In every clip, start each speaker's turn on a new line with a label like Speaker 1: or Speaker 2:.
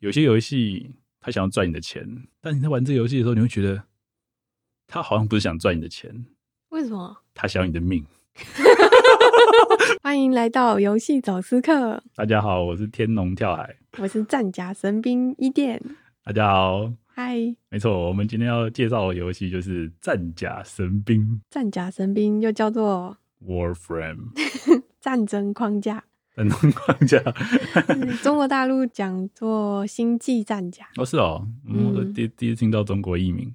Speaker 1: 有些游戏他想要赚你的钱，但你在玩这个游戏的时候，你会觉得他好像不是想赚你的钱，
Speaker 2: 为什么？
Speaker 1: 他想要你的命。
Speaker 2: 欢迎来到游戏走私客，
Speaker 1: 大家好，我是天龙跳海。
Speaker 2: 我是战甲神兵伊甸。
Speaker 1: 大家好，
Speaker 2: 嗨，
Speaker 1: 没错，我们今天要介绍的游戏就是《战甲神兵
Speaker 2: 战甲神兵又叫做
Speaker 1: Warframe
Speaker 2: 战争框架，
Speaker 1: 战争框架。
Speaker 2: 嗯中国大陆讲做星际战甲。
Speaker 1: 哦，是哦，嗯，我第第一次听到中国译名。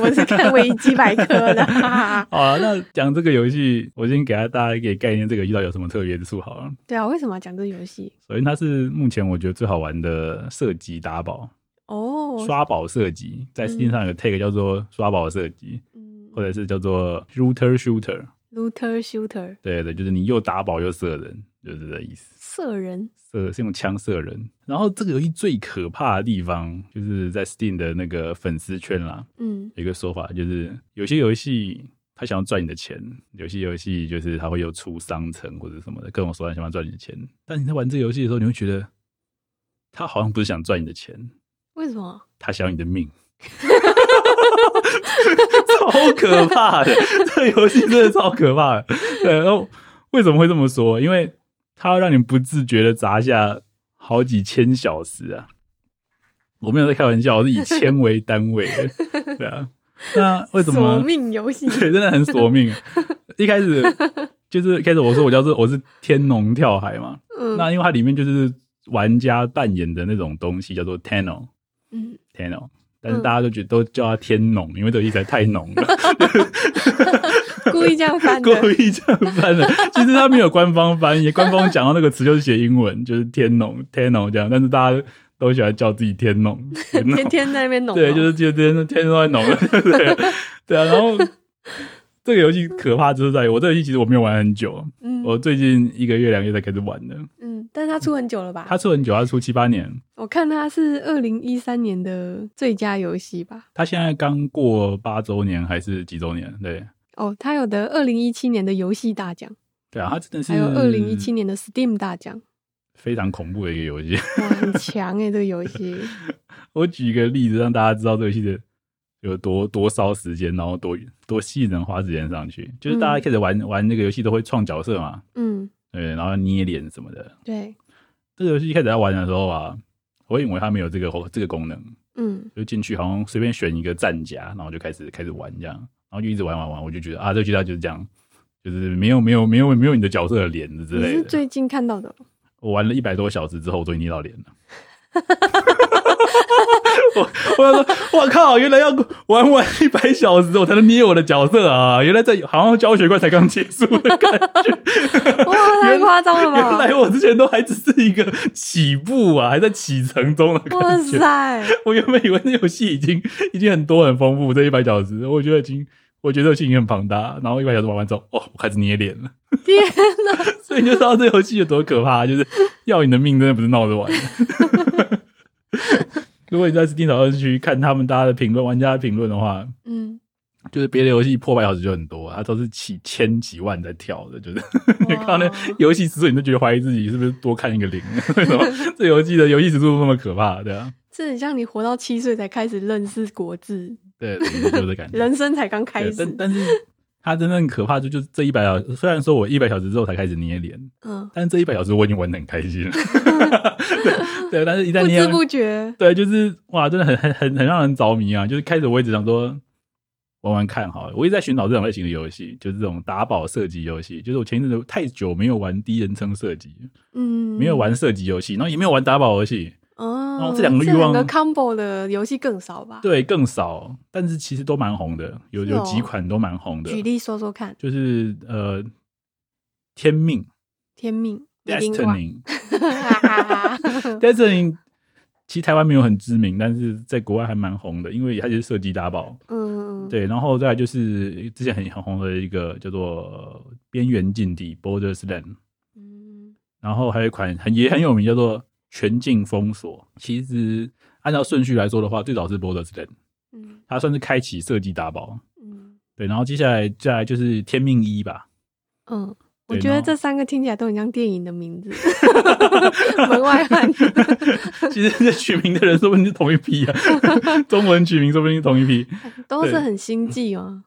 Speaker 2: 我是看维基百科 的，哈哈哈
Speaker 1: 好啊，那讲这个游戏，我先给大家一个概念，这个遇到有什么特别之处好了。
Speaker 2: 对啊，为什么要讲这游戏？
Speaker 1: 首先，它是目前我觉得最好玩的射击打宝，
Speaker 2: 哦，
Speaker 1: 刷宝射击，在
Speaker 2: 嗯
Speaker 1: Steam 上有个 tag 叫做刷宝射击，
Speaker 2: 嗯
Speaker 1: 或者是叫做 shooter shooter。
Speaker 2: ，looter shooter
Speaker 1: 对对，就是你又打宝又射人，就是这个意思。
Speaker 2: 射人，
Speaker 1: 射是用枪射人。然后这个游戏最可怕的地方，就是在 Steam 的那个粉丝圈啦，
Speaker 2: 嗯
Speaker 1: 有一个说法就是，有些游戏他想要赚你的钱，有些游戏就是他会又出商城或者什么的各种手段想要赚你的钱。但你在玩这个游戏的时候，你会觉得他好像不是想赚你的钱，
Speaker 2: 为什么？
Speaker 1: 他想要你的命。 超可怕的， 这游戏真的超可怕的。对，然后为什么会这么说？因为它要让你不自觉的砸下好几千小时啊！我没有在开玩 笑，我是以千为单位的。对啊，那为什么？
Speaker 2: 索命游戏
Speaker 1: 对，真的很索命。一开始就是一开始我说我叫做我是天龙跳海嘛，
Speaker 2: 嗯
Speaker 1: 那因为它里面就是玩家扮演的那种东西叫做 Tenno，
Speaker 2: 嗯，
Speaker 1: 天龙，但是
Speaker 2: 嗯
Speaker 1: 大家都觉得都叫他天龙，因为这个意思太浓了，
Speaker 2: 故意这样翻
Speaker 1: 故
Speaker 2: 的，
Speaker 1: 意这样翻的。其实他没有官方翻译，官方讲到那个词就是写英文，就是天龙天龙这样，但是大家都喜欢叫自己天龙，天龙
Speaker 2: 天天在那边弄哦。
Speaker 1: 对，就是天天天都在弄了， 对不对？对啊，然后这个游戏可怕之处在于，我这个游戏其实我没有玩很久，
Speaker 2: 嗯
Speaker 1: 我最近一个月两个月才开始玩的。
Speaker 2: 嗯，但是它出很久了吧？
Speaker 1: 它出很久，它出七八年，
Speaker 2: 我看它是二零一三年的最佳游戏吧。
Speaker 1: 它现在刚过八周年还是几周年？对。
Speaker 2: 哦，它有的二零一七年的游戏大奖，
Speaker 1: 对啊，它真的是
Speaker 2: 还有二零一七年的 Steam 大奖，
Speaker 1: 非常恐怖的一个游戏。
Speaker 2: 哇，很强欸诶、这个游戏。
Speaker 1: 我举一个例子，让大家知道这个游戏的有多多烧时间，然后多多吸引人花时间上去。就是大家开始玩、玩那个游戏都会创角色嘛，
Speaker 2: 嗯，
Speaker 1: 对，然后捏脸什么的。
Speaker 2: 对，
Speaker 1: 这个游戏一开始在玩的时候啊，我以为它没有这个这个功能，
Speaker 2: 嗯
Speaker 1: 就进去好像随便选一个战甲，然后就开始开始玩这样，然后就一直玩玩玩，我就觉得啊，这个剧它就是这样，就是没有没有没有没有你的角色的脸之
Speaker 2: 你
Speaker 1: 类
Speaker 2: 是
Speaker 1: 的。
Speaker 2: 最近看到的 哦，
Speaker 1: 我玩了一百多小时之后，我终于捏到 脸了。我我想说，我靠！原来要玩完一百小时，我才能捏我的角色啊！原来在好像教学关才刚结束的 感觉，
Speaker 2: 哇，太夸张了
Speaker 1: 原
Speaker 2: 吧！
Speaker 1: 来我之前都还只是一个起步啊，还在启程中的
Speaker 2: 哇
Speaker 1: 感觉。
Speaker 2: 塞，
Speaker 1: 我原本以为那游戏已经已经很多很丰富，这一百小时，我觉得已经我觉得游戏已经很庞大。然后一百小时玩完之后，哦，我开始捏脸了。
Speaker 2: 天
Speaker 1: 所以你就知道这游戏有多可怕， 就是要你的命，真的不是闹着玩 的。如果你在 Steam 讨论区看他们大家的评论、玩家的评论的话，
Speaker 2: 嗯，
Speaker 1: 就是别的游戏破百小时就很多，啊它都是几千几万在跳的，就是 你看到那
Speaker 2: 哇
Speaker 1: 游戏时速，你就觉得怀疑自己是不是多看一个零？ 为什么这游戏的游戏时速那么可怕？对啊，
Speaker 2: 这很像你活到七岁才开始认识国字，
Speaker 1: 对，就是这感觉。
Speaker 2: 人生才刚
Speaker 1: 对
Speaker 2: 开始
Speaker 1: 但。但是它真正可怕就就是这一百小时，虽然说我一百小时之后才开始捏脸，
Speaker 2: 嗯，
Speaker 1: 但是这一百小时我已经玩的很开 心了。对，对但是一旦
Speaker 2: 不
Speaker 1: 捏
Speaker 2: 知不觉，
Speaker 1: 对，就是哇，真的很很很很让人着迷啊！就是开始我一直想说玩玩看好了，我一直在寻找这种类型的游戏，就是这种打宝射击游戏。就是我前一阵子太久没有玩第一人称射击，
Speaker 2: 嗯，
Speaker 1: 没有玩射击游戏，然后也没有玩打宝游戏，
Speaker 2: 哦，
Speaker 1: 这两个欲望
Speaker 2: combo 的游戏更少吧？
Speaker 1: 对，更少。但是其实都蛮红的，有
Speaker 2: 是
Speaker 1: 有
Speaker 2: 哦
Speaker 1: 几款都蛮红的，
Speaker 2: 举例说说看，
Speaker 1: 就是呃，天命
Speaker 2: 天命、一定挂
Speaker 1: Destiny
Speaker 2: 哈哈哈
Speaker 1: Destiny。其实台湾没有很知名，但是在国外还蛮红的，因为它就是射击打宝。
Speaker 2: 嗯，
Speaker 1: 对，然后再来就是之前很很红的一个叫做《边缘禁地》（Borderland），
Speaker 2: 嗯，
Speaker 1: 然后还有一款很也很有名叫做《全境封锁》。其实按照顺序来说的话，最早是 Borderland，
Speaker 2: 嗯
Speaker 1: 它算是开启设计打宝。
Speaker 2: 嗯
Speaker 1: 对，然后接下来再来就是《天命一》吧，
Speaker 2: 嗯，我
Speaker 1: 对
Speaker 2: 觉
Speaker 1: 然
Speaker 2: 得
Speaker 1: 后
Speaker 2: 这三个听起来都很像电影的 名字，门外汉。
Speaker 1: 其实这取名的人说不定是同一批啊， 中文取名说不定是同一批。
Speaker 2: 都是
Speaker 1: 对
Speaker 2: 很心计哦，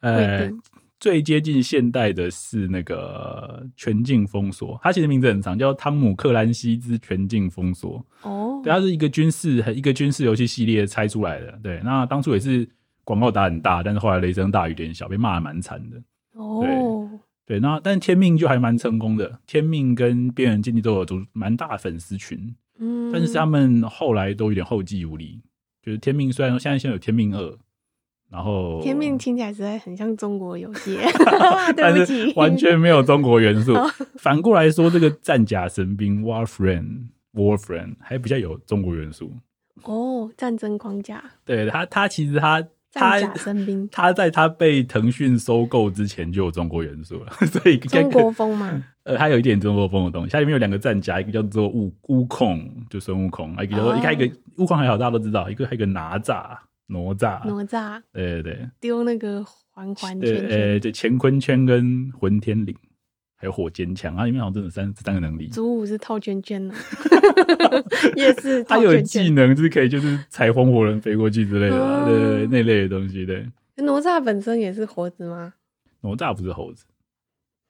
Speaker 2: 不一
Speaker 1: 呃，
Speaker 2: 定。
Speaker 1: 最接近现代的是那个《全境封锁》，它其实名字很长，叫《汤姆克兰西之全境封锁》。
Speaker 2: 哦，
Speaker 1: 对，它啊是一个军事一个军事游戏系列拆出来的。对，那当初也是广告打很大，但是后来雷声大雨点小，被骂的蛮惨的。
Speaker 2: 哦，
Speaker 1: 对，那但天命就还蛮成功的，天命跟边缘禁地都有组蛮大的粉丝群，
Speaker 2: 嗯，
Speaker 1: 但是他们后来都有点后继无力。就是天命虽然说现在现在有天命二，然后
Speaker 2: 天命听起来实在很像中国游戏，
Speaker 1: 哦 但
Speaker 2: 对不
Speaker 1: 是
Speaker 2: 起，
Speaker 1: 完全没有中国元 素。反过来说，这个战甲神兵 Warframe Warframe 还比较有中国元素。
Speaker 2: 哦，战争框架，
Speaker 1: 对他，他其实他他
Speaker 2: 战甲生兵，
Speaker 1: 他在他被腾讯收购之前就有中国元素了， 所以应该
Speaker 2: 中国风嘛，
Speaker 1: 呃，它有一点中国风的东西。它里面有两个战甲，一个叫做悟悟空，就孙悟空，还有一个叫做、
Speaker 2: 哦
Speaker 1: 一个还有一个悟空还好，大家都知道，一个还有一个哪吒哪吒，
Speaker 2: 哪吒
Speaker 1: 对对对
Speaker 2: 丢那个环环
Speaker 1: 对，
Speaker 2: 圈圈，
Speaker 1: 呃，对乾坤圈跟混天绫，还有火尖枪，它啊里面好像真的有三三个能力。
Speaker 2: 祖武是套圈 圈呢，也是
Speaker 1: 它
Speaker 2: 套
Speaker 1: 有
Speaker 2: 圈
Speaker 1: 技
Speaker 2: 圈。
Speaker 1: 能，就是可以就是踩风火轮飞过去之类的啊，
Speaker 2: 哦
Speaker 1: 对对对那类的东西。对，
Speaker 2: 哪吒本身也是猴子吗
Speaker 1: 哪吒不是猴子，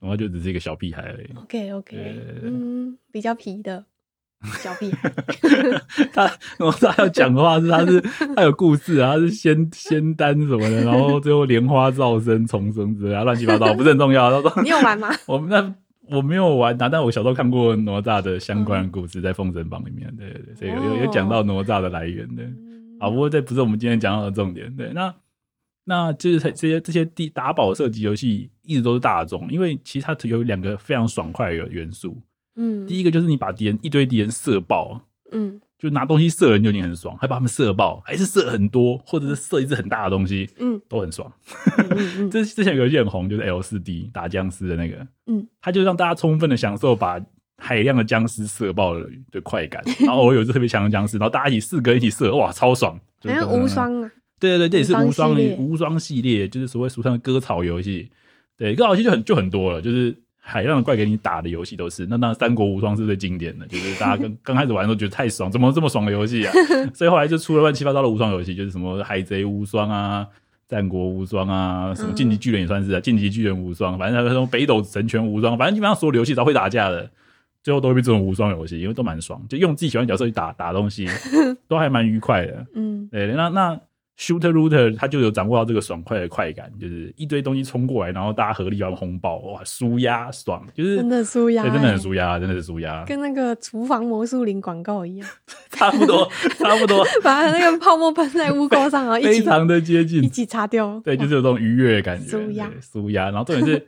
Speaker 1: 哪吒就只是一个小屁孩而已。
Speaker 2: ？OK OK，
Speaker 1: 对
Speaker 2: 嗯，比较皮 的小屁孩，
Speaker 1: 他哪吒要讲的话是，他是他有故事啊，他是仙仙丹什么的，然后最后莲花造身重生之类的，乱七八糟，不是很重要。到时候
Speaker 2: 你有 玩吗？
Speaker 1: 我们那我没有玩啊，但我小时候看过哪吒的相关
Speaker 2: 嗯
Speaker 1: 的故事，在《封神榜》里面，对对对，所以有有
Speaker 2: 哦
Speaker 1: 有讲到哪吒的来源的。对
Speaker 2: 嗯
Speaker 1: 啊，不过这不是我们今天讲到的重点。对，那那就是它这些这些地打宝射击游戏一直都是大众，因为其实它有两个非常爽快的元素。
Speaker 2: 嗯
Speaker 1: 第一个就是你把敌人一堆敌人射爆，
Speaker 2: 嗯
Speaker 1: 就拿东西射人就已经很爽，还把他们射爆，还是射很多，或者是射一只很大的东西
Speaker 2: 嗯
Speaker 1: 都很爽。
Speaker 2: 嗯嗯嗯
Speaker 1: 这之前有一件很红，就是 L 四 D 打僵尸的那个，
Speaker 2: 嗯，
Speaker 1: 它就让大家充分的享受把海量的僵尸射爆的的快 感。然后我有一只特别强的僵尸，然后大家一起四个人一起射，哇，超爽！就
Speaker 2: 好
Speaker 1: 是
Speaker 2: 像无双啊，
Speaker 1: 对对对，这也是无
Speaker 2: 无双
Speaker 1: 双
Speaker 2: 系列
Speaker 1: 无双系列，就是所谓俗称的割草游戏。对，割草游戏就很就很多了，就是海量的怪给你打的游戏都是。那当然，三国无双是最经典的，就是大家 刚刚开始玩的时候觉得太爽，怎么这么爽的游戏啊？所以后来就出了乱七八糟的无双游戏，就是什么海贼无双啊。战国无双啊，什么
Speaker 2: 嗯
Speaker 1: 晋级巨人也算是啊，晋级巨人无双，反正他说北斗神拳无双，反正基本上所有的游戏只要会打架的，最后都会被这种无双游戏，因为都蛮爽，就用自己喜欢的角色去打打东 西，都还蛮愉快的。
Speaker 2: 嗯
Speaker 1: 对，那那 shooter router 他就有掌握到这个爽快的快感，就是一堆东西冲过来，然后大家合力把它们轰爆，哇，舒压爽，就是
Speaker 2: 真的舒压
Speaker 1: 对，哎真的很
Speaker 2: 欸
Speaker 1: 舒压，真的是舒压，
Speaker 2: 跟那个厨房魔术林广告一样，
Speaker 1: 差不多，差不多，
Speaker 2: 把那个泡沫喷在污垢上，然 后一
Speaker 1: 非
Speaker 2: 起
Speaker 1: 常的接
Speaker 2: 一
Speaker 1: 近，
Speaker 2: 起擦掉。
Speaker 1: 对，就是有这种愉悦的感觉，
Speaker 2: 舒压
Speaker 1: 对舒压。然后重点是，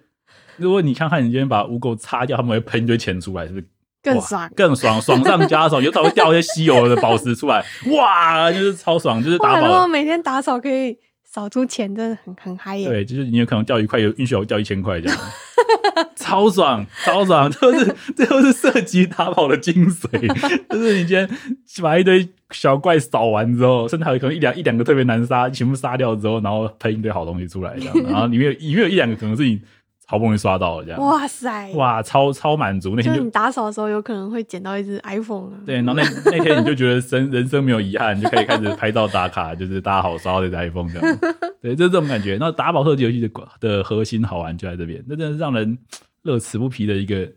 Speaker 1: 如果你看看你今天把污垢擦掉，他们会喷一堆钱出来，是不是？
Speaker 2: 更
Speaker 1: 哇
Speaker 2: 爽。
Speaker 1: 更爽，爽上加爽，有时候会掉一些稀有的宝石出来，哇，就是超爽，就是
Speaker 2: 哇，
Speaker 1: 打
Speaker 2: 如
Speaker 1: 宝
Speaker 2: 果
Speaker 1: 了。
Speaker 2: 每天打扫可以扫出钱，真的很很嗨耶！
Speaker 1: 对，就是你有可能掉一块，有运气有掉一千块这样， 超爽，超爽，这就是这就是射击打宝的精髓， 就是你今天把一堆小怪扫完之后，甚至还有可能一两一两个特别难杀，全部杀掉之后，然后喷一堆好东西出来这样，然后里面有里面有一两个可能是你好不容易刷到的这样，
Speaker 2: 哇塞，
Speaker 1: 哇，超超满足，那
Speaker 2: 就
Speaker 1: 天
Speaker 2: 你
Speaker 1: 就。
Speaker 2: 打扫的时候有可能会捡到一只 iPhone 啊。。
Speaker 1: 对，然后那那天你就觉得生人生没有遗憾，你就可以开始拍照打卡， 就是大家好烧的 iPhone 这样。对，就是这种感觉。那打宝射击游戏的的核心好玩就在这边，那真的是让人乐此不疲的一个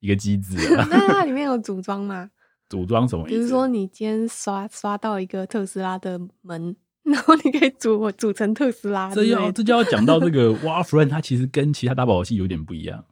Speaker 1: 一个机制啊
Speaker 2: 那它里面有组装吗？
Speaker 1: 组装什么意
Speaker 2: 比
Speaker 1: 思？
Speaker 2: 如说你今天刷刷到一个特斯拉的门， 然后你可以组组成特斯拉之
Speaker 1: 这
Speaker 2: 类
Speaker 1: 要
Speaker 2: 的。
Speaker 1: 这就要讲到这个 Warframe，它其实跟其他打宝游戏有点不一样。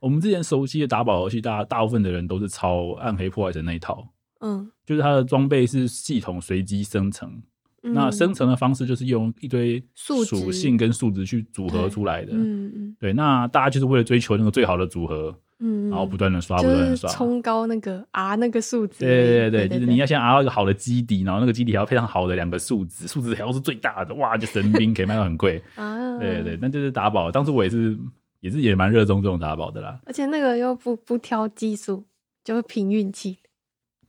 Speaker 1: 我们之前熟悉的打宝游戏，大大部分的人都是抄《暗黑破坏神》那一套，
Speaker 2: 嗯，
Speaker 1: 就是它的装备是系统随机生成，
Speaker 2: 嗯
Speaker 1: 那生成的方式就是用一堆
Speaker 2: 数值
Speaker 1: 属性跟数值去组合出来的。
Speaker 2: 嗯嗯
Speaker 1: 对，那大家就是为了追求那个最好的组合，
Speaker 2: 嗯，
Speaker 1: 然后哦不断的刷，不
Speaker 2: 就
Speaker 1: 断的
Speaker 2: 是
Speaker 1: 刷。
Speaker 2: 冲高那个 R 那个数值
Speaker 1: 对
Speaker 2: 而已。
Speaker 1: 对对，就是你要先熬到一个好的基底，然后那个基底还要非常好的两个数值，数值还要是最大的，哇，就神兵可以卖到很贵。
Speaker 2: 啊，
Speaker 1: 对对，那就是打宝。当时我也是，也是也蛮热衷这种打宝的啦。
Speaker 2: 而且那个又不不挑技术，就是凭运气。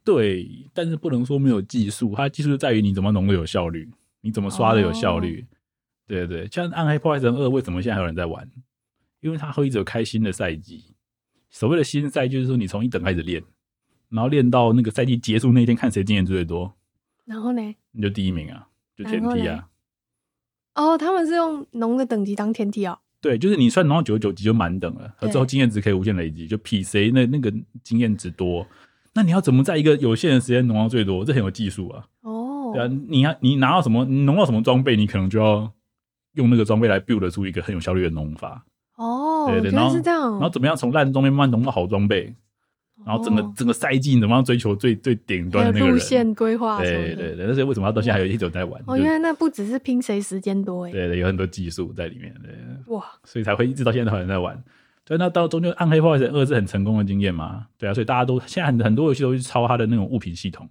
Speaker 1: 对，但是不能说没有技术，它技术就在于你怎么弄的有效率，
Speaker 2: 哦
Speaker 1: 你怎么刷的有效率。对对，像《暗黑破坏神二》为什么现在还有人在玩？因因为它会一直有开新的赛季。所谓的新赛，就是说你从一等开始练，然后练到那个赛季结束那一天，看谁经验最多，
Speaker 2: 然后呢？
Speaker 1: 你就第一名啊，就前
Speaker 2: 然后
Speaker 1: 梯
Speaker 2: 嘞
Speaker 1: 啊。
Speaker 2: 哦，他们是用农的等级当天梯哦。
Speaker 1: 对，就是你算农到九十九级就满等了，
Speaker 2: 对
Speaker 1: 之后经验值可以无限累积，就比谁那那个经验值多。那你要怎么在一个有限的时间农到最多？这很有技术啊。
Speaker 2: 哦，
Speaker 1: 对啊，你要你拿到什么，你农到什么装备，你可能就要用那个装备来 build 出一个很有效率的农法。
Speaker 2: 哦，
Speaker 1: 对对，
Speaker 2: 原
Speaker 1: 然
Speaker 2: 来
Speaker 1: 后
Speaker 2: 是这样哦。
Speaker 1: 然后怎么样从烂装备慢慢农到好装备，然后整个、
Speaker 2: 哦
Speaker 1: 整个赛季你怎么样追求最最顶端
Speaker 2: 还
Speaker 1: 的
Speaker 2: 有
Speaker 1: 那个
Speaker 2: 路
Speaker 1: 人？
Speaker 2: 线规划什么
Speaker 1: 对
Speaker 2: 的。
Speaker 1: 对对，但是为什么要到现在还有一直在玩？
Speaker 2: 哦，
Speaker 1: 就
Speaker 2: 原来那不只是拼谁时间多哎。
Speaker 1: 对对，有很多技术在里面，对，
Speaker 2: 哇，
Speaker 1: 所以才会一直到现在都还在玩。对，那到终究《暗黑破坏神二》是很成功的经验嘛？对啊，所以大家都现在很很多游戏都去抄它的那种物品系统，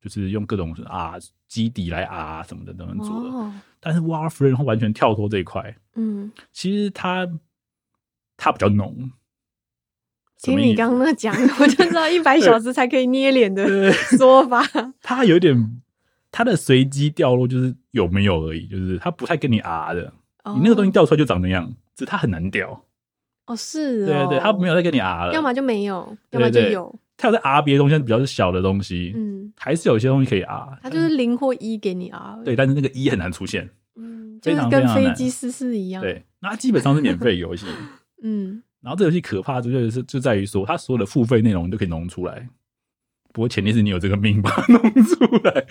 Speaker 1: 就是用各种啊基底来啊什么的都能做的。
Speaker 2: 哦，
Speaker 1: 但是 Warframe 它完全跳脱这一块，
Speaker 2: 嗯，
Speaker 1: 其实它它比较浓。什
Speaker 2: 听
Speaker 1: 么
Speaker 2: 你
Speaker 1: 意思
Speaker 2: 刚刚那讲，我就知道一百小时才可以捏脸的
Speaker 1: 对，
Speaker 2: 说法。
Speaker 1: 它有点它的随机掉落就是有没有而已，就是它不太跟你啊的，你那个东西
Speaker 2: 叫
Speaker 1: 掉出来就长那样，只是它很难掉。
Speaker 2: 哦是哦，
Speaker 1: 对对，它没有
Speaker 2: 有，
Speaker 1: 再跟你啊了，
Speaker 2: 要么就没有，要
Speaker 1: 对
Speaker 2: 么就
Speaker 1: 对
Speaker 2: 有。
Speaker 1: 它有在啊别的东西，但比较是小的东西，
Speaker 2: 嗯，
Speaker 1: 还是有些东西可以啊。
Speaker 2: 它就是零或一给你啊。
Speaker 1: 对，但是那个一很难出现。
Speaker 2: 嗯，
Speaker 1: 非
Speaker 2: 就是
Speaker 1: 常
Speaker 2: 跟
Speaker 1: 非常
Speaker 2: 飞
Speaker 1: 难
Speaker 2: 机失事一样。
Speaker 1: 对，那它基本上是免费游 戏。
Speaker 2: 嗯，
Speaker 1: 然后这游戏可怕之处就是就在于说，它所有的付费内容你都可以弄出来，不过前提是你有这个命把它弄出来。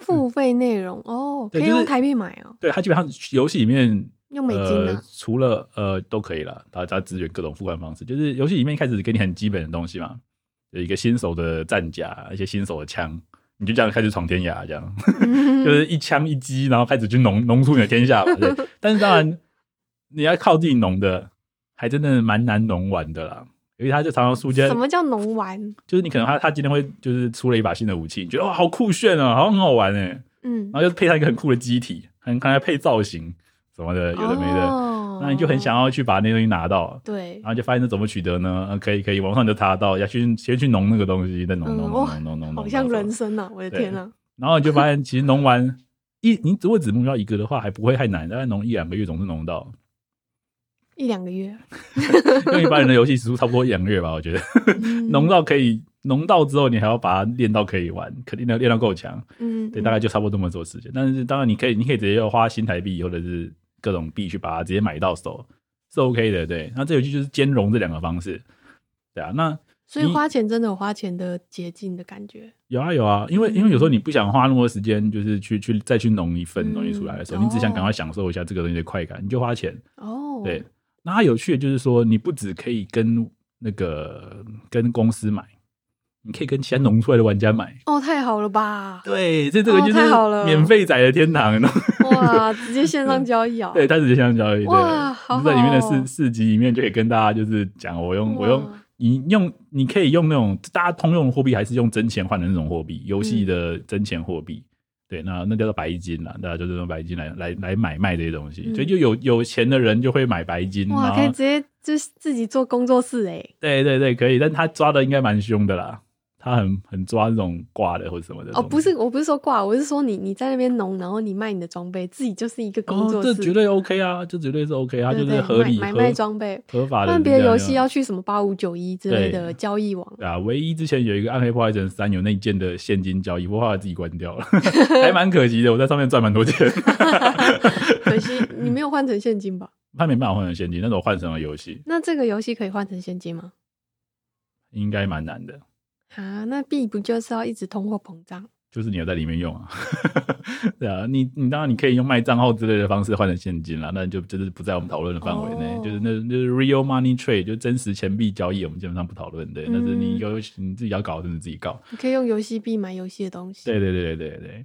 Speaker 2: 付费内容哦，可
Speaker 1: 对
Speaker 2: 以
Speaker 1: 就是
Speaker 2: 用台币买哦，
Speaker 1: 对，它基本上游戏里面
Speaker 2: 用美金
Speaker 1: 呃
Speaker 2: 啊。，
Speaker 1: 除了呃都可以了，它它支援各种付款方式，就是游戏里面一开始给你很基本的东西嘛，有一个新手的战甲，一些新手的枪，你就这样开始闯天涯，这样
Speaker 2: 嗯
Speaker 1: 呃就是一枪一击，然后开始去农农出你的天下嘛。 对，但是当然你要靠自己农的，还真的蛮难农完的啦。因为他就常常出街，
Speaker 2: 什么叫农玩？
Speaker 1: 就是你可能他他今天会就是出了一把新的武器，你觉得哇好酷炫啊，好像很好玩哎、
Speaker 2: 嗯
Speaker 1: 然，后又配上一个很酷的机体，很看它配造型什么的，有的没的。
Speaker 2: 哦
Speaker 1: 那你就很想要去把那东西拿到，
Speaker 2: 对
Speaker 1: 然，后就发现这怎么取得呢？呃、可以可以，网上就查得到，要去先去弄那个东西，再弄
Speaker 2: 嗯
Speaker 1: 弄弄
Speaker 2: 哇
Speaker 1: 弄弄弄，
Speaker 2: 好像
Speaker 1: 弄
Speaker 2: 人。生啊！我的
Speaker 1: 对
Speaker 2: 天啊！
Speaker 1: 然后你就发现，其实弄完一，你如果只目标一个的话，还不会太难，大概弄一两个月总是弄 到，
Speaker 2: 一两 个月，
Speaker 1: 因为一般人的游戏时速差不多一两个月吧，我觉得
Speaker 2: 嗯
Speaker 1: 弄到可以。弄到之后，你还要把它练到可以玩，肯定要练到够强。
Speaker 2: 嗯，
Speaker 1: 对，
Speaker 2: 嗯
Speaker 1: 大概就差不多这么多时间。但是当然，你可以，你可以直接要花新台币或者是各种币去把它直接买到手，是 OK 的。对，那这游戏就是兼容这两个方式。对啊，那
Speaker 2: 所以
Speaker 1: 你
Speaker 2: 花钱真的有花钱的捷径的感觉。
Speaker 1: 有啊有啊，因为因为有时候你不想花那么多时间，就是去去再去弄一份东西出来的时候，
Speaker 2: 嗯
Speaker 1: 你只想赶
Speaker 2: 哦
Speaker 1: 快享受一下这个东西的快感，你就花钱。
Speaker 2: 哦，
Speaker 1: 对，，那它有趣的就是说，你不只可以跟那个跟公司买，你可以跟其他农出来的玩家买。！
Speaker 2: 哦，太好了吧
Speaker 1: 对，这这个
Speaker 2: 哦
Speaker 1: 就是
Speaker 2: 太好了
Speaker 1: 免费仔的天堂，然后
Speaker 2: 哇，直接线上交易啊！
Speaker 1: 对，它直接相交易。对
Speaker 2: 哇好
Speaker 1: 你在里面的
Speaker 2: 好哦
Speaker 1: 四四集里面就可以跟大家就是讲，我用我用
Speaker 2: 哇
Speaker 1: 你用你可以用那种大家通用的货币，还是用真钱换的那种货币，游戏的真钱货币。对，那那叫做白金啦，大家就是用白金来来来买卖这些东西，
Speaker 2: 嗯
Speaker 1: 所以就有有钱的人就会买白金，
Speaker 2: 哇，
Speaker 1: 然
Speaker 2: 可以直
Speaker 1: 后
Speaker 2: 接就是自己做工作室哎、
Speaker 1: 对对对，可以，但他抓的应该蛮凶的啦，他很很抓那种挂的或者什么的
Speaker 2: 哦，
Speaker 1: 东西
Speaker 2: 不是，我不是说挂，我是说你你在那边弄，然后你卖你的装备，自己就是一个工
Speaker 1: 哦，
Speaker 2: 作
Speaker 1: 这
Speaker 2: 室，
Speaker 1: 绝对 OK 啊，这绝对是 OK，啊，
Speaker 2: 对
Speaker 1: 就是
Speaker 2: 对
Speaker 1: 合理
Speaker 2: 买
Speaker 1: 合
Speaker 2: 买卖装备
Speaker 1: 合法
Speaker 2: 不
Speaker 1: 的
Speaker 2: 然
Speaker 1: 这
Speaker 2: 别
Speaker 1: 样，
Speaker 2: 的游戏要去什么八五九一之类
Speaker 1: 对
Speaker 2: 的交易网，
Speaker 1: 对啊，唯一之前有一个《暗黑破坏神三》有内建的现金交易，不过后来自己关掉了，还蛮可惜的。我在上面赚蛮多钱，
Speaker 2: 可惜你没有换成现金吧？
Speaker 1: 他没办法换成现金，那时候换成了游戏，
Speaker 2: 那这个游戏可以换成现金吗？
Speaker 1: 应该蛮难的。
Speaker 2: 啊，那币不就是要一直通货膨胀？
Speaker 1: 就是你要在里面用啊， 对啊，你你当然你可以用卖账号之类的方式换成现金啦，那就就是不在我们讨论的范围内，
Speaker 2: 哦
Speaker 1: 就是那就是 real money trade，就真实钱币交易，我们基本上不讨论对，但是你
Speaker 2: 嗯
Speaker 1: 有你自己要搞，真的自己搞，
Speaker 2: 你可以用游戏币买游戏的东西。
Speaker 1: 对对对对对对。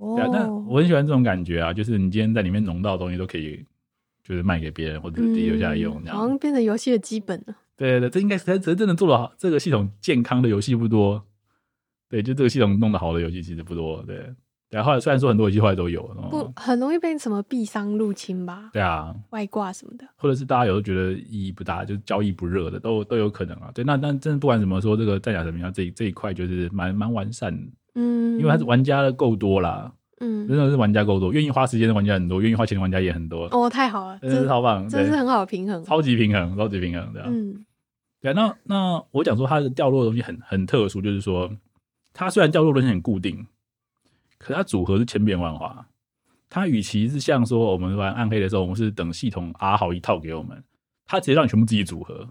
Speaker 2: 哦，
Speaker 1: 对啊，那我很喜欢这种感觉啊，就是你今天在里面弄到的东西都可以，就是卖给别人或者自己留下来用
Speaker 2: 嗯
Speaker 1: 这
Speaker 2: 好
Speaker 1: 样。
Speaker 2: 像变成游戏的基本了。
Speaker 1: 对对对，这应该是才真正做的好，这个系统健康的游戏不多。对，就这个系统弄得好的游戏其实不多。对，对啊，后来虽然说很多游戏后来都有，哦
Speaker 2: 不，很容易被什么币商入侵吧，
Speaker 1: 对啊，
Speaker 2: 外挂什么的。
Speaker 1: 或者是大家有时候觉得意义不大，就是交易不热的都都有可能啊。对，那但真的不管怎么说，这个战甲神明啊这一这一块就是蛮蛮完善的，
Speaker 2: 嗯，
Speaker 1: 因为它是玩家的够多啦。真
Speaker 2: 嗯，
Speaker 1: 的是玩家够多，愿意花时间的玩家很多，愿意花钱的玩家也很多，
Speaker 2: 哦，太好了，
Speaker 1: 真的
Speaker 2: 这
Speaker 1: 是超棒，
Speaker 2: 这
Speaker 1: 对
Speaker 2: 是，很好的平衡。
Speaker 1: 超级平衡，超级平衡，对啊，
Speaker 2: 嗯
Speaker 1: 对啊。那那我讲说它的掉落的东西很很特殊，就是说它虽然掉落的东西很固定，可它组合是千变万化。它与其是像说我们玩暗黑的时候，我们是等系统 R 好一套给我们，它直接让你全部自己组合，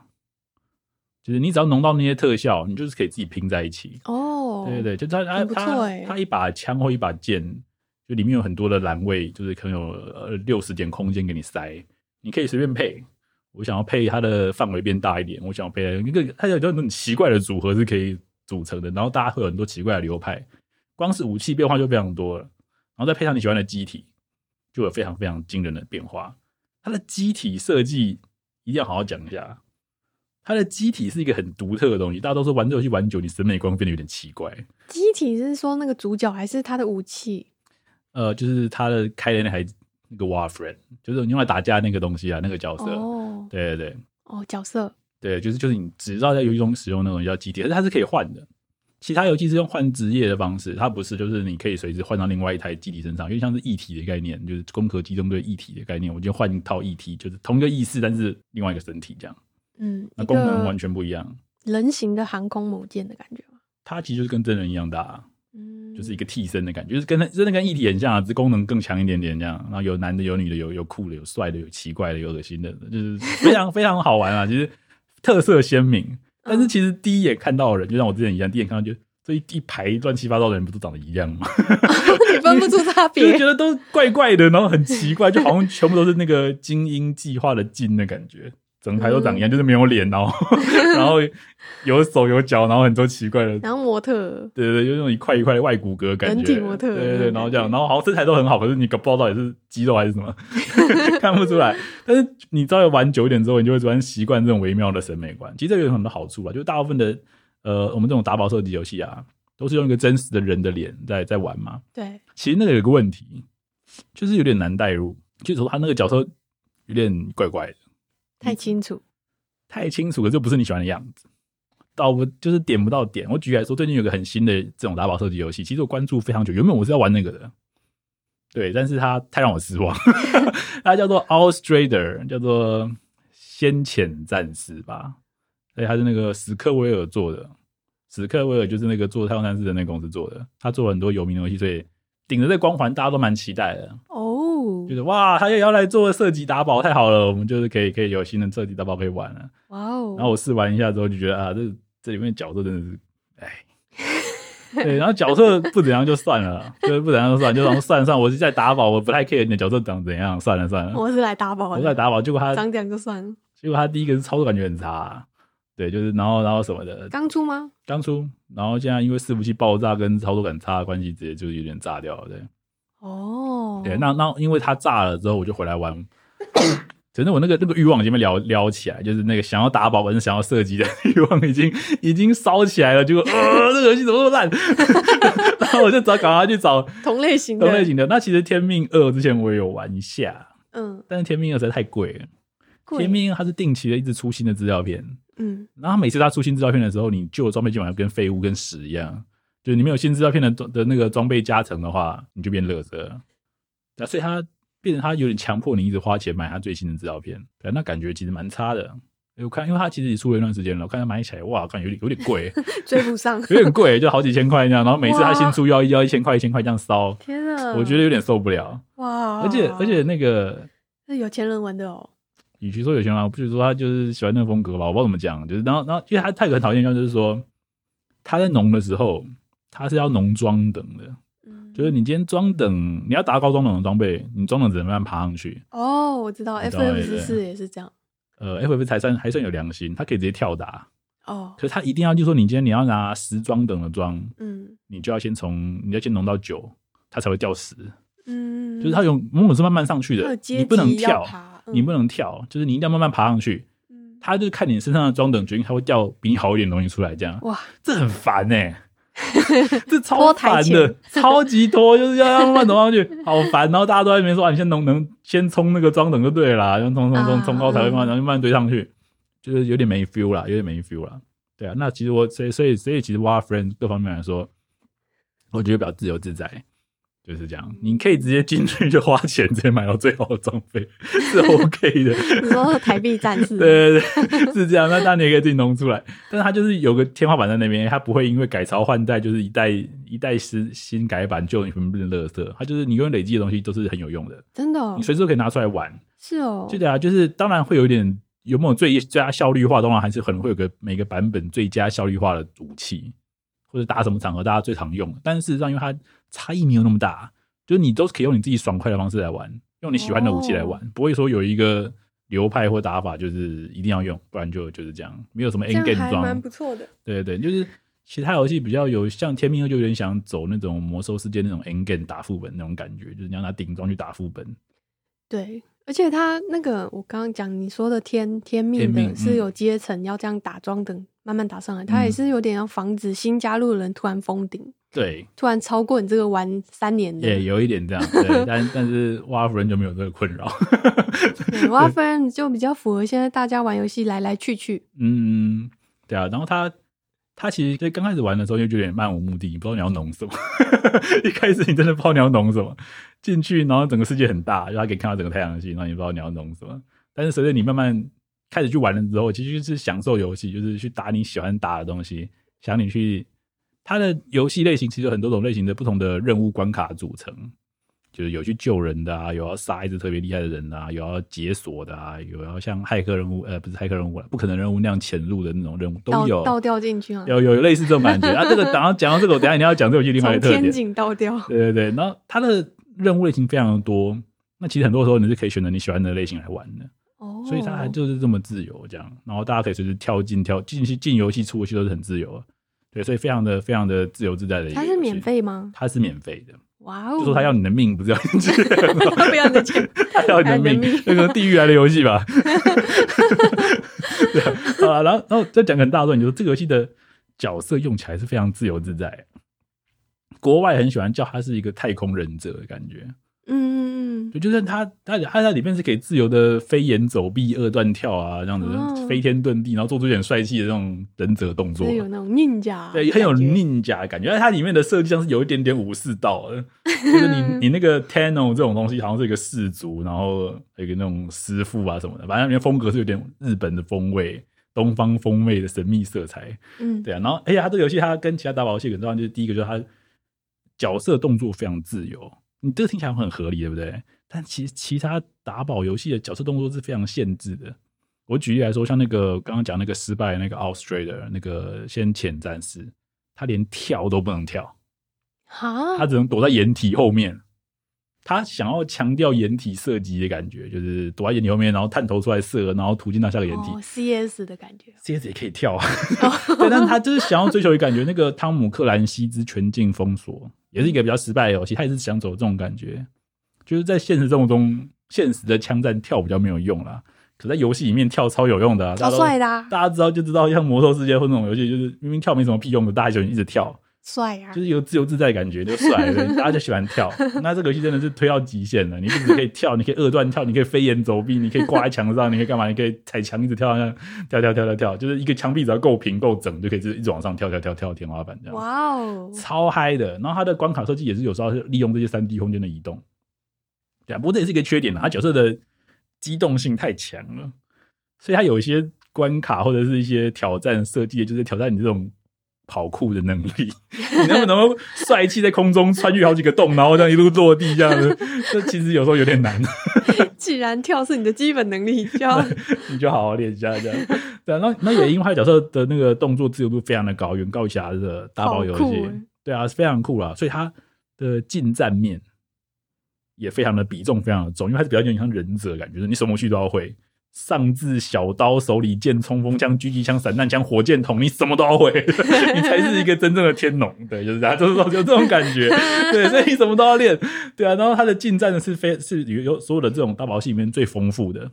Speaker 1: 就是你只要弄到那些特效，你就是可以自己拼在一起。
Speaker 2: 哦，
Speaker 1: 对对，对，就它它
Speaker 2: 很不错
Speaker 1: 它
Speaker 2: 欸
Speaker 1: 它一把枪或一把剑，就里面有很多的栏位，就是可能有呃六十点空间给你塞，你可以随便配。我想要配它的范围变大一点，我想要配那个它有很多很奇怪的组合是可以组成的，然后大家会有很多奇怪的流派，光是武器变化就非常多了，然后再配上你喜欢的机体，就有非常非常惊人的变化。它的机体设计一定要好好讲一下。它的机体是一个很独特的东西，大家都说玩这游戏玩久，你审美观变得有点奇怪。
Speaker 2: 机体是说那个主角还是他的武器？
Speaker 1: 呃，就是他的开的那台那个 Warframe，就是你用来打架那个东西啊，那个角色。
Speaker 2: 哦
Speaker 1: 对对对
Speaker 2: 哦，角色
Speaker 1: 对，就是就是你只知道在游戏中使用那种叫机体，可是它是可以换的。其他游戏是用换职业的方式，它不是，就是你可以随时换到另外一台机体身上，有点像是异体的概念，就是《攻壳机动队》异体的概念。我就换一套异体，就是同一个意识，但是另外一个身体这样，
Speaker 2: 嗯，
Speaker 1: 那
Speaker 2: 一
Speaker 1: 功能完
Speaker 2: 个
Speaker 1: 全不一样。人
Speaker 2: 人形的航空母舰的感觉嘛
Speaker 1: 它其实就是跟真人一样大、啊
Speaker 2: 嗯，
Speaker 1: 就是一个替身的感觉，就是跟那真的跟一体很像啊，只是功能更强一点点这样。然后有男的，有女的，有有酷的，有帅的，有奇怪的，有恶心的，就是非常非常好玩啊，就是特色鲜明。但是其实第一眼看到的人，就像我之前一样，第一眼看到就这一一排乱七八糟的人，不都长得一样吗？
Speaker 2: 你分不出差
Speaker 1: 就是
Speaker 2: 别
Speaker 1: 觉。得都怪怪的，然后很奇怪，就好像全部都是那个精英计划的精的感觉，整排都长一样，就是没有脸，然后 然后有手有脚，然后很多奇怪 的
Speaker 2: 然后模特儿
Speaker 1: 对对对，有那种一块一块的外骨骼感觉，
Speaker 2: 人体模特
Speaker 1: 对对对，
Speaker 2: 那种
Speaker 1: 然后这样，
Speaker 2: 感觉
Speaker 1: 然后好像身材都很好，可是你搞不知道到底是肌肉还是什 么， 看不出来。但是你稍微玩久一点之后，你就会逐渐习惯这种微妙的审美观。其实这个有很多好处啊，就大部分的呃，我们这种打宝射击游戏啊，都是用一个真实的人的脸在在玩嘛。
Speaker 2: 对，
Speaker 1: 其实那个有个问题，就是有点难代入，就是说他那个角色有点怪怪的，嗯
Speaker 2: 太清楚。
Speaker 1: 太清楚了，就不是你喜欢的样子。到不就是点不到点。我举例来说，最近有个很新的这种打宝射击游戏，其实我关注非常久。原本我是要玩那个的，对，但是它太让我失望。它叫做 Outstrader，叫做先遣战士吧。对，它是那个史克威尔做的。史克威尔就是那个做太空战士的那个公司做的，他做了很多有名的游戏，所以顶着这光环，大家都蛮期待的。
Speaker 2: 哦
Speaker 1: 就，是哇，他又要来做射击打宝，太好了，我们就是可以可以有新的射击打宝可以玩了。
Speaker 2: 哇哦，
Speaker 1: 然后我试玩一下之后就觉得啊，这这里面的角色真的是，哎，对，然后角色不怎样就算了，就是不怎样就算，就然后算了算了，我是在打宝，我不太 care 你的角色长怎样，算了算嗯了，我
Speaker 2: 我是来打宝
Speaker 1: 是在
Speaker 2: 的，
Speaker 1: 打宝，结果他
Speaker 2: 长这样就算了。
Speaker 1: 结果他第一个是操作感觉很差、对，就是然后然后什么的，
Speaker 2: 刚出吗？
Speaker 1: 当初然后现在因为伺服器爆炸跟操作感差的关系，直接就是有点炸掉了，对。
Speaker 2: 哦，
Speaker 1: 对，那那因为它炸了之后，我就回来玩。反正我那个那个欲望已经被撩撩起来，就是那个想要打宝跟想要射击的欲望已经已经烧起来了。结果呃，这个游戏怎么那么烂？ 然后我就找赶快去找
Speaker 2: 同类型的，
Speaker 1: 同类型的。那其实《天命二》之前我也有玩一下，
Speaker 2: 嗯，
Speaker 1: 但是《天命二》实在太贵了。
Speaker 2: 贵
Speaker 1: 《天命二》它是定期的一直出新的资料片，
Speaker 2: 嗯，
Speaker 1: 然后每次它出新资料片的时候，你旧的装备基本上跟废物跟屎一样，就是你没有新资料片的装的那个装备加成的话，你就变垃圾了。那所以它变成它有点强迫你一直花钱买它最新的资料片，对，那感觉其实蛮差的。我看，因为它其实也出了一段时间了，我看它买起来，哇，感觉有点有点贵，
Speaker 2: 追不上。
Speaker 1: 有点贵，就好几千块这样。然后每次它
Speaker 2: 哇
Speaker 1: 新出要要一千块一千块这样烧，
Speaker 2: 天啊，哦
Speaker 1: 我觉得有点受不了。
Speaker 2: 哇，
Speaker 1: 而且而且那个
Speaker 2: 是有钱人玩的哦。
Speaker 1: 与其说有钱人，我不如说他就是喜欢那个风格吧，我不知道怎么讲。就是然后然后，因为他他有个很讨厌的地方，就是说他在浓的时候，他是要浓装等的，
Speaker 2: 嗯
Speaker 1: 就是你今天装等，你要达到高装等的装备，你装等只能慢慢爬上去。
Speaker 2: 哦，我知道
Speaker 1: 你
Speaker 2: ，F
Speaker 1: 知道
Speaker 2: F
Speaker 1: 对
Speaker 2: 十
Speaker 1: 对
Speaker 2: 四也是这样。
Speaker 1: 呃，FF 才算还算有良心，他可以直接跳打，
Speaker 2: 哦，
Speaker 1: 可是他一定要就说你今天你要拿十装等的装，
Speaker 2: 嗯
Speaker 1: 你就要先从你要先浓到九，他才会掉十，
Speaker 2: 嗯，
Speaker 1: 就是他有某种是慢慢上去
Speaker 2: 它有
Speaker 1: 的，
Speaker 2: 阶
Speaker 1: 你不能
Speaker 2: 级
Speaker 1: 跳，
Speaker 2: 要爬，
Speaker 1: 你不
Speaker 2: 能
Speaker 1: 能跳，就是你一定要慢慢爬上去。
Speaker 2: 嗯
Speaker 1: 他就是看你身上的装等，决定他会掉比你好一点的东西出来，这样
Speaker 2: 哇，
Speaker 1: 这很烦呢、 这超
Speaker 2: 拖台
Speaker 1: 烦
Speaker 2: 前
Speaker 1: 的，超级多，就是要要慢走上 去，好烦。然后大家都在那边说，啊，你先能能先冲那个装等就对了啦，然后冲冲冲
Speaker 2: 啊
Speaker 1: 冲高才会慢，
Speaker 2: 嗯
Speaker 1: 然后就慢慢堆上去，就是有点没 feel 啦，有点没 feel 啦。对啊，那其实我所以所以所以其实挖 friend 各方面来说，我觉得比较自由自在。就是这样，你可以直接进去就花钱，直接买到最好的装备是 OK 的。
Speaker 2: 你说台币战 士，
Speaker 1: 对对对，是这样。那当然你也可以自己弄出来，但是它就是有个天花板在那边，它不会因为改朝换代，就是一代一代新新改版就全部变垃圾。它就是你永远累积的东西都是很有用的，
Speaker 2: 真的哦
Speaker 1: 你，随时都可以拿出来玩。
Speaker 2: 是哦，
Speaker 1: 对的啊，就是当然会有一点有没有最最佳效率化，当然还是可能会有个每个版本最佳效率化的武器，或者打什么场合大家最常用的。但是事实上，因为它差异没有那么大，就是你都是可以用你自己爽快的方式来玩，用你喜欢的武器来玩，
Speaker 2: 哦
Speaker 1: 不会说有一个流派或打法就是一定要用，不然就就是这样，没有什么
Speaker 2: 这
Speaker 1: end
Speaker 2: 样
Speaker 1: game
Speaker 2: 还
Speaker 1: 装。
Speaker 2: 蛮不错的。
Speaker 1: 对对对，就是其他游戏比较有像《天命二》就有点想走那种魔兽世界那种 end game 打副本那种感觉，就是你要拿顶装去打副本。
Speaker 2: 对，而且它那个我刚刚讲你说的天
Speaker 1: 天
Speaker 2: 天命
Speaker 1: 命
Speaker 2: 的
Speaker 1: 嗯
Speaker 2: 是有阶层，要这样打桩等慢慢打上来，它也
Speaker 1: 嗯
Speaker 2: 是有点要防止新加入的人突然封顶，
Speaker 1: 对，
Speaker 2: 突然超过你这个玩三年 的。
Speaker 1: 也有一点这样，对，但但是挖夫人就没有这个困扰。
Speaker 2: 对，挖分就比较符合现在大家玩游戏来来去去。
Speaker 1: 嗯，对啊，然后他他其实在刚开始玩的时候就有点漫无目的，你不知道你要弄什么。 一开始你真的不知道你要弄什么，进去然后整个世界很大，然后可以看到整个太阳系，然后你不知道你要弄什么。但是随着你慢慢开始去玩了之后，其实就是享受游戏，就是去打你喜欢打的东西，想你去。它的游戏类型其实有很多种类型的不同的任务关卡组成，就是有去救人的啊，有要杀一只特别厉害的人的啊，有要解锁的啊，有要像骇客任务呃不是骇客任务啊，不可能任务那样潜入的那种任务都
Speaker 2: 倒
Speaker 1: 有，
Speaker 2: 倒掉进去啊
Speaker 1: 有有有类似这种感觉啊。这个等到讲到这个，我等一下你要讲这个游戏另外一
Speaker 2: 从
Speaker 1: 个特
Speaker 2: 天
Speaker 1: 点，
Speaker 2: 井倒掉，
Speaker 1: 对对对，然后它的任务类型非常的多，那其实很多时候你是可以选择你喜欢的类型来玩的，
Speaker 2: 哦，
Speaker 1: 所以它就是这么自由这样，然后大家可以随时跳进跳进去进游戏出游戏都是很自由的，对，所以非常的非常的自由自在的一个
Speaker 2: 它
Speaker 1: 游戏。
Speaker 2: 是免，费吗？
Speaker 1: 它是免费的，
Speaker 2: 哇哦！
Speaker 1: 就说他要你的命，不是要你的
Speaker 2: 他不要你的钱，
Speaker 1: 他要你的
Speaker 2: 他要你的
Speaker 1: 命
Speaker 2: 命，
Speaker 1: 那个地狱来的游戏吧。 对啊好啊，然后然后再讲个很大的问题，就是这个游戏的角色用起来是非常自由自在。国外很喜欢叫它是一个太空忍者的感觉，
Speaker 2: 嗯嗯嗯，
Speaker 1: 对，就是它它它在里面是可以自由的飞檐走壁、二段跳啊，这样子、
Speaker 2: 哦
Speaker 1: 飞天遁地，然后做出一点帅气的那种忍者动作
Speaker 2: 所。以有那种 ninja，
Speaker 1: 对，很有
Speaker 2: 感觉
Speaker 1: ninja 的感觉，但它里面的设计上是有一点点武士道的，就是你 你那个 Tano 这种东西好像是一个氏族，然后有一个那种师傅啊什么的，反正里面风格是有点日本的风味、东方风味的神秘色彩，
Speaker 2: 嗯，
Speaker 1: 对啊。然后而且它这个游戏它跟其他打宝游戏很重要，就是第一个就是它角色动作非常自由，你这个听起来很合理，对不对？但其实其他打宝游戏的角色动作是非常限制的。我举例来说，像那个刚刚讲那个失败的那个 Australia 那个先遣战士，他连跳都不能跳，
Speaker 2: 哈，
Speaker 1: 他只能躲在掩体后面。他想要强调掩体射击的感觉，就是躲在掩体后面，然后探头出来射，然后途径到下个掩体。
Speaker 2: 哦、CS 的感觉，
Speaker 1: CS 也可以跳
Speaker 2: 哦
Speaker 1: 啊， 对，但他就是想要追求一个感觉，那个汤姆克兰西之全境封锁也是一个比较失败的游戏，他也是想走这种感觉，就是在现实生活中，现实的枪战跳比较没有用啦，可在游戏里面跳超有用的、啊，大家都
Speaker 2: 超帅的、啊，
Speaker 1: 大家知道就知道，像魔兽世界或那种游戏，就是明明跳没什么屁用的，大家就一直跳，
Speaker 2: 帅啊
Speaker 1: 就！是有自由自在的感觉，就帅，对大家就喜欢跳。那这个游戏真的是推到极限了，你不只可以跳，你可以二段跳，你可以飞檐走壁，你可以挂在墙上，你可以干嘛？你可以踩墙一直跳，跳跳跳跳跳，就是一个墙壁只要够平够整，就可以一直往上跳跳跳跳天花板这样，
Speaker 2: 哇哦，
Speaker 1: 超嗨的。然后它的关卡设计也是有时候是利用这些三 D 空间的移动，对啊，不过这也是一个缺点啊，它角色的机动性太强了，所以它有一些关卡或者是一些挑战设计，就是挑战你这种跑酷的能力。你能不能够帅气在空中穿越好几个洞，然后这样一路落地这样子？这其实有时候有点难，
Speaker 2: 既然跳是你的基本能力，就要
Speaker 1: 你就好好练一下这样。对、啊，那那也因为他角色的那个动作自由度非常的高，远高于其他的大包游
Speaker 2: 好酷
Speaker 1: 戏
Speaker 2: 欸。
Speaker 1: 对啊，是非常酷啦，所以他的近战面也非常的比重非常的重，因为他是比较有点像忍者的感觉，就是你什么武器都要会。上至小刀、手里剑、冲锋枪、狙击枪、散弹枪、火箭筒，你什么都要 会，你才是一个真正的天龙。对，就是这样，就是说有这种感 觉。对，所以你什么都要练。对啊，然后它的近战呢是非是有有所有的这种大宝游戏里面最丰富的，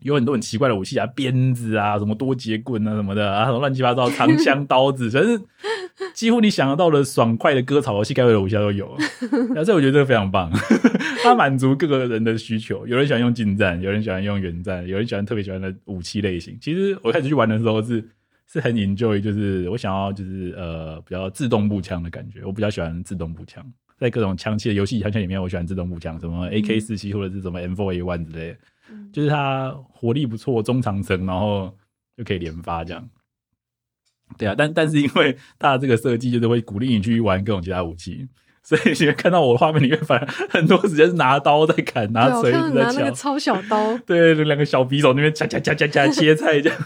Speaker 1: 有很多很奇怪的武器啊，鞭子啊，什么多节棍啊什么的啊，什么乱七八糟长枪、刀子，反正几乎你想得到的爽快的割草游戏该有的武器它都有。 然后所以我觉得这个非常棒，它满足各个人的需求。有人喜欢用近战，有人喜欢用远战，有人喜欢特别喜欢的武器类型。其实我开始去玩的时候是。是很 enjoy，就是我想要就是呃比较自动步枪的感觉，我比较喜欢自动步枪。在各种枪械游戏枪械里面，我喜欢这种步枪，什么 AK 四七或者是什么 M 4 A one 之类的，
Speaker 2: 嗯
Speaker 1: 就是它火力不错，中长程，然后就可以连发这样。对啊，但但是因为它的这个设计就是会鼓励你去玩各种其他武器，所以你会看到我的画面里面，反而很多时间是拿刀在砍， 拿
Speaker 2: 对，我
Speaker 1: 锤
Speaker 2: 看到
Speaker 1: 子
Speaker 2: 你拿
Speaker 1: 在
Speaker 2: 那个
Speaker 1: 敲。
Speaker 2: 超小刀，
Speaker 1: 对，两个小匕首那边夹夹夹夹夹切菜这样，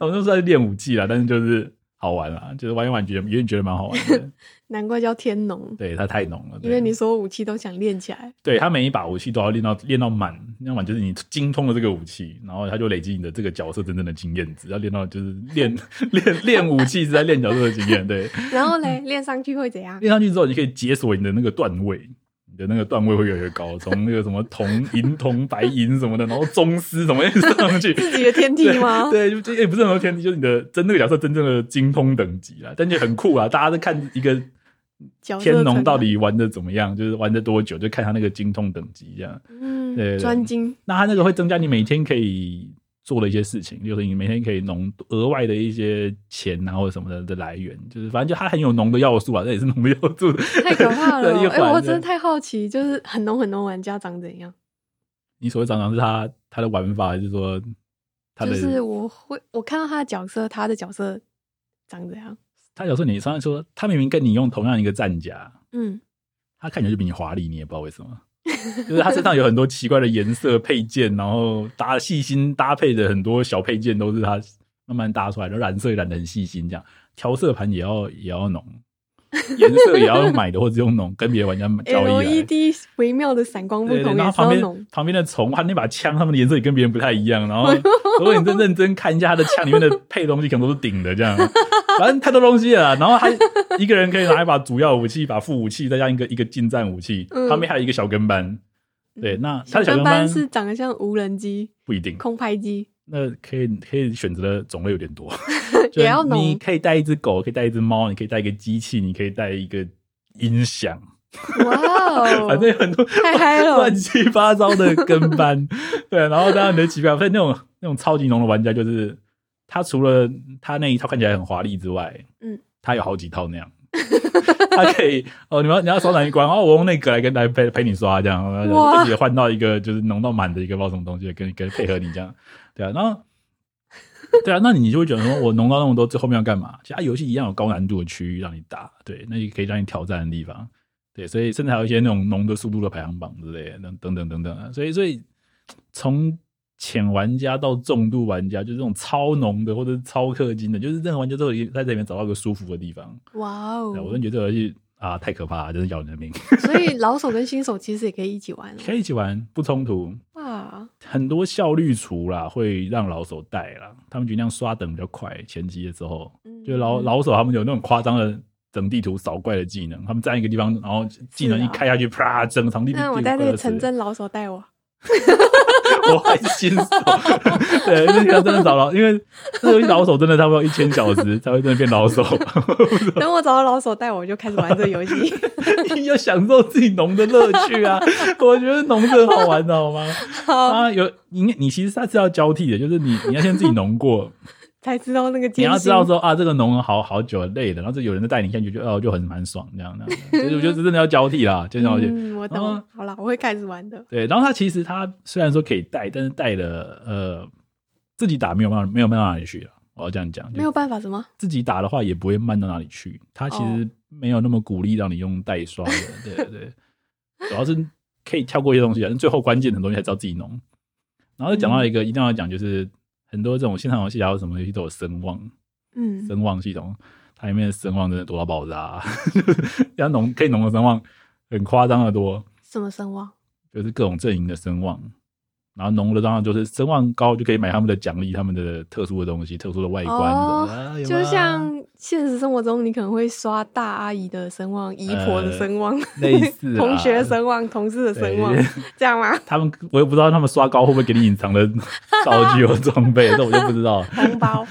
Speaker 1: 我们都是在练武技啦，但是就是好玩啦，就是玩一玩觉得有点觉得蛮好玩的。
Speaker 2: 难怪叫 天农，
Speaker 1: 对，它太浓了，对
Speaker 2: 因为你所有武器都想练起 来。
Speaker 1: 对它每一把武器都要练到练到满，练到满就是你精通了这个武器，然后它就累积你的这个角色真正的经验值，要练到就是练 练练武器是在练角色的经验，对，
Speaker 2: 然后 嘞，练上去会怎样？
Speaker 1: 练上去之后，你可以解锁你的那个段位，你的那个段位会越来越高，从那个什么铜、银、铜、白银什么的，然后 宗师什么一直上去，
Speaker 2: 自己的天地吗？
Speaker 1: 对，对就哎也、不是很多天地，就是你的真那个角色真正的精通等级啦，但就很酷啊！大家在看一个
Speaker 2: 角色
Speaker 1: 天龙
Speaker 2: 成
Speaker 1: 到
Speaker 2: 长，
Speaker 1: 底玩的怎么样，就是玩的多久，就看他那个精通等级这样。对对
Speaker 2: 嗯，
Speaker 1: 对
Speaker 2: 专 精，
Speaker 1: 那他那个会增加你每天可以做的一些事情，就是你每天可以农额外的一些钱啊或者什么的的来源，就是反正就它很有农的要素啊，这也是农的要素的。
Speaker 2: 太可怕了
Speaker 1: 对一！
Speaker 2: 哎、
Speaker 1: 环
Speaker 2: 我
Speaker 1: 对
Speaker 2: 真的太好奇，就是很浓很浓玩家长怎样？
Speaker 1: 你所谓常常是他他的玩法，还是说他的
Speaker 2: 就是我会，我看到他的角色，他的角色长怎样？
Speaker 1: 他有时候你上来说，他明明跟你用同样一个战甲，
Speaker 2: 嗯，
Speaker 1: 他看起来就比你华丽，你也不知道为什么。就是他身上有很多奇怪的颜色配件，然后搭细心搭配的很多小配件都是他慢慢搭出来的，染色也染的很细心，这样调色盘也要也要浓，颜色也要买的或者用浓，跟别的玩家
Speaker 2: 哎
Speaker 1: 交易来。
Speaker 2: LED E 微妙的闪光不
Speaker 1: 欸对对，
Speaker 2: 同，
Speaker 1: 然后
Speaker 2: 也
Speaker 1: 旁
Speaker 2: 超
Speaker 1: 边
Speaker 2: 浓。
Speaker 1: 旁边的虫，啊他那把枪，他们的颜色也跟别人不太一样。然 后如果你真认真看一下他的枪里面的配的东西，可能都是顶的这样， 反正太多东西了啦。然后他一个人可以拿一把主要武器、一把副武器，再加一个一个近战武器，
Speaker 2: 嗯
Speaker 1: 旁边还有一个小跟班。对，那他的小
Speaker 2: 跟
Speaker 1: 跟班
Speaker 2: 班是长得像无人机、
Speaker 1: 不一定，
Speaker 2: 空拍机，
Speaker 1: 那可以可以选择的种类有点多，就
Speaker 2: 也要浓
Speaker 1: 你可以带一只狗，可以带一只猫，你可以带一个机器，你可以带一个音响，
Speaker 2: 哇哦！
Speaker 1: 反正有很多
Speaker 2: 太嗨哦了
Speaker 1: 乱七八糟的跟班，对，然后当然你的奇怪，反正那种那种超级浓的玩家，就是他除了他那一套看起来很华丽之外，
Speaker 2: 嗯，
Speaker 1: 他有好几套那样。他可以哦，你们要你要刷哪一关？哦，我用那个来跟来陪陪你刷，这样
Speaker 2: 哇
Speaker 1: 自己换到一个就是浓到满的一个不知道什么东西，跟跟配合你这样，对啊，然后对啊，那你就会觉得说，我农到那么多，最后面要干嘛？其他游戏一样有高难度的区域让你打，对，那也可以让你挑战的地方，对，所以甚至还有一些那种农的速度的排行榜之类的，等等等等等啊，所以所以从浅玩家到重度玩家，就是这种超农的或者是超氪金的，就是任何玩家都可以在这里面找到一个舒服的地方。
Speaker 2: 哇
Speaker 1: 对啊我
Speaker 2: 哦
Speaker 1: 真！觉得这个游戏啊太可怕了，真是要人的命，
Speaker 2: 所以老手跟新手其实也可以一起 玩哦。
Speaker 1: 可以一起玩不冲突，
Speaker 2: 哇，
Speaker 1: 很多效率厨啦，会让老手带啦，他们觉得那样刷等比较快。前期的时候，
Speaker 2: 嗯
Speaker 1: 就老老手他们有那种夸张的整地图扫怪的技能，他们站一个地方，然后技能一开下去，啪，整场地地
Speaker 2: 啊那
Speaker 1: 图
Speaker 2: 我带那
Speaker 1: 各
Speaker 2: 个
Speaker 1: 式
Speaker 2: 城镇老手带 我，
Speaker 1: 我还是新手，对，那个真的找老，因为这游戏老手真的差不多一千小时才会真的变 老手，
Speaker 2: 等我找到老手带我，我就开始玩这个游戏。
Speaker 1: 要享受自己农的乐趣啊！我觉得农是很好玩的，好吗？
Speaker 2: 好，
Speaker 1: 啊，有你你其实它是要交替的，就是你你要先自己农 过，
Speaker 2: 才知道那个
Speaker 1: 你
Speaker 2: 艰辛。
Speaker 1: 要知道说啊，这个农好好久了累了，然后这有人在带你下去，就哦就很蛮爽这样的，所以我觉得这真的要交替啦，真的要交替。
Speaker 2: 嗯，我
Speaker 1: 然后
Speaker 2: 懂。好啦，我会开始玩的。
Speaker 1: 对，然后他其实他虽然说可以带，但是带了呃自己打没有办法没有办法哪里去了，我要这样讲，就
Speaker 2: 没有办法什么？
Speaker 1: 自己打的话也不会慢到哪里去，他其
Speaker 2: 哦
Speaker 1: 实没有那么鼓励让你用代 刷的，对对，主要是可以跳过一些东西啊，但最后关键很多东西还是要自己弄。然后再讲到一
Speaker 2: 嗯
Speaker 1: 个、一定要讲，就是很多这种线上游戏还有什么游戏都有声望，
Speaker 2: 嗯，
Speaker 1: 声望系统，它里面的声望真的多到爆炸、就是 要浓可以浓的声望很夸张的多，
Speaker 2: 什么声望？
Speaker 1: 就是各种阵营的声望，然后浓的当然就是声望高就可以买他们的奖励、他们的特殊的东西、特殊的外观什么的啊有
Speaker 2: 哦就
Speaker 1: 啊
Speaker 2: 像现实生活中，你可能会刷大阿姨的声望、姨婆的声望、
Speaker 1: 类似啊
Speaker 2: 同学声望、同事的声望
Speaker 1: 对，
Speaker 2: 这样吗？
Speaker 1: 他们我也不知道他们刷高会不会给你隐藏的 道具或装备，这我就不知道。
Speaker 2: 红包、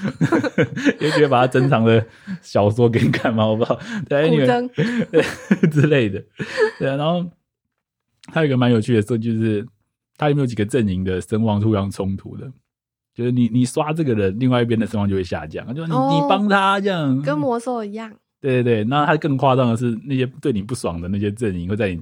Speaker 1: 也许会把它珍藏的小说给你看嘛，我不知道。对，
Speaker 2: 古
Speaker 1: 你们
Speaker 2: 筝，
Speaker 1: 之类的。对啊，然后还有一个蛮有趣的事，就是它里面有几个阵营的声望是互相冲突的。就是你你刷这个人，另外一边的声望就会下降，就你、
Speaker 2: 哦
Speaker 1: 你帮他这样，
Speaker 2: 跟魔兽一样。
Speaker 1: 对对对，那它更夸张的是，那些对你不爽的那些阵营会在你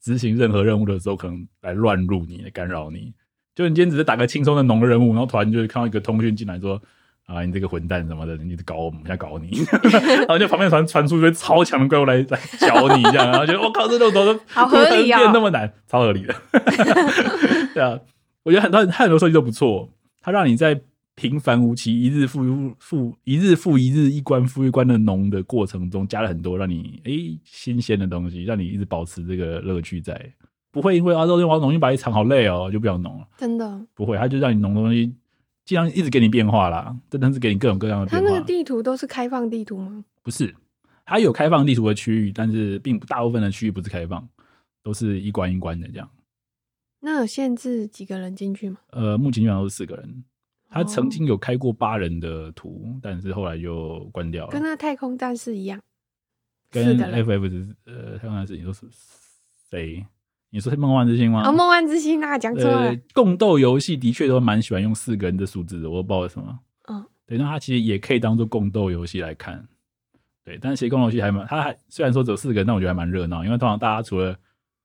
Speaker 1: 执行任何任务的时候，可能来乱入你、来干扰你。就你今天只是打个轻松的农任务，然后突然就看到一个通讯进来说。啊！你这个混蛋什么的，你搞我们，想搞你，然 后就旁边传传出一堆超强的怪物来来搅你这样，然后觉得我靠，这种都
Speaker 2: 好合理哦
Speaker 1: 变那么难，超合理的。 对啊，我觉得很多很多设计都不错，它让你在平凡无奇、一日复一复一日复一日、一关复一关的农的过程中，加了很多让你诶、新鲜的东西，让你一直保持这个乐趣在，不会因为啊，昨天我要农一百场好累哦，就不想农了，
Speaker 2: 真的。
Speaker 1: 不会，它就让你农东西，尽量一直给你变化啦，真的是给你各种各样的
Speaker 2: 它
Speaker 1: 变
Speaker 2: 那个
Speaker 1: 化，
Speaker 2: 地图都是开放地图吗？
Speaker 1: 不是。它有开放地图的区域，但是并不大部分的区域不是开放，都是一关一关的这样。
Speaker 2: 那有限制几个人进去吗？
Speaker 1: 呃，目前基本上都是四个人。他
Speaker 2: 哦
Speaker 1: 曾经有开过八人的图，但是后来就关掉
Speaker 2: 跟
Speaker 1: 了。
Speaker 2: 那太空战士一样，
Speaker 1: 哦跟
Speaker 2: 是的人
Speaker 1: FF 只是呃，他刚才是你说是谁？你说是梦幻之星吗？
Speaker 2: 哦，梦幻之星啊，讲错了
Speaker 1: 呃，，共斗游戏的确都蛮喜欢用四个人的数字的，我不知道为什么。
Speaker 2: 嗯，
Speaker 1: 对，那它其实也可以当做共斗游戏来看。对，但是其实共斗游戏还蛮，它还虽然说只有四个人，但我觉得还蛮热闹，因为通常大家除了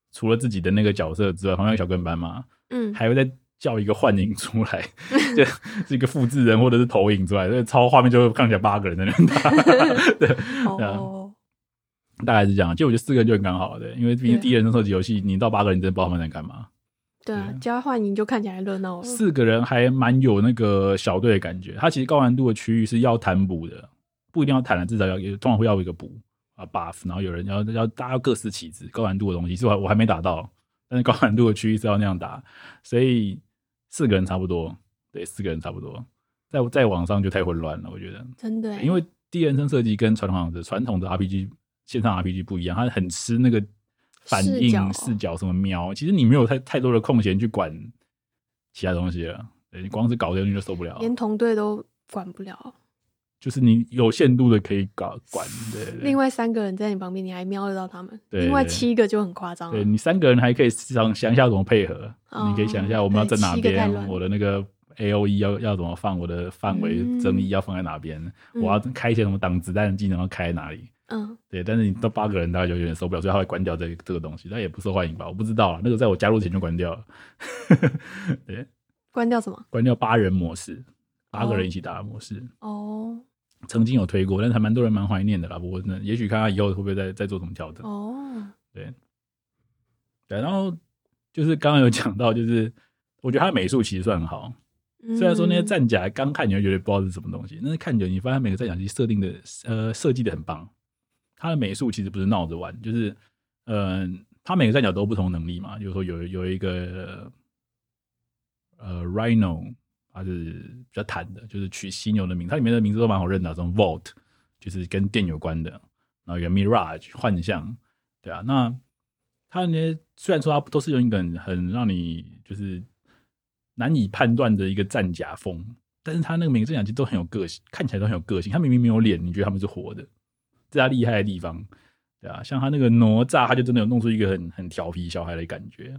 Speaker 1: 除了自己的那个角色之外，旁边有小跟班嘛，
Speaker 2: 嗯，
Speaker 1: 还会再叫一个幻影出来， 就是一个复制人或者是投影出来，那超画面就会看起来八个人在那边打， 对，啊
Speaker 2: 哦，
Speaker 1: 大概是这样。就我觉得四个人就很刚好的，因为毕竟
Speaker 2: 对
Speaker 1: 第一人称射击游戏，你到八个人你真的不知道他们在干嘛。
Speaker 2: 对啊
Speaker 1: 对，
Speaker 2: 交换营就看起来热闹了，
Speaker 1: 四个人还蛮有那个小队的感觉，它其实高难度的区域是要弹补的，不一定要弹了，至少要通常会要一个补啊 buff，然后有人要要大家要各司其职，高难度的东西是我还我还没打到，但是高难度的区域是要那样打，所以四个人差不多，对，四个人差不多，在在网上就太混乱了，我觉得，
Speaker 2: 真的欸，
Speaker 1: 因为第一人称射击跟传统的传统的 RPG 线上 RPG 不一样，它很吃那个反应
Speaker 2: 视角
Speaker 1: 视角什么瞄，其实你没有太太多的空闲去管其他东西了，对你光是搞这个东西就受不了，
Speaker 2: 连同队都管不了，
Speaker 1: 就是你有限度的可以搞管，对对对
Speaker 2: 另外三个人在你旁边，你还瞄得到他们，
Speaker 1: 对
Speaker 2: 另外
Speaker 1: 对
Speaker 2: 七个就很夸张
Speaker 1: 对
Speaker 2: 了，
Speaker 1: 你三个人还可以想想一下怎么配合，
Speaker 2: 哦
Speaker 1: 你可以想一下我们要在哪
Speaker 2: 对七个太
Speaker 1: 边，
Speaker 2: 乱
Speaker 1: 我的那个 A O E 要要怎么放，我的范围
Speaker 2: 嗯
Speaker 1: 争议要放在哪边，
Speaker 2: 嗯
Speaker 1: 我要开一些什么挡子弹的技能要开哪里，
Speaker 2: 嗯，
Speaker 1: 对，但是你到八个人，大家就有点受不了，所以他会关掉这个这个东西。但也不受欢迎吧？我不知道啊，那个在我加入前就关掉了。对，
Speaker 2: 关掉什么？
Speaker 1: 关掉八人模式，八个
Speaker 2: 哦
Speaker 1: 人一起打的模式，
Speaker 2: 哦
Speaker 1: 曾经有推过，但是还蛮多人蛮怀念的啦。不过呢，也许看他以后会不会再再做什么调整。
Speaker 2: 哦，
Speaker 1: 对，然后就是刚刚有讲到，就是我觉得他的美术其实算很好， 虽然说那些
Speaker 2: 嗯
Speaker 1: 战甲刚看你会觉得不知道是什么东西，但是看久了你发现每个战甲其实设定的呃设计的很棒，它的美术其实不是闹着玩，就是嗯、呃，它每个战甲都有不同能力嘛，比如说有有一个呃 Rhino，它是比较坦的，就是取犀牛的名，它里面的名字都蛮好认的，啊什么 Volt 就是跟电有关的，然后有 Mirage 幻象，对啊，那它那些虽然说它都是用一个很很让你就是难以判断的一个战甲风，但是它那个每个战甲其实都很有个性，看起来都很有个性。它明明没有脸，你觉得他们是活的，这是它厉害的地方，对啊，像它那个哪吒，它就真的有弄出一个很很调皮小孩的感觉，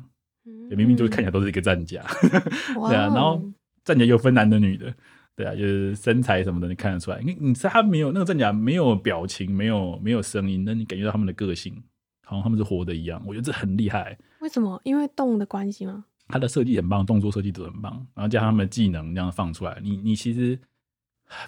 Speaker 1: 对明明就是看起来都是一个战甲，
Speaker 2: 嗯
Speaker 1: 对啊，
Speaker 2: 哇
Speaker 1: 然后
Speaker 2: 哦
Speaker 1: 战甲又分男的女的，对啊，就是身材什么的你看得出来，因为你他没有那个战甲没有表情，没有没有声音，那你感觉到他们的个性，好像他们是活的一样，我觉得这很厉害。
Speaker 2: 为什么？因为动的关系吗？
Speaker 1: 他的设计很棒，动作设计都很棒，然后加上他们的技能这样放出来，你你其实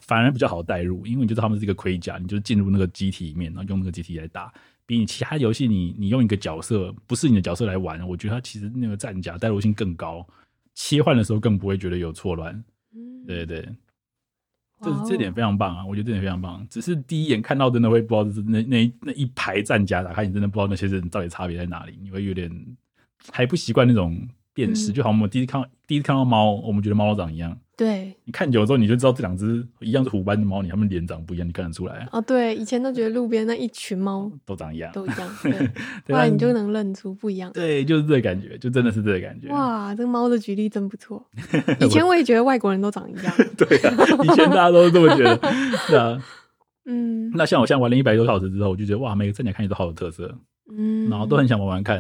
Speaker 1: 反而比较好带入，因为你就知道他们是一个盔甲，你就进入那个机体里面，然后用那个机体来打。比你其他游戏你你用一个角色不是你的角色来玩，我觉得它其实那个战甲带入性更高，切换的时候更不会觉得有错乱。
Speaker 2: 嗯，
Speaker 1: 对对对，
Speaker 2: 哇
Speaker 1: 这
Speaker 2: 哦，
Speaker 1: 这点非常棒啊！我觉得这点非常棒，只是第一眼看到真的会不知道这是那那一那一排战甲打开，你真的不知道那些人到底差别在哪里，你会有点还不习惯那种辨识，
Speaker 2: 嗯
Speaker 1: 就好像我们第一次看到第一次看到猫，我们觉得猫都长一样，
Speaker 2: 对
Speaker 1: 你看久了之后你就知道这两只一样是虎斑的猫，你它们脸长不一样，你看得出来啊
Speaker 2: 哦，对，以前都觉得路边那一群猫
Speaker 1: 都长一样，
Speaker 2: 都一样，对，后
Speaker 1: 对
Speaker 2: 来
Speaker 1: 但
Speaker 2: 你就能认出不一样。
Speaker 1: 对，就是这个感觉，就真的是这个感觉。
Speaker 2: 哇，这个猫的举例真 不错。以前我也觉得外国人都长一样，
Speaker 1: 对啊，以前大家都是这么觉得， 对啊。
Speaker 2: 嗯
Speaker 1: 那像我现在玩了一百多小时之后，我就觉得哇，每个战甲看起来都好有特色，
Speaker 2: 嗯，
Speaker 1: 然后都很想玩玩看，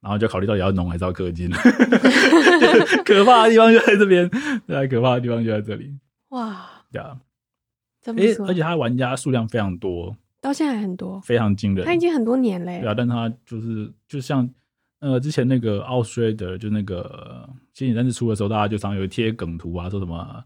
Speaker 1: 然后就考虑到底要农还是要氪金，就是可怕的地方就在这边，对啊，可怕的地方就在这里，
Speaker 2: 哇，
Speaker 1: 对啊，
Speaker 2: 真不
Speaker 1: 诶，
Speaker 2: 错
Speaker 1: 而且它玩家数量非常多，
Speaker 2: 到现在还很多，
Speaker 1: 非常惊人。
Speaker 2: 它已经很多年嘞、
Speaker 1: 对啊，但他就是就像呃之前那个奥斯瑞德，就那个《新简单字出的时候，大家就常有贴梗图啊，说什么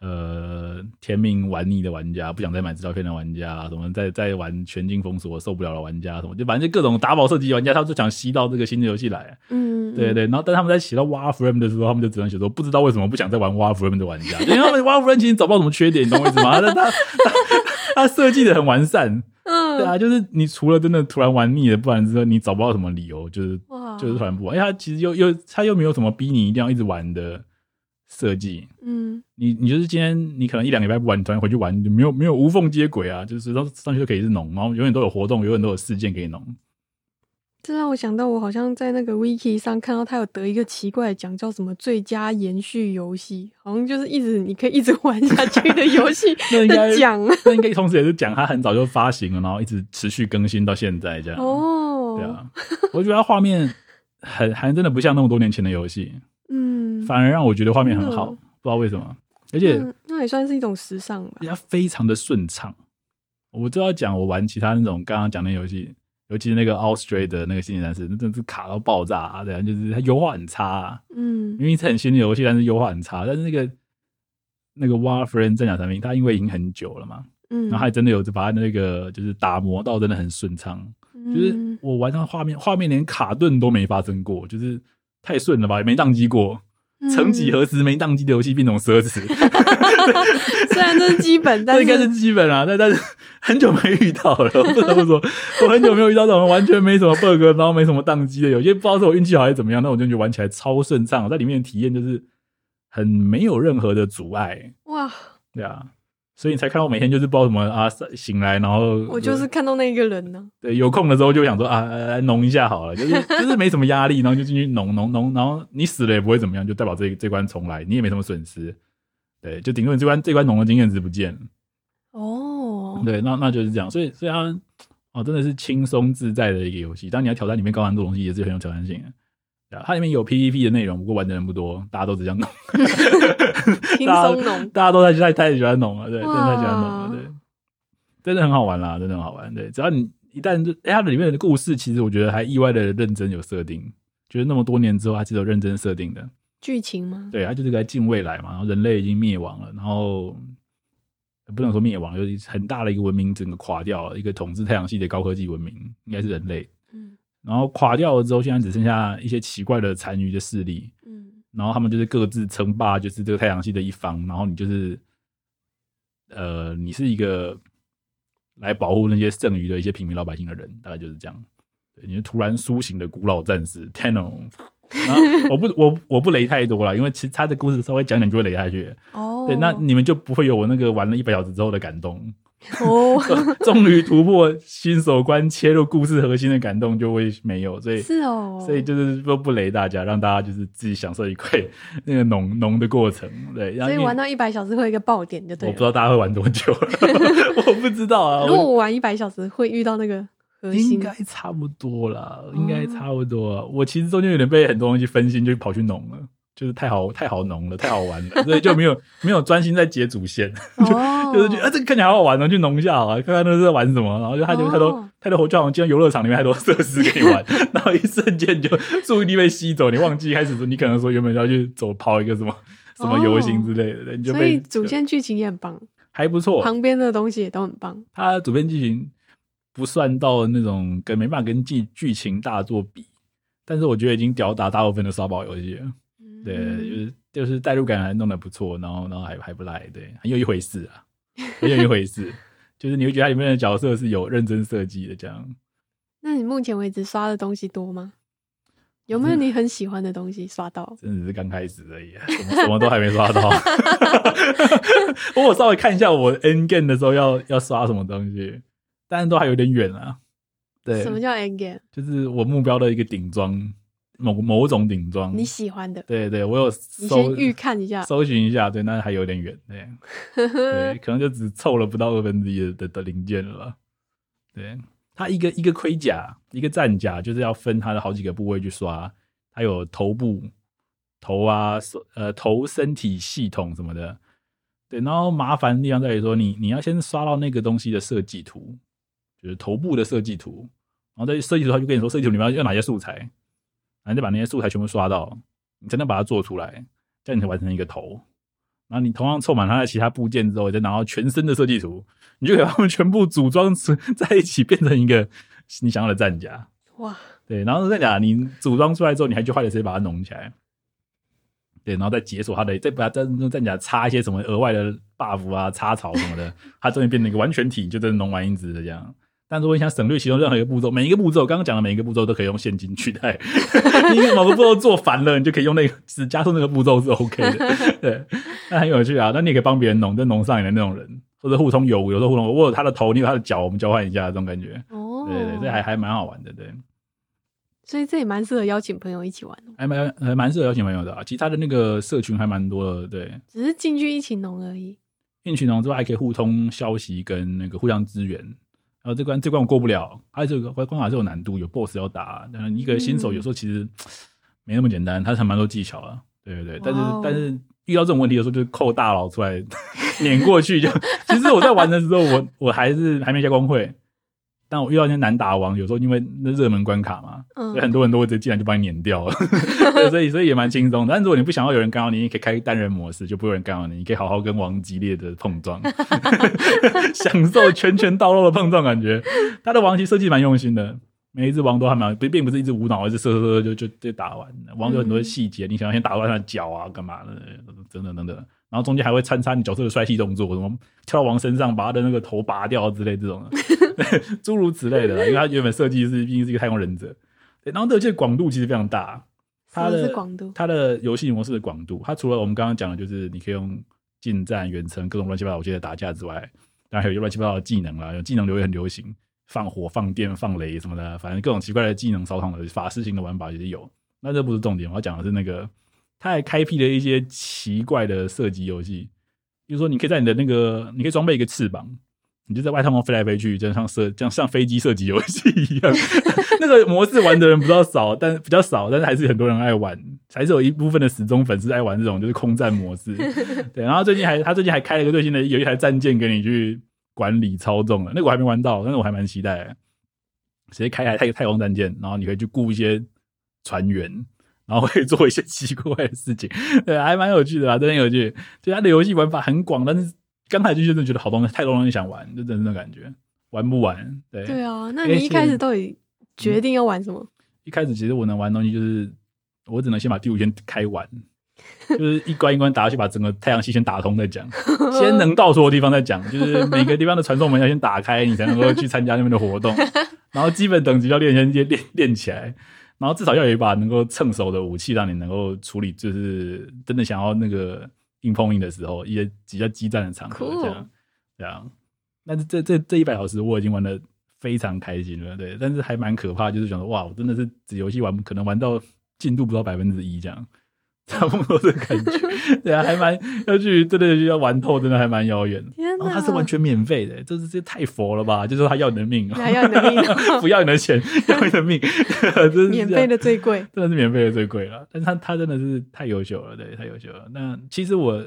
Speaker 1: 呃天命玩腻的玩家，不想再买资料片的玩家，啊什么在在玩全境封锁受不了的玩家，什么就反正就各种打宝射击玩家，他们就想吸到这个新的游戏来。啊
Speaker 2: 嗯，
Speaker 1: 对
Speaker 2: 嗯，
Speaker 1: 对，然后但他们在写到 Warframe 的时候，他们就只能写说不知道为什么不想再玩 Warframe 的玩家，因为他们 Warframe 其实找不到什么缺点，你懂我意思吗？他他他他设计的很完善，
Speaker 2: 嗯，
Speaker 1: 对啊，就是你除了真的突然玩腻了，不然之后你找不到什么理由，就是
Speaker 2: 嗯哇，
Speaker 1: 就是突然不玩。因为它其实又又它又没有什么逼你一定要一直玩的设计。
Speaker 2: 嗯
Speaker 1: 你你就是今天你可能一两个礼拜不玩，你突然回去玩，你没有没有无缝接轨啊，就是上上去就可以是弄，然后永远都有活动，永远都有事件可以弄。
Speaker 2: 这让我想到，我好像在那个 Wiki 上看到他有得一个奇怪的奖，叫什么最佳延续游戏，好像就是一直你可以一直玩下去的游戏
Speaker 1: 那应该
Speaker 2: 的奖啊
Speaker 1: 那应该同时也是讲它很早就发行了，然后一直持续更新到现在这样。啊
Speaker 2: 哦。
Speaker 1: 对啊，我觉得它画面很还真的不像那么多年前的游戏，
Speaker 2: 嗯，
Speaker 1: 反而让我觉得画面很好，
Speaker 2: 真的哦
Speaker 1: 不知道为什么，而且。
Speaker 2: 嗯那也算是一种时尚吧。
Speaker 1: 它非常的顺畅。我就要讲，我玩其他那种刚刚讲的游戏，尤其是那个 a u s t r a 的那个星期三四，那真的是卡到爆炸、啊，对啊，就是它优化很差、啊，
Speaker 2: 嗯
Speaker 1: 明明是很新的游戏，但是优化很差。但是那个那个 Warframe 战甲产品，它因为已经很久了嘛，
Speaker 2: 嗯，
Speaker 1: 然后还真的有把它那个就是打磨到真的很顺畅，就是
Speaker 2: 嗯
Speaker 1: 我玩上画面，画面连卡顿都没发生过，就是太顺了吧，也没宕机过。曾几何时，没宕机的游戏变成奢侈。
Speaker 2: 嗯 虽然这是基 本，但
Speaker 1: 这应
Speaker 2: 是
Speaker 1: 该是基本啊，但但是很久没遇到了，我不得不说，我很久没有遇到这种完全没什么 bug，然后没什么宕机的，有些不知道是我运气好还是怎么样，那我就觉得玩起来超顺畅，在里面的体验就是很没有任何的阻碍，
Speaker 2: 哇，
Speaker 1: 对啊，所以你才看我每天就是不知道什么啊，醒来然后
Speaker 2: 我就是看到那一个人呢。
Speaker 1: 对有空的时候就想说啊，来来弄一下好了，就是就是没什么压力，然后就进去弄弄弄，然后你死了也不会怎么样，就代表这这关重来，你也没什么损失，对，就顶多你这关这关农的经验值不见了。
Speaker 2: 哦，
Speaker 1: 对，那那就是这样。所以所以它哦，真的是轻松自在的一个游戏。当你要挑战里面高难度的东西，也是很有挑战性的。对啊，它里面有 PVP 的内容，不过玩的人不多，大家都只想弄，
Speaker 2: 轻松浓。
Speaker 1: 大家都太太太喜欢弄了，对，真的太喜欢弄了，
Speaker 2: 哇
Speaker 1: 对，真的很好玩啦，真的很好玩。对，只要你一旦就、哎它里面的故事，其实我觉得还意外的认真有设定，觉得那么多年之后，它其实有认真设定的。
Speaker 2: 剧情吗？
Speaker 1: 对，它就是在近未来嘛，然后人类已经灭亡了，然后呃不能说灭亡，就是很大的一个文明整个垮掉了，一个统治太阳系的高科技文明，应该是人类。
Speaker 2: 嗯
Speaker 1: 然后垮掉了之后，现在只剩下一些奇怪的残余的势力，
Speaker 2: 嗯
Speaker 1: 然后他们就是各自称霸，就是这个太阳系的一方。然后你就是，呃，你是一个来保护那些剩余的一些平民老百姓的人，大概就是这样。对，你是突然苏醒的古老战士 Tano。然后我不我我不雷太多了，因为其实他的故事稍微讲讲就会雷下去。
Speaker 2: 哦，
Speaker 1: 对，那你们就不会有我那个玩了一百小时之后的感动，
Speaker 2: 哦
Speaker 1: 终于突破新手关切入故事核心的感动就会没有，所以
Speaker 2: 是哦，
Speaker 1: 所以就是说不雷大家，让大家就是自己享受一块 那个浓浓的过程。对，然
Speaker 2: 所
Speaker 1: 后
Speaker 2: 以
Speaker 1: 因为
Speaker 2: 玩到一百小时会有一个爆点就
Speaker 1: 我
Speaker 2: 对
Speaker 1: 不知
Speaker 2: 了。
Speaker 1: 道大家会玩多久， 我不知道啊。
Speaker 2: 如果
Speaker 1: 我
Speaker 2: 我玩一百小时会遇到那个核
Speaker 1: 应
Speaker 2: 心，哦
Speaker 1: 该差不多啦，应该差不多啊。我其实中间有点被很多东西分心，就跑去弄了。就是太好太好弄了，太好玩了，所以就没有没有专心在解主线，
Speaker 2: 哦，
Speaker 1: 就是觉得、啊、这个看起来好好玩哦，去弄一下好了，看看那是在玩什么。然后就他就他都
Speaker 2: 哦
Speaker 1: 他都就好像进到游乐场里面，太多设施给你玩，然后一瞬间 就注意力被吸走，你忘记一开始说你可能说原本要去走跑一个什么什么游行之类的，你就
Speaker 2: 哦所
Speaker 1: 被哦
Speaker 2: 以主线剧情也很棒，
Speaker 1: 还不错。
Speaker 2: 旁边的东西也都很棒。
Speaker 1: 他主编剧情不算到那种跟没办法跟剧剧情大作比，但是我觉得已经吊打大部分的刷宝游戏了。对，就
Speaker 2: 嗯
Speaker 1: 是就是代入感还弄得不错，然后然后还还不赖，对，很有一回事啊，很有一回 事，就是你会觉得它里面的角色是有认真设计的，这样
Speaker 2: 那你目前为止刷的东西多吗？有没有你很喜欢的东西刷到？
Speaker 1: 真的是刚开始而已、啊，什么什么都还没刷 到。我稍微看一下我 N game 的时候要要刷什么东西，但是都还有点远啊。对
Speaker 2: 什，么叫 end game？
Speaker 1: 就是我目标的一个顶装，某某种顶装
Speaker 2: 你。喜欢的，
Speaker 1: 对对，我有
Speaker 2: 你先
Speaker 1: 嗯搜
Speaker 2: 预看一下。
Speaker 1: 搜寻一下，对，那还有点远，对。对，可能就只凑了不到二分之一的的的零件了吧。对，它一个一个盔甲，一个战甲，就是要分它的好几个部位去刷。它有头部、头啊、手呃头、身体系统什么的。对，然后麻烦的地方在于说，你你要先刷到那个东西的设计图，就是头部的设计图，然后在设计图他就跟你说设计图里面要哪些素材，然后再把那些素材全部刷到，你才能把它做出来，这样你才完成一个头。然后你同样凑满它的其他部件之后，再拿到全身的设计图，你就给它们全部组装成在一起，变成一个你想要的战甲。
Speaker 2: 哇，
Speaker 1: 对，然后再讲你组装出来之后，你还去坏了谁把它弄起来？对，然后再解锁它的，再把它再再讲插一些什么额外的 buff 啊、插槽什么的，它终于变成一个完全体，就真的弄完一只的这样。但如果你想省略其中任何一个步骤，每一个步骤刚刚讲的每一个步骤都可以用现金取代， 你某个步骤做烦了，你就可以用那个只加速那个步骤是 OK 的。对，那很有趣啊。那你也可以帮别人弄，就弄上你的那种人，或者互通有无，有时候互通有无，我有他的头，你有他的脚，我们交换一下这种感觉。
Speaker 2: 哦，
Speaker 1: 对对，这还还蛮好玩的，对。
Speaker 2: 所以这也蛮适合邀请朋友一起玩的，
Speaker 1: 还蛮还蛮适合邀请朋友的、啊，其他的那个社群还蛮多的，对，
Speaker 2: 只是进去一起弄而已。
Speaker 1: 进群之后还可以互通消息跟那个互相支援。然后这关这关我过不了，还有这个关关卡是有难度，有 BOSS 要打，但是一个新手有时候其
Speaker 2: 嗯
Speaker 1: 实没那么简单，它还蛮多技巧啊，对对对，但是、
Speaker 2: 哇哦
Speaker 1: 但是遇到这种问题的时候，就是扣大佬出来 碾过去就。其实我在玩的时候，我我还是还没加工会，但我遇到一些难打王，有时候因为那热门关卡嘛，
Speaker 2: 嗯
Speaker 1: 所以，很多人都会直接进来就把你碾掉了，对所以所以也蛮轻松的。但如果你不想要有人干扰你，你也可以开单人模式，就不会有人干扰你，你可以好好跟王激烈的碰撞， 享受拳拳到肉的碰撞感觉。他的王其实设计蛮用心的，每一只王都还蛮不并不是一只无脑，而是射射射就就就打完了。王有很多细节，你想要先打断他的脚啊，干嘛的，等等等等。然后中间还会穿插你角色的帅气动作，什么跳到王身上把他的那个头拔掉之类这种的，诸如此类的啦。因为他原本设计是毕竟是一个太空忍者，对然后这游戏的广度其实非常大，
Speaker 2: 什
Speaker 1: 它
Speaker 2: 么
Speaker 1: 的
Speaker 2: 是广度？
Speaker 1: 它的游戏模式的广度，它除了我们刚刚讲的，就是你可以用近战、远程各种乱七八糟武器来打架之外，当然还有乱七八糟的技能啦，有技能流也很流行，放火、放电、放雷什么的，反正各种奇怪的技能烧烫的法师型的玩法也是有。那这不是重点，我要讲的是那个，它还开辟了一些奇怪的射击游戏，比如说你可以在你的那个，你可以装备一个翅膀。你就在外太空飞来飞去，就像射，像像飞机射击游戏一样。 那个模式玩的人比较少，但比较少，但是还是很多人爱玩，还是有一部分的死忠粉丝爱玩这种就是空战模式。对，然后最近还他最近还开了一个最新的，有一台战舰给你去管理操纵了，那个我还没玩到，但是我还蛮期待的。直接开台太太空战舰，然后你可以去雇一些船员，然后会做一些奇怪的事情， 对，还蛮有趣的啦，真的有趣。就它的游戏玩法很广，但是刚才就真的觉得好东西，太多东西想玩，就真的那种感觉，玩不完。对，
Speaker 2: 对啊，那
Speaker 1: 而
Speaker 2: 你一开
Speaker 1: 且
Speaker 2: 始到底决定要玩什么？
Speaker 1: 一开始其实我能玩的东西就是，我只能先把第五圈开完，就是一关一关打下去，把整个太阳系先打通再讲，先能到所有地方再讲，就是每个地方的传送门要先打开，你才能够去参加那边的活动，然后基本等级要练先练练练起来。然后至少要有一把能够趁手的武器，让你能够处理，就是真的想要那个硬碰硬的时候，一些比较激战的场合
Speaker 2: Cool
Speaker 1: 这样。这样，但是这这这一百小时我已经玩的非常开心了，对，但是还蛮可怕，就是想说哇，我真的是只游戏玩可能玩到进度不到百分之一这样， 差不多的感 觉，对啊，还蛮要去真的要玩透，真的还蛮遥远。
Speaker 2: 天
Speaker 1: 然后
Speaker 2: 哪，
Speaker 1: 它哦是完全免费的，这是这太佛了吧？就是说他要你的命，啊
Speaker 2: 还要你的命 啊
Speaker 1: 不要你的钱，要你的命， 真是
Speaker 2: 免
Speaker 1: 这样
Speaker 2: 费的最贵。
Speaker 1: 真的是免费的最贵了。但是他他真的是太优秀了，对，太优秀了。那其实我，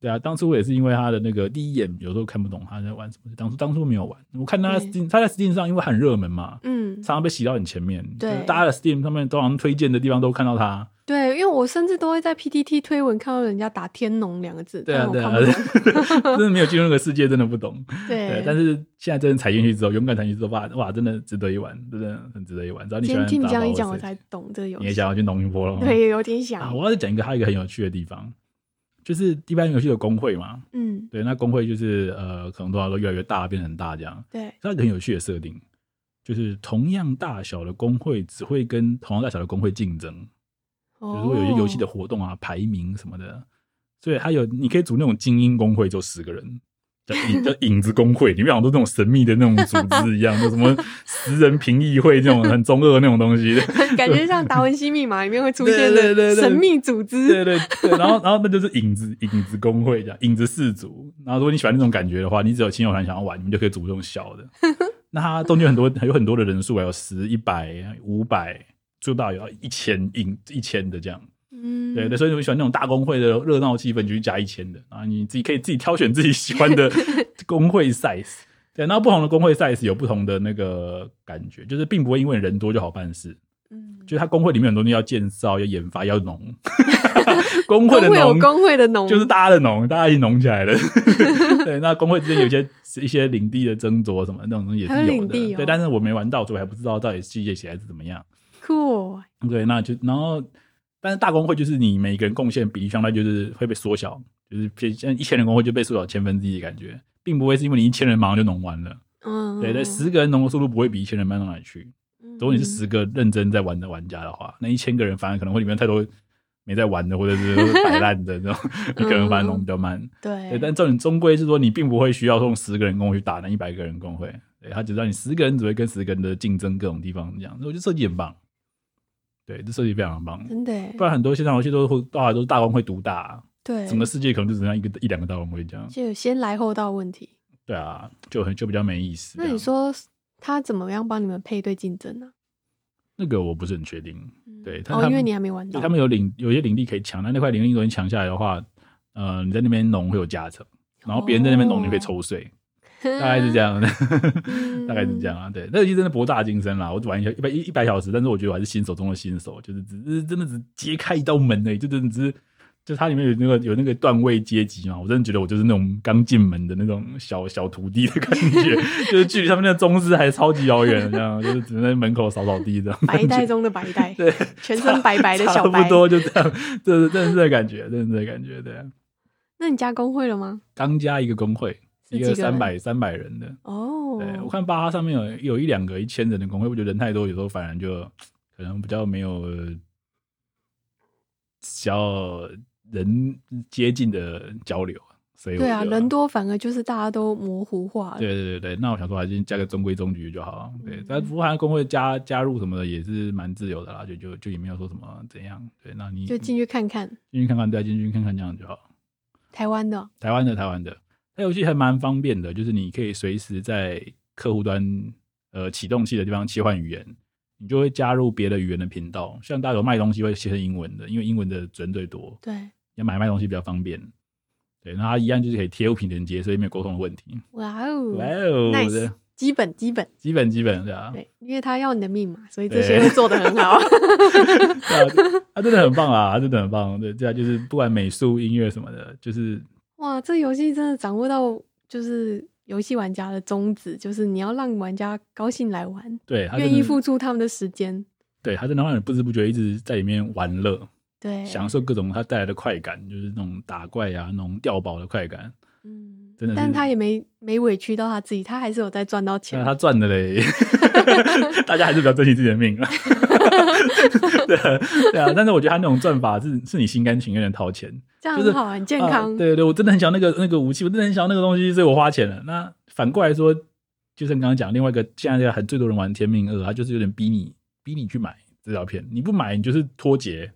Speaker 1: 对啊，当初我也是因为他的那个第一眼有时候看不懂他在玩什么，当初当初没有玩。我看他
Speaker 2: 对
Speaker 1: Steam，他在 Steam 上因为很热门嘛，
Speaker 2: 嗯，
Speaker 1: 常常被洗到你前面，
Speaker 2: 对
Speaker 1: 就是大家的 Steam 上面都好像推荐的地方都看到他。
Speaker 2: 对，因为我甚至都会在 PTT 推文看到人家打“天农”两个字，
Speaker 1: 对啊，对
Speaker 2: 但
Speaker 1: 啊，
Speaker 2: 我哦看不懂。
Speaker 1: 真的没有进入那个世界，真的不 懂。 对
Speaker 2: 对，，
Speaker 1: 但是现在真的踩进去之后，勇敢踩进去之后，哇哇，真的值得一玩，真的很值得一玩。只要你喜
Speaker 2: 今
Speaker 1: 欢
Speaker 2: 天听你
Speaker 1: 打
Speaker 2: 这样
Speaker 1: 包
Speaker 2: 一讲，我
Speaker 1: 设计
Speaker 2: 才懂这个游
Speaker 1: 你也
Speaker 2: 戏。
Speaker 1: 想要去农一波了吗？
Speaker 2: 对，有点
Speaker 1: 啊，
Speaker 2: 想。
Speaker 1: 我要讲一个，还有一个很有趣的地方，就是一般游戏有工会嘛，
Speaker 2: 嗯，
Speaker 1: 对，那工会就是呃，可能多少都越来越大，变得很大这样。
Speaker 2: 对，
Speaker 1: 它有一个很有趣的设定，就是同样大小的工会只会跟同样大小的工会竞争，比
Speaker 2: 哦
Speaker 1: 如说有一些游戏的活动啊、排名什么的，所以它有你可以组那种精英工会，就十个人。叫影叫影子工会，里面好像都是那种神秘的那种组织一样，就什么十人评议会这种很中二的那种东西。
Speaker 2: 感觉像《达文西密码》里面会出现
Speaker 1: 对对对
Speaker 2: 的
Speaker 1: 对
Speaker 2: 神秘组织。
Speaker 1: 对对对，然后然后那就是影子影子工会这样，影子氏族。然后如果你喜欢那种感觉的话，你只有亲友团想要玩，你们就可以组这种小的。那它中间很多有很多的人数啊，有十、一百、五百，最大有到一千影一千的这样。
Speaker 2: 嗯，
Speaker 1: 对对，所以如果你喜欢那种大工会的热 闹气氛，你就去加一千的啊，然后你自己可以自己挑选自己喜欢的工会 size。对，那不同的工会 size 有不同的那个感觉，就是并不会因为人多就好办事。
Speaker 2: 嗯，
Speaker 1: 就是它工会里面很多东西要建造、要研发、要 农，工会
Speaker 2: 工
Speaker 1: 的
Speaker 2: 会有
Speaker 1: 农
Speaker 2: 工会的农，
Speaker 1: 就是大家的农，大家一起农起来了。 对，那工会之间有一些一些领地的争夺什么那种东西也
Speaker 2: 还
Speaker 1: 是
Speaker 2: 有
Speaker 1: 有
Speaker 2: 领
Speaker 1: 的。
Speaker 2: 地哦
Speaker 1: 对，但是我没玩到，所以我还不知道到底细节起来是怎么样。
Speaker 2: 酷哦，
Speaker 1: 对，那就然后，但是大工会就是你每个人贡献比例相当于就是会被缩小，就是像一千人工会就被缩小千分之一的感觉，并不会是因为你一千人马上就农完了。
Speaker 2: 嗯，
Speaker 1: 对，但十个人农的速度不会比一千人慢到哪里去。
Speaker 2: 嗯，
Speaker 1: 如果你是十个认真在玩的玩家的话，那一千个人反而可能会里面太多没在玩的，或者是摆烂的那种， 一个人反而农比较慢。
Speaker 2: 对，
Speaker 1: 对，但重点终归是说，你并不会需要用十个人工会去打那一百个人工会，对，他只让你十个人只会跟十个人的竞争各种地方这样，所以我觉得设计很棒，对，这设计非常棒。
Speaker 2: 真的耶
Speaker 1: 不然很多线上游戏都会大都是大工会独大啊，
Speaker 2: 对，
Speaker 1: 整个世界可能就只剩下一个一两个大工会这样，
Speaker 2: 就有先来后到问题。
Speaker 1: 对啊，就很就比较没意思。
Speaker 2: 那你，说他怎么样帮你们配对竞争呢、
Speaker 1: 那个我不是很确定，
Speaker 2: 嗯
Speaker 1: 对他
Speaker 2: 哦，
Speaker 1: 他
Speaker 2: 因为
Speaker 1: 们
Speaker 2: 你还没玩
Speaker 1: 对
Speaker 2: 到，
Speaker 1: 他们有领有些领地可以抢，但那块领地如果你抢下来的话，呃，你在那边农会有加成，然后别人在那边
Speaker 2: 哦
Speaker 1: 农你可以抽税，
Speaker 2: 大
Speaker 1: 大概是这，样的，
Speaker 2: 嗯
Speaker 1: 大概是这样啊。对，那游戏真的博大精深啦，我只玩一下一百一一百小时，但是我觉得我还是新手中的新手，就是只是真的只揭开一道门而已，就真的只是。就它里面有那个有那个段位阶级嘛，我真的觉得我就是那种刚进门的那种小小徒弟的感觉，就是距离他们那个宗师还超级遥远，这样就是只能在门口扫扫地这样。
Speaker 2: 白带中的白 带，
Speaker 1: 对，
Speaker 2: 全身白白的 小
Speaker 1: 差
Speaker 2: 白
Speaker 1: 不。多就这样，这是真是这感觉，真是这感觉，对啊。
Speaker 2: 那你加工会了吗？
Speaker 1: 刚加一个工会，
Speaker 2: 是
Speaker 1: 一
Speaker 2: 几
Speaker 1: 个
Speaker 2: 个人
Speaker 1: 三百三百人的，
Speaker 2: 哦，
Speaker 1: 对我看巴哈上面有有一两个一千人的工会，我觉得人太多，有时候反而就可能比较没有呃比较人接近的交流，所以我
Speaker 2: 对啊，
Speaker 1: 就
Speaker 2: 人多反而就是大家都模糊化了。
Speaker 1: 对对对对，那我想说还是加个中规中矩就好。对
Speaker 2: 嗯，
Speaker 1: 但不过好像工会加加入什么的也是蛮自由的啦，就就就也没有说什么怎样。对，那你
Speaker 2: 就进去看看
Speaker 1: 进去看看，对，啊进去看看这样就好。
Speaker 2: 台湾的
Speaker 1: 台湾的台湾的，它游戏还蛮方便的，就是你可以随时在客户端呃启动器的地方切换语言，你就会加入别的语言的频道。像大家有卖东西会切成英文的，因为英文的准最多，
Speaker 2: 对，
Speaker 1: 要买卖东西比较方便。对，那它一样就是可以贴物品连接，所以没有沟通的问题。
Speaker 2: 哇哦
Speaker 1: 哇哦，
Speaker 2: ，nice，基本基本
Speaker 1: 基本基本对啊，
Speaker 2: 对，因为他要你的密码，所以这些会做的 很好。
Speaker 1: 对啊，它真的很棒啊，它真的很棒。对，这样就是不管美术、音乐什么的，就是
Speaker 2: 哇，这游戏真的掌握到就是游戏玩家的宗旨，就是你要让玩家高兴来玩，
Speaker 1: 对它真
Speaker 2: 愿
Speaker 1: 的
Speaker 2: 意付出他们的时间。
Speaker 1: 对它真的让你不知不觉一直在里面玩乐。
Speaker 2: 对，
Speaker 1: 享受各种它带来的快感，就是那种打怪啊、那种掉宝的快感，
Speaker 2: 嗯，
Speaker 1: 真的是
Speaker 2: 但他也没没委屈到他自己，他还是有在赚到
Speaker 1: 但
Speaker 2: 钱
Speaker 1: 是。他赚的嘞， 大家还是比较珍惜自己的命啊。对啊对啊，但是我觉得他那种赚法是是你心甘情愿的掏钱，
Speaker 2: 这样
Speaker 1: 就是
Speaker 2: 很好，很健康
Speaker 1: 啊。对对，我真的很想要那个那个武器，我真的很想要那个东西，所以我花钱了。那反过来说，就像刚刚讲另外一个，现在很最多人玩《天命二》，它就是有点逼你逼你去买资料片，你不买你就是脱节，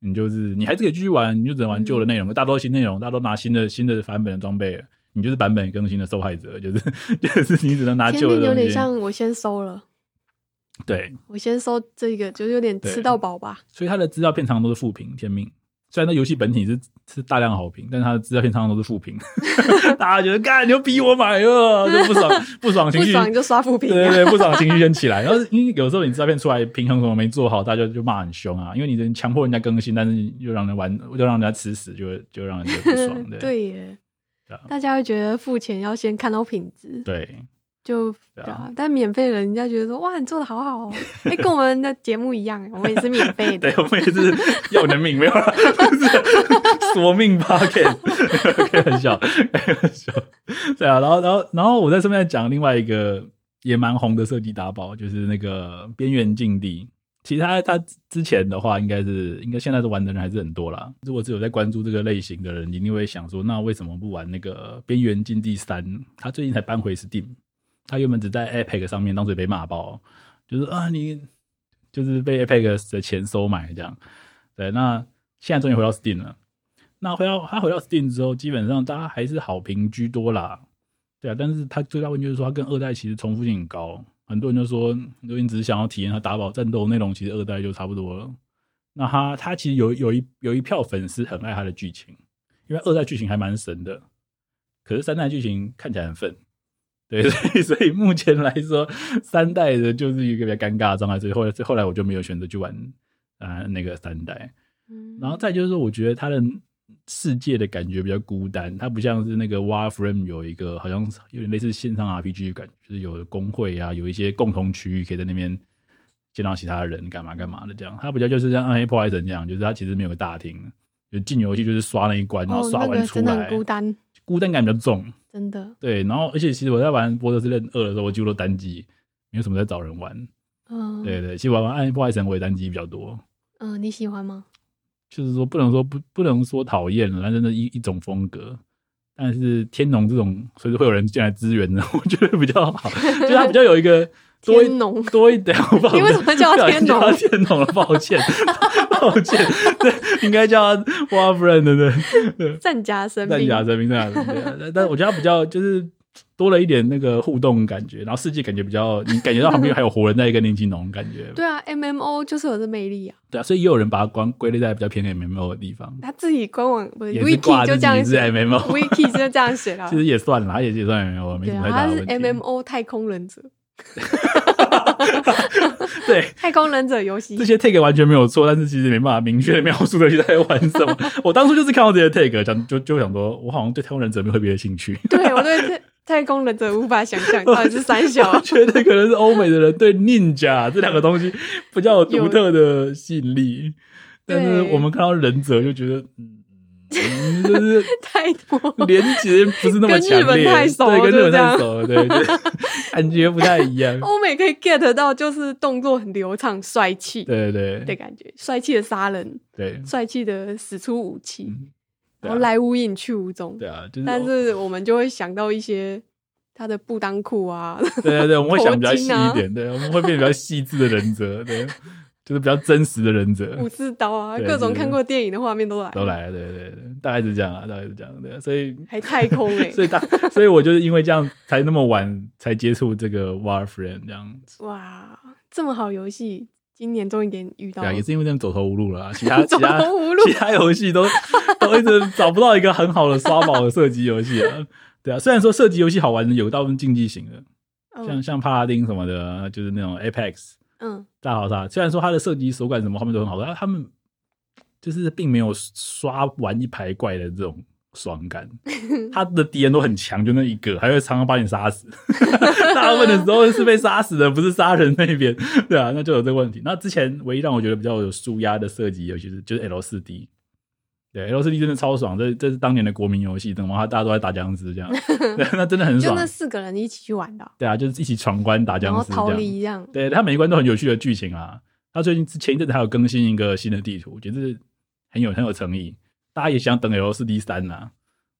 Speaker 1: 你就是你还是可以继续玩，你就只能玩旧
Speaker 2: 嗯
Speaker 1: 的内容，大家都新内容，大家都拿新的新的版本的装备了。你就是版本更新的受害者，就是 就是你只能拿
Speaker 2: 天
Speaker 1: 旧的
Speaker 2: 命
Speaker 1: 东西。
Speaker 2: 有点像我先收了，
Speaker 1: 对，
Speaker 2: 我先收这个，就是有点
Speaker 1: 对
Speaker 2: 吃到饱吧。
Speaker 1: 所以它的资料片常常都是负评。天命虽然那游戏本体是是大量好评，但是它的资料片常常都是负评， 大家觉得干你就逼我买了，就不爽不爽情
Speaker 2: 不
Speaker 1: 绪，
Speaker 2: 爽就刷副
Speaker 1: 对
Speaker 2: 屏
Speaker 1: 对
Speaker 2: 啊。
Speaker 1: 对，不爽情绪先起来。然后因为有时候你资料片出来平衡什么没做好，大家就骂很凶啊，因为你能强迫人家更新，但是又让人玩，又让人家吃屎，就会就让人觉得不 爽。对
Speaker 2: 嗯对耶
Speaker 1: 对啊，
Speaker 2: 大家会觉得付钱要先看到品质，
Speaker 1: 对啊
Speaker 2: 就
Speaker 1: 对
Speaker 2: 对
Speaker 1: 啊
Speaker 2: 啊，但免费的人家觉得说哇，你做的好好 哦，哎，跟我们的节目一样，我们也是免费的
Speaker 1: 对，。我们也是要你的命，没有啦， 就是索命 pocket，开 玩笑，开玩笑。对啊，然后，然后，然后我在顺便讲另外一个也蛮红的设计打宝，就是那个边缘境地。其实他他之前的话，应该是应该现在的玩的人还是很多啦。如果是有在关注这个类型的人，一定会想说，那为什么不玩那个《边缘境地三》？他最近才搬回 Steam，他原本只在 Epic 上面，当时也被骂爆，就是啊你就是被 Epic 的钱收买这样。对，那现在终于回到 Steam 了。那回到他回到 Steam 之后，基本上大家还是好评居多啦。对啊，但是他最大问题就是说，他跟二代其实重复性很高。很多人就说，如果你只是想要体验他打宝战斗内容，其实二代就差不多了。那他他其实有有一有一票粉丝很爱他的剧情，因为二代剧情还蛮神的，可是三代剧情看起来很愤，对， 所以所以目前来说，三代的就是一个比较尴尬的状态，所以后来后来我就没有选择去玩啊、呃那个三代。
Speaker 2: 嗯
Speaker 1: 然后再就是说，我觉得它的世界的感觉比较孤单，它不像是那个 Warframe 有一个好像是有点类似线上 RPG 的感觉，就是有工会啊，有一些共同区域可以在那边见到其他人干嘛干嘛的这样。它比较就是像暗黑破坏神这样，就是它其实没有个大厅，就进游戏就是刷那一关，然后
Speaker 2: 哦，
Speaker 1: 刷
Speaker 2: 那
Speaker 1: 完
Speaker 2: 个
Speaker 1: 出
Speaker 2: 真的
Speaker 1: 来，
Speaker 2: 很孤单，
Speaker 1: 孤单感比较重。
Speaker 2: 真的，
Speaker 1: 对，然后而且其实我在玩《博德之刃二》的时候，我几乎都单机，没有什么在找人玩。
Speaker 2: 嗯，
Speaker 1: 对，对，其实玩玩《暗黑破坏神》我也单机比较多，
Speaker 2: 嗯，你喜欢吗？
Speaker 1: 就是说不能说不不能说讨厌了，但真的一一种风格。但是天龙这种随时会有人进来支援的， 我觉得比较好，就是它比较有一 个多一
Speaker 2: 天农，
Speaker 1: 多一点。我
Speaker 2: 你为什么叫它天龙
Speaker 1: 龙？天龙了，抱歉， 抱歉， 对，应该叫它 Warframe 对不对？
Speaker 2: 战甲神
Speaker 1: 战
Speaker 2: 兵，
Speaker 1: 甲神兵，战甲神兵对啊。但 但我觉得它比较就是多了一点那个互动感觉，然后世界感觉比较，你感觉到旁边还有活人在跟林青龙感觉，
Speaker 2: 对啊，MMO 就是有这魅力啊，
Speaker 1: 对啊，所以也有人把它关归类在比较偏 MMO 的地方，
Speaker 2: 他自己官网不是
Speaker 1: 也是挂
Speaker 2: Wiki 就
Speaker 1: 自
Speaker 2: 这样
Speaker 1: 己是
Speaker 2: 写
Speaker 1: MMO，
Speaker 2: ，Wiki 就这样写了
Speaker 1: 其，实也算啦，也也算 MMO，没
Speaker 2: 对
Speaker 1: 什么太
Speaker 2: 啊，
Speaker 1: 大
Speaker 2: 他
Speaker 1: 的
Speaker 2: 是
Speaker 1: 问题。
Speaker 2: MMO 太空忍者，
Speaker 1: 对。
Speaker 2: 太空忍者游戏
Speaker 1: 这，些 tag 完全没有错，但是其实没办法明确的描述这些在玩什么。 我当初就是看到这些 tag，想就就想说，我好像对太空忍者没有特别的兴趣。
Speaker 2: 对我对太太空忍者无法想象到底是三
Speaker 1: 我，
Speaker 2: 小
Speaker 1: 觉得可能是欧美的人对 ninja 这两个东西比较有独特的吸引力，但是
Speaker 2: 对
Speaker 1: 我们看到忍者就觉得，嗯，嗯就是
Speaker 2: 太多。
Speaker 1: 连接不是那么强
Speaker 2: 跟日
Speaker 1: 烈，
Speaker 2: 本太熟
Speaker 1: 对，跟日
Speaker 2: 就
Speaker 1: 本
Speaker 2: 是这
Speaker 1: 太
Speaker 2: 样
Speaker 1: 熟了，对，就是 感觉不太一 样。
Speaker 2: 欧美可以 get 到，就是动作很流畅、帅气
Speaker 1: 对对
Speaker 2: 的
Speaker 1: 对
Speaker 2: 感觉，帅气的杀人，
Speaker 1: 对
Speaker 2: 帅气的使出武器，
Speaker 1: 嗯对
Speaker 2: 然
Speaker 1: 啊
Speaker 2: 后来无影去无踪。
Speaker 1: 对啊，就是
Speaker 2: 但是我们就会想到一些他的布裆 裤啊，
Speaker 1: 对对对，我们会想比较细
Speaker 2: 头巾
Speaker 1: 一
Speaker 2: 啊
Speaker 1: 点，对，我们会变得比较细致的忍者， 对，就是比较真实的忍者。
Speaker 2: 武士刀啊，
Speaker 1: 对
Speaker 2: 各种
Speaker 1: 对
Speaker 2: 看过电影的画面都来，
Speaker 1: 都来了，对对对，大概是这样啊，大概是这样，对，所以
Speaker 2: 还太空 哎、
Speaker 1: 所以 大，所以我就是因为这样才那么晚才接触这个 Warframe 这样子，
Speaker 2: 哇，这么好游戏，今年终于给你遇到
Speaker 1: 对啊，
Speaker 2: 了
Speaker 1: 也。是因为这样走投无路了啊，其他其
Speaker 2: 走
Speaker 1: 他
Speaker 2: 投无路
Speaker 1: 其他游戏都都一直找不到一个很好的刷宝的射击游戏啊，对啊，虽然说射击游戏好玩的有大部分竞技型的，像
Speaker 2: 嗯
Speaker 1: 像帕拉丁什么的，啊就是那种 Apex
Speaker 2: 嗯，
Speaker 1: 大逃杀，虽然说它的射击手感什么他们都很好，但他们就是并没有刷完一排怪的这种爽 感。他的敌人都很强，就那一个，还会常常把你杀死。 大部分的时候是被杀死的，不是杀人那边，对啊，那就有这个问题。那之前唯一让我觉得比较有舒压的射击游戏是就是 L 四 D。对，L 四 D 真的超爽，这这是当年的国民游戏，等嘛，大家都在打僵尸这 样，对，那真的很
Speaker 2: 就
Speaker 1: 爽
Speaker 2: 那。四个人一起去玩的啊，
Speaker 1: 对啊，就是一起闯关打
Speaker 2: 然
Speaker 1: 僵
Speaker 2: 后
Speaker 1: 尸这样。
Speaker 2: 逃离这 样。
Speaker 1: 对，它每一关都很有趣的剧情啊。它最近前一阵子还有更新一个新的地图，觉得是很有很有诚意。大家也想等 L 四 D 三呐，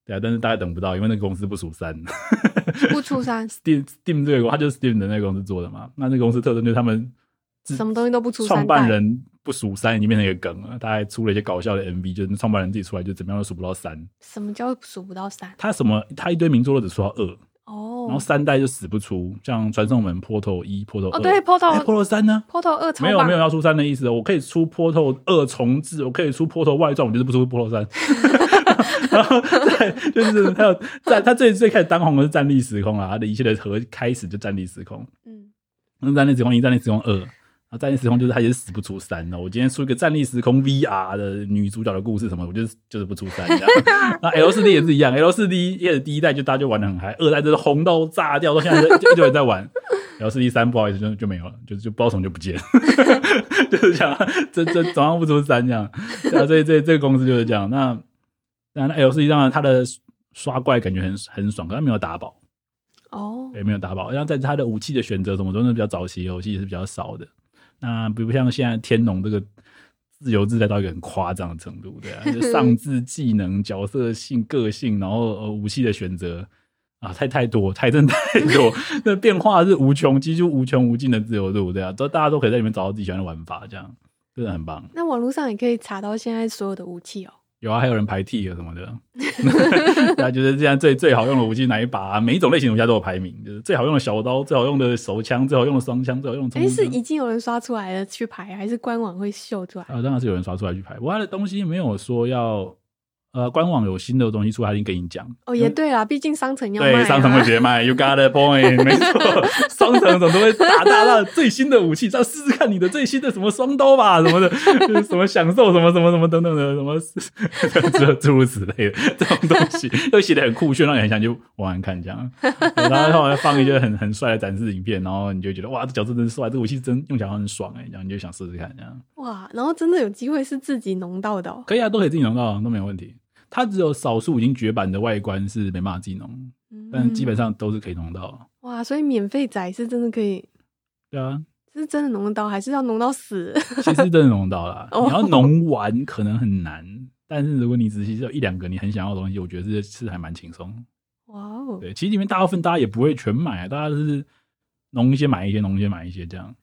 Speaker 1: 对啊，但是大家等不到，因为那个公司不属三。
Speaker 2: 不出山，
Speaker 1: Steam Steam 这个它就是 Steam 的那个公司做的嘛，那这个公司特征就是他们自
Speaker 2: 什么东西都不出山。
Speaker 1: 创办人不数三已经变成一个梗了，大概出了一些搞笑的 MV，就是创办人自己出来就怎么样都数不到三。
Speaker 2: 什么叫数不到三？
Speaker 1: 他什么他一堆名作都只出到二，
Speaker 2: 哦，
Speaker 1: 然后三代就死不出，像传送门、Portal 一、Portal 二、
Speaker 2: 哦，对
Speaker 1: 哎
Speaker 2: ，Portal
Speaker 1: Portal 三呢？
Speaker 2: Portal 二超
Speaker 1: 没有
Speaker 2: 棒，
Speaker 1: 没有要出三的意思，我可以出 Portal 二重置，我可以出 Portal 外传，我就是不出 Portal 三。然后再就是还有在他最最开始当红的是站立时空啦，他的一切的和开始就站立时空，
Speaker 2: 嗯，
Speaker 1: 那站立时空一、站立时空二，然后站立时空就是他也是死不出三的。我今天出一个站立时空 VR 的女主角的故事什么，我就是就是不出三这样。 那 L 四 D 也是一样，L 四 D 也是第一代就大家就玩的很嗨，二代就是红到炸掉，到现在就就一堆人在玩。L 四 D 三不好意思就就没有了，就就不知道从就不见了， 就是这样，这这总上不出三这样。对啊，所以这这个公司就是这样。那那那 L 四 D 当然它的刷怪感觉很很爽，可它没有打宝，
Speaker 2: 哦，
Speaker 1: 也没有打宝，然后在它的武器的选择什么都是比较早期游戏是比较少的。那比如像现在天龙这个自由自在到一个很夸张的程度，对啊，就上至技能、角色性、个性，然后呃武器的选择啊，太太多，太真的太多，那变化是无穷，几乎无穷无尽的自由度，对啊，都大家都可以在里面找到自己喜欢的玩法，这样真的很棒。
Speaker 2: 那网络上也可以查到现在所有的武器哦。
Speaker 1: 有啊，还有人排 T 啊什么的， 啊大家觉得这样最最好用的武器哪一把、啊？每一种类型武器都有排名，就是最好用的小刀，最好用的手枪，最好用的双枪，最好用的冲
Speaker 2: 哎，
Speaker 1: 锋
Speaker 2: 是
Speaker 1: 枪。
Speaker 2: 已经有人刷出来了去排，还是官网会秀出来？
Speaker 1: 啊啊，当然是有人刷出来去排。我他的东西没有说要呃，官网有新的东西出来，一定跟你讲。
Speaker 2: 哦，也对啦，毕竟商城要卖、
Speaker 1: 嗯对，
Speaker 2: 啊，
Speaker 1: 商城会直接卖，You got a point，没 错，商城总是会打大大的最新的武器，再试试看你的最新的什么双刀吧，什么的， 什么享受，什么什么什么等等的，什么诸 诸如此类的这种东 西，都写的很酷炫，让你很想去玩玩看这样。对然后后来放一些很很帅的展示影片，然后你就觉得哇，这角色真帅，这武器真用起来很爽哎、欸，然后你就想试试看这样。
Speaker 2: 哇，然后真的有机会是自己弄到的、哦，
Speaker 1: 可以啊，都可以自己弄到，都没有问题。它只有少数已经绝版的外观是没办法自己弄，但基本
Speaker 2: 嗯
Speaker 1: 上都是可以弄到的。
Speaker 2: 哇，所以免费仔是真的可以，
Speaker 1: 对啊，
Speaker 2: 是真的弄得到，还是要弄到死？，
Speaker 1: 其实真的弄到啦
Speaker 2: 哦
Speaker 1: 你要弄完可能很难，但是如果你只是有一两个你很想要的东西，我觉得这是还蛮轻松。
Speaker 2: 哇哦，
Speaker 1: 对，其实里面大部分大家也不会全买啊，大家就是弄一些买一些，弄一些买一些这样。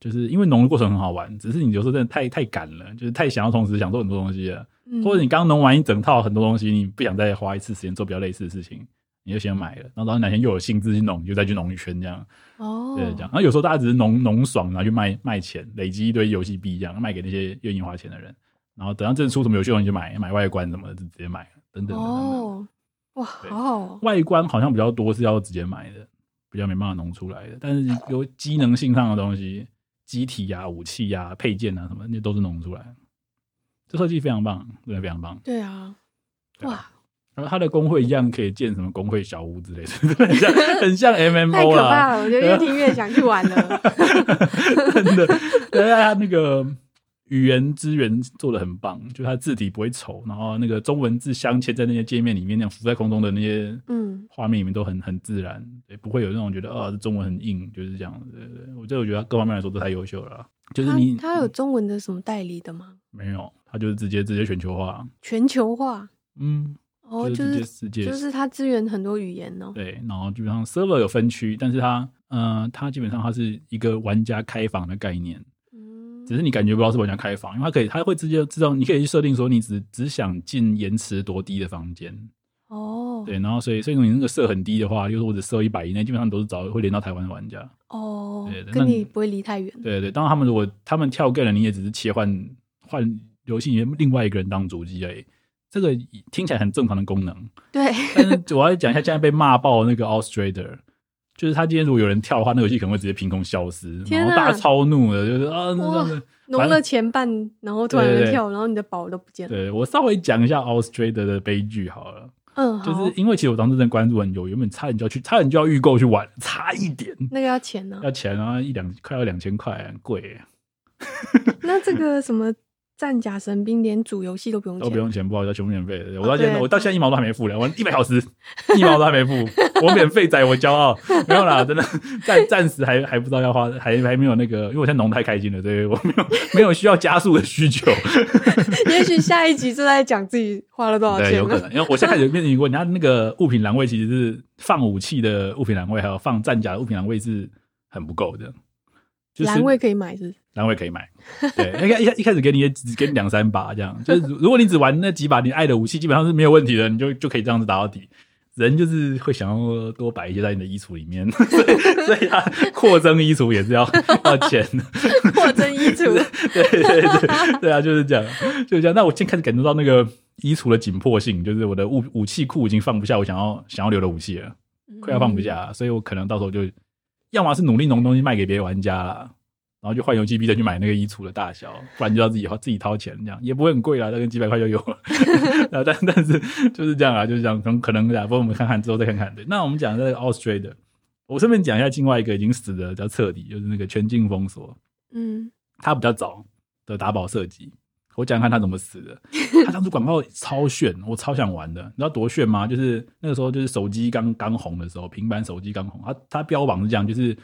Speaker 1: 就是因为弄的过程很好玩，只是你有时候真的太太赶了，就是太想要同时享受很多东西了，
Speaker 2: 嗯
Speaker 1: 或者你刚弄完一整套很多东西，你不想再花一次时间做比较类似的事情，你就先买了，然后到哪天又有兴致去弄，你就再去弄一圈这样。
Speaker 2: 哦，
Speaker 1: 对，这样。然后有时候大家只是农农爽，然后去卖卖钱，累积一堆游戏币，这样卖给那些愿意花钱的人。然后等到真的出什么游戏东西，就买买外观什么的，就直接买了，等等等等等。
Speaker 2: 哦，哇，
Speaker 1: 对
Speaker 2: 好好哦，
Speaker 1: 外观好像比较多是要直接买的，比较没办法弄出来的。但是有机能性上的东西，机体呀、武器呀、配件啊什么，那都是弄出来的。这设计非常棒，真的非常棒。
Speaker 2: 对啊，
Speaker 1: 对啊
Speaker 2: 哇，
Speaker 1: 然后它的工会一样可以建什么工会小屋之类的， 很像很像
Speaker 2: 太
Speaker 1: MMO
Speaker 2: 可
Speaker 1: 啦。
Speaker 2: 怕了，我觉得越听越想去玩了。
Speaker 1: 真的，但是他那个语言资源做的很棒，就他字体不会丑，然后那个中文字镶嵌在那些界面里面，那样浮在空中的那些
Speaker 2: 嗯，
Speaker 1: 画面里面都很很自然，也不会有那种觉得啊、这中文很硬，就是这样。对对对，我这我觉得他各方面来说都太优秀了啦，就是
Speaker 2: 他
Speaker 1: 你
Speaker 2: 他有中文的什么代理的吗？
Speaker 1: 没有，他就是直接直接全球化，
Speaker 2: 全球化
Speaker 1: 嗯，
Speaker 2: 哦，就
Speaker 1: 就是直接
Speaker 2: 是
Speaker 1: 世界
Speaker 2: 就是它支援很多语言哦。
Speaker 1: 对，然后基本上 server 有分区，但是它呃，它基本上它是一个玩家开房的概念。
Speaker 2: 嗯
Speaker 1: 只是你感觉不到是玩家开房，因为它可以，它会直接知道，你可以去设定说你只只想进延迟多低的房间，
Speaker 2: 哦
Speaker 1: 对，然后所以所以你那个设很低的话，就是我只设一百以内，基本上都是找会连到台湾的玩家，
Speaker 2: 哦
Speaker 1: 对，对那
Speaker 2: 跟
Speaker 1: 你
Speaker 2: 你不会离太远。
Speaker 1: 对对，当然他们如果他们跳 game 了，你也只是切换换游戏里面另外一个人当主机而已。这个听起来很正常的功能，
Speaker 2: 对，
Speaker 1: 但是我要讲一下现在被骂爆的那个 Austrader，就是他今天如果有人跳的话，那个游戏可能会直接凭空消失，
Speaker 2: 天
Speaker 1: 然
Speaker 2: 啊
Speaker 1: 后大家超怒了，就是啊，那
Speaker 2: 哇
Speaker 1: 那那
Speaker 2: 融了前半，然后突然
Speaker 1: 对对
Speaker 2: 就
Speaker 1: 对
Speaker 2: 跳，然后你的宝都不见了。
Speaker 1: 对我稍微讲一下 Austrader 的悲剧好了，
Speaker 2: 嗯，
Speaker 1: 就
Speaker 2: 好
Speaker 1: 是，因为其实我当时真的关注很久，原本差点就要去，差点就要预购去玩，差一点
Speaker 2: 那个要钱呢
Speaker 1: 要。钱啊，一两快要两千块，很贵，
Speaker 2: 那这个什么战甲神兵连主游戏都不用
Speaker 1: 都不
Speaker 2: 钱，
Speaker 1: 用钱，不好意思，全部免费的。
Speaker 2: 哦
Speaker 1: 我到现在
Speaker 2: 对
Speaker 1: 我到现在一毛都还没付呢，我一百小 时一毛都还没付，我免费仔，我骄傲，没有啦，真的暂暂时还还不知道要花，还还没有那个，因为我现在农太开心了，所以我没有没有需要加速的需求。
Speaker 2: 也许下一集就在讲自己花了多少
Speaker 1: 对，
Speaker 2: 钱
Speaker 1: 有可
Speaker 2: 了。
Speaker 1: 能，因为我现在开始变成一个问题，它那个物品栏位其实是放武器的物品栏位，还有放战甲的物品栏位是很不够的，就是
Speaker 2: 栏位可以买是不是？
Speaker 1: 栏位可以买，对， 一开一开一开始给你也只给你两三把这样，就是如如果你只玩那几把你爱的武器，基本上是没有问题的，你就就可以这样子打到底。人就是会想要多摆一些在你的衣橱里面， 所以所以它扩增衣橱也是要 要钱的。
Speaker 2: 货真衣橱，
Speaker 1: 对对对，对啊，就是这样，就是这样。那我现在开始感受到那个衣橱的紧迫性，就是我的武武器库已经放不下我想要想要留的武器了，快要放不下了，所以我可能到时候就要么是努力弄东西卖给别的玩家啦，然后就换游戏币再去买那个衣橱的大小，不然就要自己花自己掏钱，这样也不会很贵啦，大概几百块就有了。 啊，但但是就是这样啊，就是这样，可能可能啊，不过我们看看之后再看看。对，那我们讲这个 Australia。我顺便讲一下，另外一个已经死的比较彻底，就是那个全境封锁。
Speaker 2: 嗯。
Speaker 1: 他比较早的打宝射击。我讲讲看他怎么死的。他当初广告超炫，我超想玩的。你知道多炫吗？就是那个时候，就是手机刚刚红的时候，平板手机刚红。他他标榜是这样，就是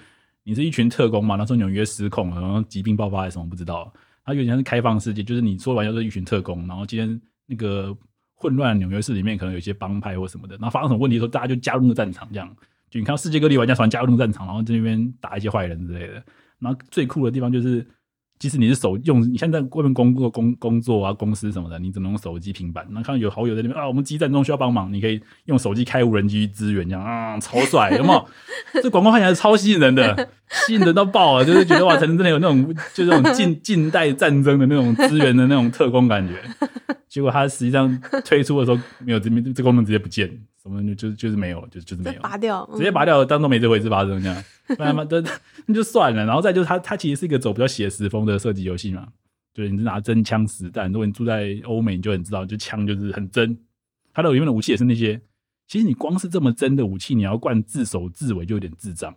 Speaker 1: 你是一群特工嘛，那时候纽约失控了，然后疾病爆发还是什么不知道。它有点像是开放世界，就是你说完就是一群特工，然后今天那个混乱的纽约市里面可能有一些帮派或什么的，然后发生什么问题的时候，大家就加入那个战场，这样就你看到世界各地玩家突然加入那个战场，然后在那边打一些坏人之类的。然后最酷的地方就是，即使你是手用，你现在在外面工作、工工作啊、公司什么的，你只能用手机、平板。那看到有好友在那边啊，我们基站中需要帮忙，你可以用手机开无人机支援，这样啊，超帅，有没有？这广告看起来超吸引人的，吸引人到爆了，啊就是觉得 哇，才能真的有那种就是那种近近代战争的那种资源的那种特工感觉。结果它实际上推出的时候没有这边这功能直接不见，什么就就就是没有，就就是没
Speaker 2: 再
Speaker 1: 有，
Speaker 2: 拔掉，嗯
Speaker 1: 直接拔掉，当做没这回事发生这样，不然嘛， 这那就算了。然后再就是它它其实是一个走比较写实风的射击游戏嘛，就是你是拿真枪实弹。如果你住在欧美，你就很知道，就枪就是很真。它的里面的武器也是那些，其实你光是这么真的武器，你要灌自首自尾就有点智障，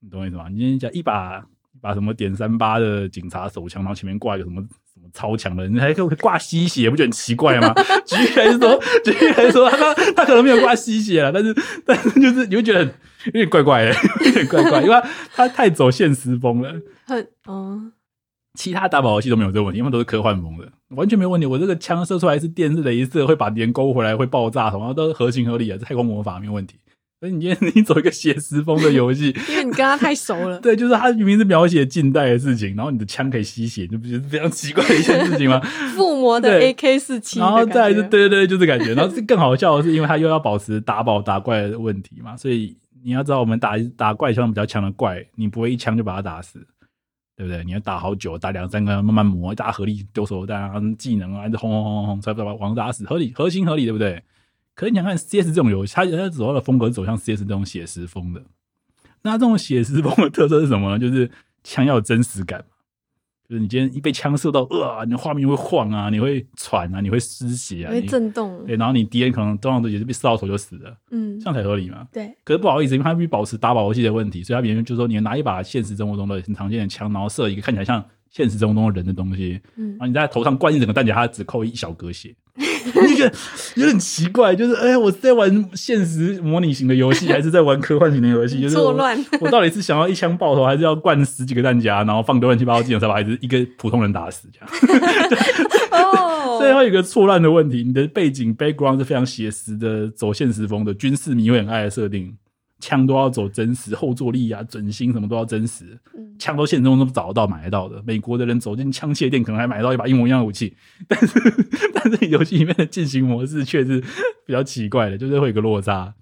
Speaker 1: 你懂我意思吗？你今天讲一把一把什么点三八的警察手枪，然后前面挂一个什么。什么超强的人，你还可以挂吸血，不觉得很奇怪吗？举例来说，举例来说，他他他可能没有挂吸血了，但是但是就是你会觉得很有点怪怪的，有点怪怪，因为他他太走现实风了。
Speaker 2: 很嗯，
Speaker 1: 其他打宝游戏都没有这个问题，因为都是科幻风的，完全没有问题。我这个枪射出来是电是镭射，会把人勾回来，会爆炸，什么都合情合理啊，这太空魔法没有问题。所以你今天 你走一个写实风的游戏，
Speaker 2: 因为你跟他太熟 了，
Speaker 1: 对，就是它明明是描写近代的事情，然后你的枪可以吸血，这不就是非常奇怪的一件事情吗？
Speaker 2: 附魔的
Speaker 1: 对
Speaker 2: AK 四七，
Speaker 1: 然后再来就对对对，就是感觉。然后是更好笑的是，因为他又要保持打宝打怪的问题嘛，所以你要知道，我们打打怪枪比较强的怪，你不会一枪就把它打死，对不对？你要打好久，打两三个，慢慢磨，打合力丢手榴弹啊、技能啊，一直轰轰轰轰，才把王打死，合理合情合理，对不对？可是你想看 CS 这种游戏，它它主要的风格是走向 CS 这种写实风的。那这种写实风的特色是什么呢？就是枪要有真实感嘛，就是你今天一被枪射到，呃，你的画面会晃啊，你会喘啊，你会失血啊，
Speaker 2: 会
Speaker 1: 你
Speaker 2: 震动，
Speaker 1: 对，然后你敌人可能通常都也是被射到头就死了，
Speaker 2: 嗯
Speaker 1: 这，样才合理嘛。
Speaker 2: 对，
Speaker 1: 可是不好意思，因为他必须保持打靶游戏的问题，所以他别人就说你拿一把现实生活中的很常见的枪，然后射一个看起来像现实生活中的人的东西，
Speaker 2: 嗯
Speaker 1: 然，后你在他头上灌一整个弹夹，他只扣一小格血，你就觉得有点奇怪，就是哎、我是在玩现实模拟型的游戏，还是在玩科幻型的 游戏？就是我
Speaker 2: 错 乱
Speaker 1: 我到底是想要一枪爆头，还是要灌十几个弹夹，然后放丢乱七八糟技能才把一一个普通人打死？这样，
Speaker 2: 哦，
Speaker 1: 所以会有一个错乱的问题。你的背景 background 是非常写实的，走现实风的，军事迷会很爱的设定，枪都要走真实，后坐力啊、准心什么都要真实。
Speaker 2: 嗯
Speaker 1: 枪都现实中都找得到、买得到的。美国的人走进枪械店，可能还买到一把一模一样的武器， 但是但是游戏里面的进行模式却是比较奇怪的，就是会有个落差。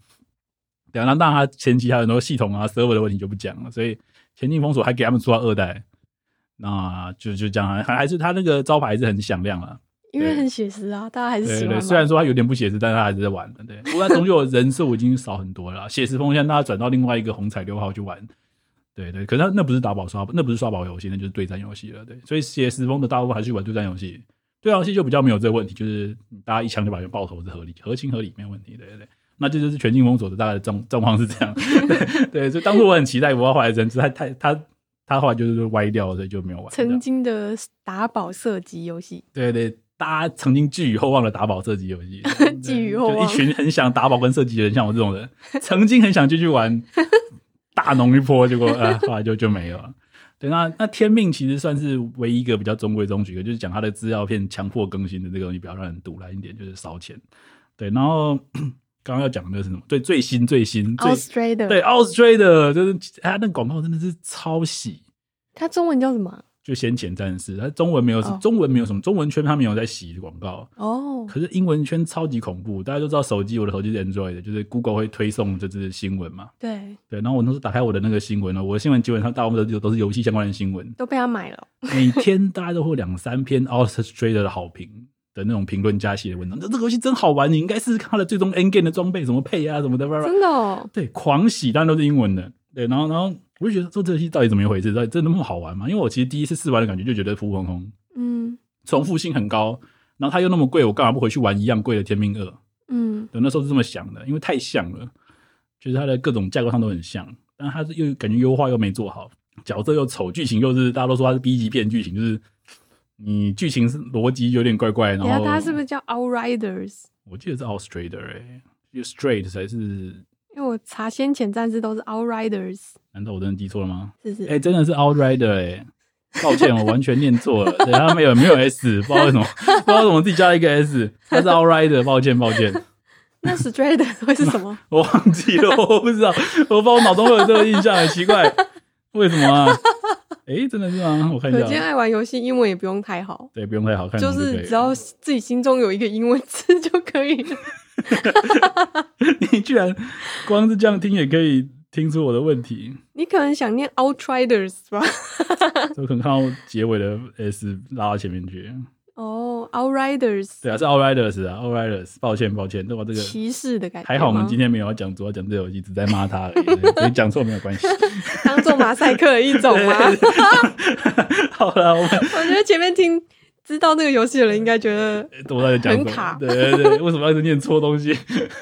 Speaker 1: 对啊，那当然，它前期还有很多系统啊、server 的问题就不讲了，所以《前进封锁》还给他们出到二代，那就就这样，还还是它那个招牌还是很响亮啊了。
Speaker 2: 因为很写实啊，大家还是
Speaker 1: 对
Speaker 2: 喜
Speaker 1: 对对，
Speaker 2: 欢嘛，
Speaker 1: 虽然说它有点不写实，但是它还是在玩 的。对，不过它终究人数已经少很多了啦。写实风现在大家转到另外一个红彩六号去玩。对对，可是它那不是打宝刷，那不是刷宝游戏，那就是对战游戏了。对，所以写实风的大部分还是去玩对战游戏。对啊战游戏就比较没有这个问题，就是大家一枪就把人爆头是合理、合情合理，没有问题。对对对，那这就是全境封锁的大概的状状况是这样。对对，所以当初我很期待，我要后来人质，他太他他后来就是歪掉了，所以就没有玩。这样
Speaker 2: 曾经的打宝射击游戏，
Speaker 1: 对对，大家曾经寄予厚望的打宝射击游戏，
Speaker 2: 寄予厚望
Speaker 1: 就一群很想打宝跟射击的人，像我这种人，曾经很想继续 玩，大农一波，结果呃，后来就就没有了。对，那那天命其实算是唯一一个比较中规中矩的，就是讲它的资料片强迫更新的这个东西，比较让人堵烂一点，就是烧钱。对，然后 刚刚要讲的是什么？对，最新最新最
Speaker 2: o u t s t r a d e r
Speaker 1: 对，奥 s t r a d e r 就是它那广告真的是抄袭。
Speaker 2: 它中文叫什么啊？
Speaker 1: 就先前战士，它中文没有什，
Speaker 2: 哦
Speaker 1: 中文没有什么，中文圈它没有在洗广告，
Speaker 2: 哦，
Speaker 1: 可是英文圈超级恐怖，大家都知道手机，我的手机是 Android 的，就是 Google 会推送这支新闻嘛。
Speaker 2: 对，，
Speaker 1: 对，然后我那时候打开我的那个新闻呢，我的新闻基本上大部分都都是游戏相关的新闻
Speaker 2: 都被他买了，
Speaker 1: 每天大概都会有两三篇 o u t s t r a d e r 的好评的那种评论家写的文章，这这个游戏真好玩，你应该试试看它的最终 N game 的装备什么配啊什么的，叭叭叭
Speaker 2: 真的哦，
Speaker 1: 对，狂喜，当然都是英文的。对，然后然后我就觉得说这游戏到底怎么一回事？到底真的那么好玩吗？因为我其实第一次试玩的感觉就觉得普普通通，
Speaker 2: 嗯
Speaker 1: 重复性很高，然后它又那么贵，我干嘛不回去玩一样贵的《天命二》？
Speaker 2: 嗯，
Speaker 1: 对，那时候是这么想的，因为太像了，就是它的各种架构上都很像，但它是又感觉优化又没做好，角色又丑，剧情又是大家都说它是 B 级片剧情，就是你剧情是逻辑有点怪怪，然
Speaker 2: 等一下
Speaker 1: 后
Speaker 2: 它是不是叫 Outriders？
Speaker 1: 我记得是 Austrader 哎、就 Straight 才是，
Speaker 2: 因为我查先前战士都是 Outriders，
Speaker 1: 难道我真的记错了吗？
Speaker 2: 是不
Speaker 1: 哎、
Speaker 2: 是？
Speaker 1: 真的是 Outrider 哎、抱歉，我完全念错了，对，他没有没有 S，不知道为什么，不知道为什么自己加了一个 S，他是 Outrider，抱歉抱歉。
Speaker 2: 那 s t r a d e r 会是什么？
Speaker 1: 我忘记 了，我不知道，我把我脑中会有这个印象，很奇怪，为什么啊？诶，真的是吗？我看
Speaker 2: 可
Speaker 1: 一
Speaker 2: 见
Speaker 1: 下，啊
Speaker 2: 爱玩游戏英文也不用太好，
Speaker 1: 对，不用太好看，
Speaker 2: 就
Speaker 1: 可以
Speaker 2: 是
Speaker 1: 了
Speaker 2: 只要自己心中有一个英文字就可以了。
Speaker 1: 你居然光是这样听也可以听出我的问题，
Speaker 2: 你可能想念 Outriders 吧？
Speaker 1: 就可能看到结尾的 S 拉到前面去。
Speaker 2: 哦 Outriders
Speaker 1: 对啊，是 Outriders 啊，Outriders，抱歉抱歉，那我这个
Speaker 2: 骑士的感觉吗。
Speaker 1: 还好我们今天没有要讲主要讲这游戏，只在骂他而已，对所以讲错没有关系。
Speaker 2: 当做马赛克的一种吗？
Speaker 1: 好了，我们
Speaker 2: 我觉得前面听知道那个游戏的人应该 觉得
Speaker 1: 我到底讲什
Speaker 2: 很卡
Speaker 1: 么？对对对，为什么要一直念错东西？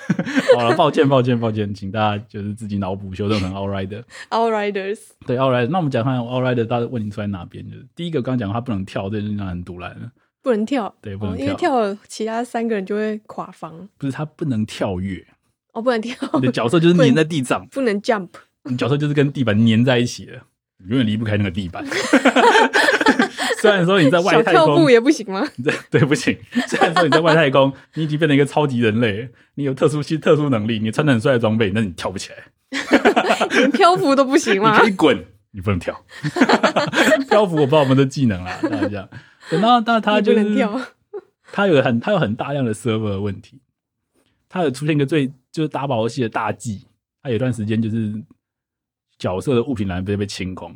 Speaker 1: 好了，抱歉抱歉抱歉，请大家就是自己脑补修正成 Outrider 的。
Speaker 2: Outriders
Speaker 1: 对 Outrider，那我们讲看 Outrider 到底问题出在哪边？就是第一个刚刚讲他不能跳，这件事情让人很堵然了。
Speaker 2: 不能跳，
Speaker 1: 对不能
Speaker 2: 哦因为
Speaker 1: 跳
Speaker 2: 跳了其他三个人就会垮房
Speaker 1: 不是他不能跳跃，
Speaker 2: 哦，不能跳，
Speaker 1: 你的角色就是粘在地上，
Speaker 2: 不能 jump，
Speaker 1: 你角色就是跟地板粘在一起了，你永远离不开那个地板。 虽然说你在外
Speaker 2: 小
Speaker 1: 太
Speaker 2: 跳
Speaker 1: 空
Speaker 2: 步，也不行吗？
Speaker 1: 你在对不行，虽然说你在外太空，你已经变成一个超级人类，你有特殊系特殊能力，你穿着很帅的装备，但你跳不起来，
Speaker 2: 连漂浮都不行
Speaker 1: 你
Speaker 2: 吗
Speaker 1: 可？以滚，你不能跳。 漂浮我不知道我们的技能啦，大家。等到那他
Speaker 2: 你不
Speaker 1: 就
Speaker 2: 能
Speaker 1: 是
Speaker 2: 跳，
Speaker 1: 他有很他有很大量的 server 的问题，他有出现一个最就是打宝游戏的大忌，他有一段时间就是角色的物品栏被被清空，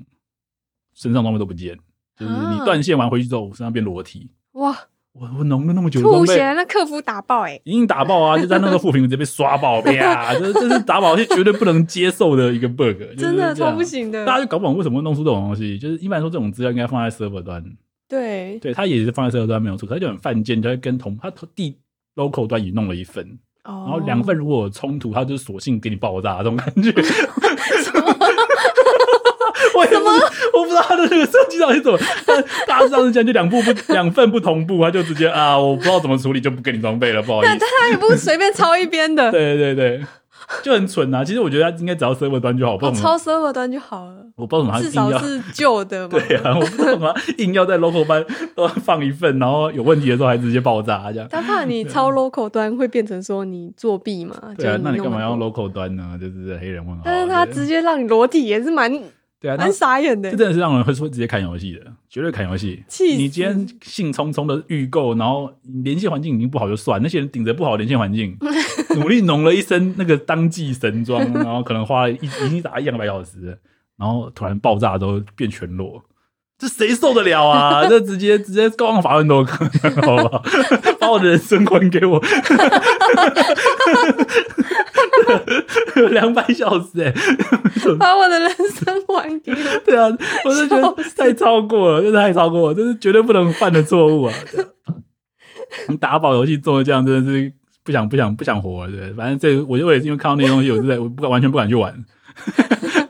Speaker 1: 身上装备都不见，就是你
Speaker 2: 啊
Speaker 1: 断线完回去之后，我身上变裸体，
Speaker 2: 哇，
Speaker 1: 我我弄了那么久的装
Speaker 2: 吐
Speaker 1: 备
Speaker 2: 血，，那客服打爆哎，
Speaker 1: 一定打爆啊！就在那个副屏直接被刷爆，啪！这这是打宝是绝对不能接受的一个 bug，就是
Speaker 2: 真的
Speaker 1: 这样
Speaker 2: 超不。行的
Speaker 1: 大，家就搞不懂为什么会弄出这种东西，就是一般来说这种资料应该放在 server 端，
Speaker 2: 对，
Speaker 1: 对，它也是放在 server 端没有错，它就很犯贱，它就跟同它同地 local 端也弄了一份，
Speaker 2: 然
Speaker 1: 然后两 份如果有冲突，它就索性给你爆炸这种感觉。 我也不知我不知道它的这个设计到底是怎么，但大致上是这样，就两部不两份不同步，它就直接啊，我不知道怎么处理，就不给你装备了，不好意思。
Speaker 2: 他也不随便抄一边的，
Speaker 1: 对对对，就很蠢啊！其实我觉得他应该只要 server 端就好，不
Speaker 2: 哦
Speaker 1: 然
Speaker 2: 抄 server 端就好了，
Speaker 1: 我不知道为
Speaker 2: 至
Speaker 1: 什么他硬
Speaker 2: 少
Speaker 1: 要。
Speaker 2: 是旧的嘛。
Speaker 1: 对啊，我不知道为什么他硬要在 local 班都放一份，然后有问题的时候还直接爆炸这样。
Speaker 2: 他怕你抄 local 端会变成说你作弊嘛？
Speaker 1: 对啊
Speaker 2: 就，
Speaker 1: 那你干嘛要
Speaker 2: 弄得
Speaker 1: local 端呢？就是黑人问号。
Speaker 2: 但是他
Speaker 1: 对
Speaker 2: 直接让你裸体也是蛮
Speaker 1: 对啊，那
Speaker 2: 蛮傻眼的
Speaker 1: 这。真的是让人会说直接砍游戏的，绝对砍游戏。
Speaker 2: 气死
Speaker 1: 你今天兴冲冲的预购，然后连线环境已经不好就算，那些人顶着不好的连线环 境，努力弄了一身那个当季神装，然后可能花了一已经打一两百小时，然后突然爆炸都变全裸。这谁受得了 啊？这直接直接告上法院都有可能，好不好？把我的人生还给 我，两百小时哎、
Speaker 2: 把我的人生还 给我，
Speaker 1: 对啊，我是觉得太超过了，真的太超过了，这是绝对不能犯的错误啊！对啊 你打宝游戏做的这样，真的是不想不想不想活了。啊对，反正这我就我也是因为看到那些东西，我是在我不敢完全不敢去玩。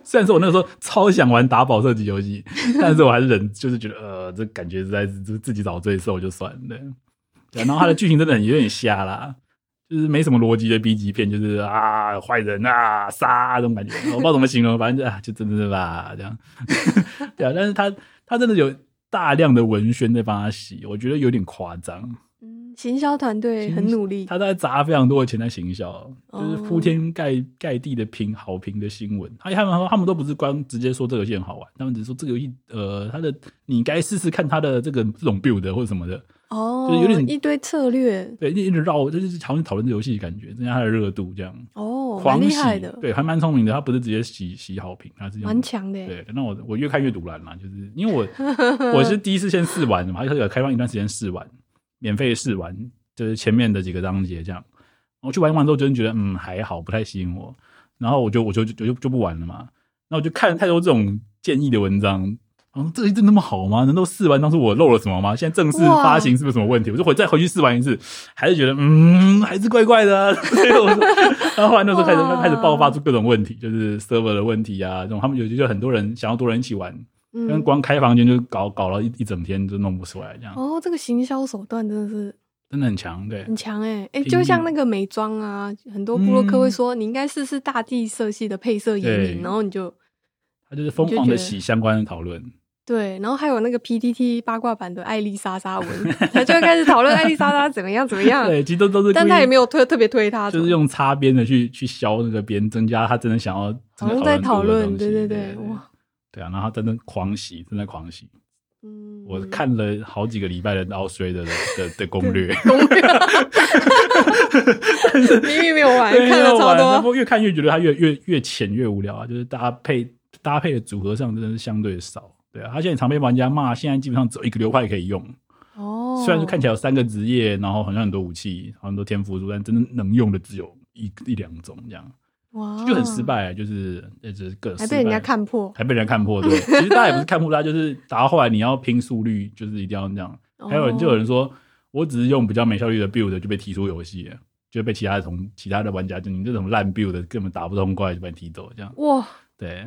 Speaker 1: 虽然说我那个时候超想玩打宝射击游戏，但是我还是忍，就是觉得呃，这感觉实在是自自己找罪受就算了。对对啊然后它的剧情真的很有点瞎啦。就是没什么逻辑的 B 级片，就是啊坏人啊杀这种感觉，我不知道怎么形容，反正就啊就真的吧这样，对啊，但是他他真的有大量的文宣在帮他洗，我觉得有点夸张，
Speaker 2: 嗯，行销团队很努力，
Speaker 1: 他在砸非常多的钱在行销，
Speaker 2: 哦
Speaker 1: 就是铺天盖盖地的评好评的新闻，他他们他们都不是光直接说这个游戏很好玩，他们只是说这个游戏呃他的你该试试看他的这个这种 build 或者什么的，
Speaker 2: 哦，
Speaker 1: 就是有点
Speaker 2: 一堆策略，
Speaker 1: 对，一直一直绕就是好像讨论这游戏的感觉，增加它的热度这样。
Speaker 2: 哦，蛮
Speaker 1: 狂
Speaker 2: 厉
Speaker 1: 喜
Speaker 2: 害的，
Speaker 1: 对，还蛮聪明的。他不是直接洗洗好评，他是用
Speaker 2: 蛮强的欸耶，
Speaker 1: 对。那我我越看越堵然嘛，就是因为我我是第一次先试玩的嘛，它有开放一段时间试玩，免费试玩，就是前面的几个章节这样。我去玩完之后，真的觉得嗯还好，不太吸引我，然后我就我就我就就不玩了嘛。那我就看了太多这种建议的文章。嗯，这一阵那么好吗？难道试完当初我漏了什么吗？现在正式
Speaker 2: 哇
Speaker 1: 发行是不是有什么问题？我就回再回去试玩一次，还是觉得嗯，还是怪怪的、 啊。所以我就然后后来那时候开始
Speaker 2: 哇
Speaker 1: 开始爆发出各种问题，就是 server 的问题啊，这种他们有就很多人想要多人一起玩，但
Speaker 2: 嗯，
Speaker 1: 光开房间就搞搞了一一整天就弄不出来，这样、
Speaker 2: 哦，这个行销手段真的是
Speaker 1: 真的很强。对，
Speaker 2: 很强哎，哎，
Speaker 1: 拼
Speaker 2: 就像那个美妆啊，很多部落客会说你应该试试大地色系的配色眼
Speaker 1: 嗯对
Speaker 2: 影，然后你就
Speaker 1: 他就是疯狂的洗相关的讨论。
Speaker 2: 对，然后还有那个 PTT 八卦版的艾丽莎莎文，他就会开始讨论艾丽莎莎怎么样怎么样，
Speaker 1: 对，其实都都是故意，
Speaker 2: 嗯但他也没有推特别推他，
Speaker 1: 就是用擦边的去去削那个边，增加他真的想要真
Speaker 2: 好
Speaker 1: 的
Speaker 2: 像在讨
Speaker 1: 讨论
Speaker 2: 论，
Speaker 1: 多的
Speaker 2: 对
Speaker 1: 东西
Speaker 2: 对，哇，
Speaker 1: 对啊，然后他真的狂洗，真的狂洗。
Speaker 2: 嗯，
Speaker 1: 我 看了好几个礼拜的奥衰的的的攻略，
Speaker 2: 攻略， 明明没有玩，
Speaker 1: 对
Speaker 2: 看了超
Speaker 1: 然后
Speaker 2: 多，
Speaker 1: 我越看越觉得它越越越浅越无聊啊，就是搭配搭配的组合上真的是相对少。对啊，他现在常被玩家骂，现在基本上只有一个流派可以用，
Speaker 2: 哦，
Speaker 1: 虽然说看起来有三个职业，然后好像很多武器，好像很多天赋书，但真的能用的只有一一两种，这样
Speaker 2: 哇，
Speaker 1: 就很失，败，就是呃，就是各
Speaker 2: 哦还被人家看破，
Speaker 1: 还被人家看破，对不对。其实大家也不是看破他，就是打到后来你要拼速率，就是一定要那样。
Speaker 2: 哦
Speaker 1: 还有人就有人说，我只是用比较没效率的 build 就被踢出游戏了，就被其他的同其他的玩家就你这种烂 build 根本打不通怪就把你踢走，这样
Speaker 2: 哇，
Speaker 1: 对，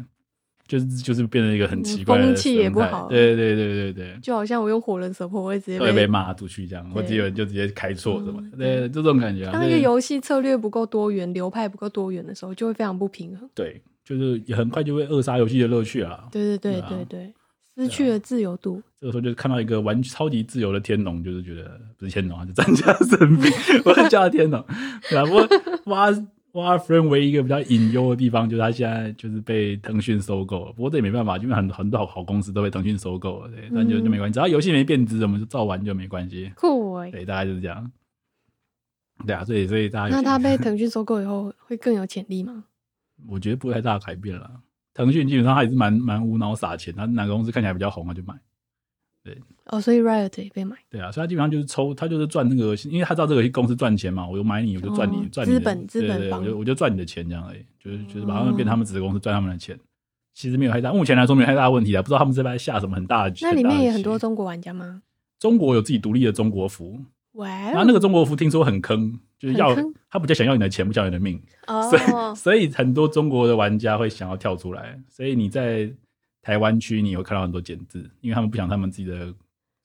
Speaker 1: 就是就是变成一个很奇怪的
Speaker 2: 嗯风气也
Speaker 1: 生
Speaker 2: 不
Speaker 1: 态
Speaker 2: 好
Speaker 1: 对对对对对。
Speaker 2: 就好像我用火人手破，我会直接
Speaker 1: 会被
Speaker 2: 被。
Speaker 1: 骂出去这样，或者
Speaker 2: 对
Speaker 1: 有人就直接开错什么的，
Speaker 2: 嗯
Speaker 1: 对，就这种感觉啊。
Speaker 2: 当一
Speaker 1: 所
Speaker 2: 个
Speaker 1: 以
Speaker 2: 游戏策略不够多元、流派不够多元的时候，就会非常不平衡。
Speaker 1: 对，就是也很快就会扼杀游戏的乐趣啊。
Speaker 2: 对对
Speaker 1: 对
Speaker 2: 对
Speaker 1: 啊
Speaker 2: 对对，失去了自由度。
Speaker 1: 这个时候就是看到一个玩超级自由的天龙，就是觉得不是天龙啊，是战家神兵，我要叫他天龙。对啊，不过挖挖 friend 唯一一个比较隐忧的地方，就是他现在就是被腾讯收购了。不过这也没办法，因为很很多好好公司都被腾讯收购了，对，但就
Speaker 2: 嗯
Speaker 1: 就没关系，只要游戏没变质，我们就照玩就没关系。
Speaker 2: 酷哎、
Speaker 1: 对，大概就是这样。对啊，所以所以大家有
Speaker 2: 那
Speaker 1: 兴趣
Speaker 2: 他被 腾讯收购以后，会更有潜力吗？
Speaker 1: 我觉得不会太大的改变了。腾讯基本上它也是蛮蛮无脑撒钱，它哪个公司看起来比较红，它就买。
Speaker 2: 哦，所以 Riot 也被买，
Speaker 1: 对啊，所以它基本上就是抽，它就是赚那个，因为它知道这个公司赚钱嘛，我就买你，我就赚你，
Speaker 2: 哦
Speaker 1: 赚你的
Speaker 2: 资本资本
Speaker 1: 对对对，
Speaker 2: 方
Speaker 1: 我就我就赚你的钱这样而已，就是就是把
Speaker 2: 哦
Speaker 1: 他们变他们子公司赚他们的钱，其实没有太大，目前来说没有太大的问题啊，不知道他们这边下什么很大的。
Speaker 2: 那里
Speaker 1: 大
Speaker 2: 面
Speaker 1: 的
Speaker 2: 也很多
Speaker 1: 棋
Speaker 2: 中国玩家吗？
Speaker 1: 中国有自己独立的中国服，
Speaker 2: 哇
Speaker 1: 然后那个中国服听说很坑，就是要
Speaker 2: 哎很坑
Speaker 1: 他比较想要你的钱，不想要你的命。所以
Speaker 2: 哦，
Speaker 1: 所以很多中国的玩家会想要跳出来，所以你在台湾区你有看到很多简字，因为他们不想他们自己的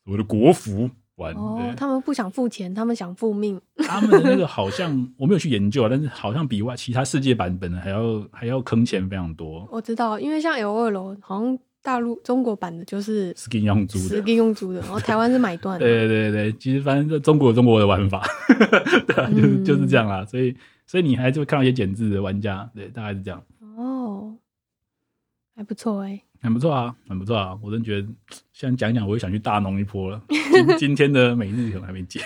Speaker 1: 所谓的国服玩。
Speaker 2: 哦
Speaker 1: 对，
Speaker 2: 他们不想付钱，他们想付命。
Speaker 1: 他们的那个好像我没有去研究啊，但是好像比外其他世界版本的还要还要坑钱非常多。
Speaker 2: 我知道，因为像 L 二楼，好像大陆中国版的就是
Speaker 1: skin 用租
Speaker 2: 实
Speaker 1: 的，
Speaker 2: 给用足的，然后台湾是买断的。
Speaker 1: 对对对，其实反正这中国有中国的玩法， 对啊，就是、
Speaker 2: 嗯
Speaker 1: 就是这样啦。所以所以你还是会看到一些简字的玩家，对，大概是这样。
Speaker 2: 哦，还不错哎、
Speaker 1: 很不错啊，很不错啊！我真觉得，现在讲一讲，我也想去大农一波了。今今天的每日可能还没解，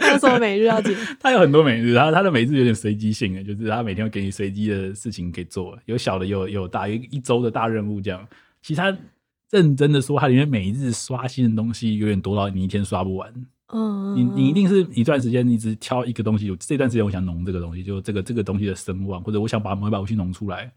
Speaker 2: 还有什么每日要解？
Speaker 1: 它有很多每日，它它的每日有点随机性的，就是它每天会给你随机的事情给做，有小的，有有大，有一周的大任务这样。其实它认真的说，它里面每日刷新的东西有点多到你一天刷不完。
Speaker 2: 嗯，
Speaker 1: 你你一定是一段时间，你只挑一个东西，我这段时间我想弄这个东西，就这个这个东西的声望，或者我想把某一把武器弄出来。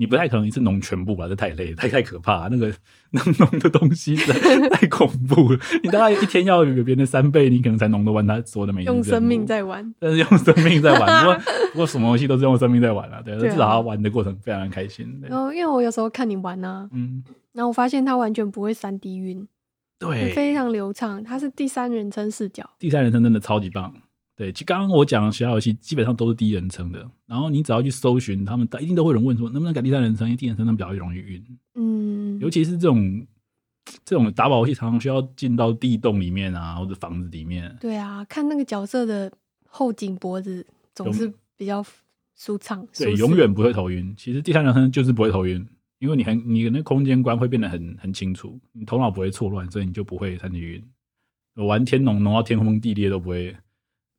Speaker 1: 你不太可能一次弄全部吧，这太累，太太可怕、那个 能弄的东西实在 太恐怖了。你大概一天要有别人的三倍，你可能才弄得完他说的每一
Speaker 2: 用
Speaker 1: 任
Speaker 2: 生命
Speaker 1: 务
Speaker 2: 在玩。
Speaker 1: 但是用生命在玩，不过不过什么游戏都是用生命在玩啊，对，
Speaker 2: 对啊哦
Speaker 1: 至少他玩的过程非常开心。对
Speaker 2: 然后，因为我有时候看你玩啊，
Speaker 1: 嗯，
Speaker 2: 然后我发现他完全不会三 D 晕，
Speaker 1: 对，
Speaker 2: 非常流畅，他是第三人称视角。
Speaker 1: 第三人称真的超级棒。对，其实刚刚我讲的其他游戏基本上都是第一人称的，然后你只要去搜寻，他们一定都会有人问说能不能改第三人称，因为第一人称他们比较容易晕，
Speaker 2: 嗯，
Speaker 1: 尤其是这种这种打宝游戏，常常需要进到地洞里面啊，或者房子里面。
Speaker 2: 对啊，看那个角色的后颈脖子总
Speaker 1: 永
Speaker 2: 是比较舒畅，
Speaker 1: 对，
Speaker 2: 舒适
Speaker 1: 永远不会头晕。其实第三人称就是不会头晕，因为你很你的那空间观会变得很很清楚，你头脑不会错乱，所以你就不会三级晕。我玩天龙龙到天崩地裂都不会，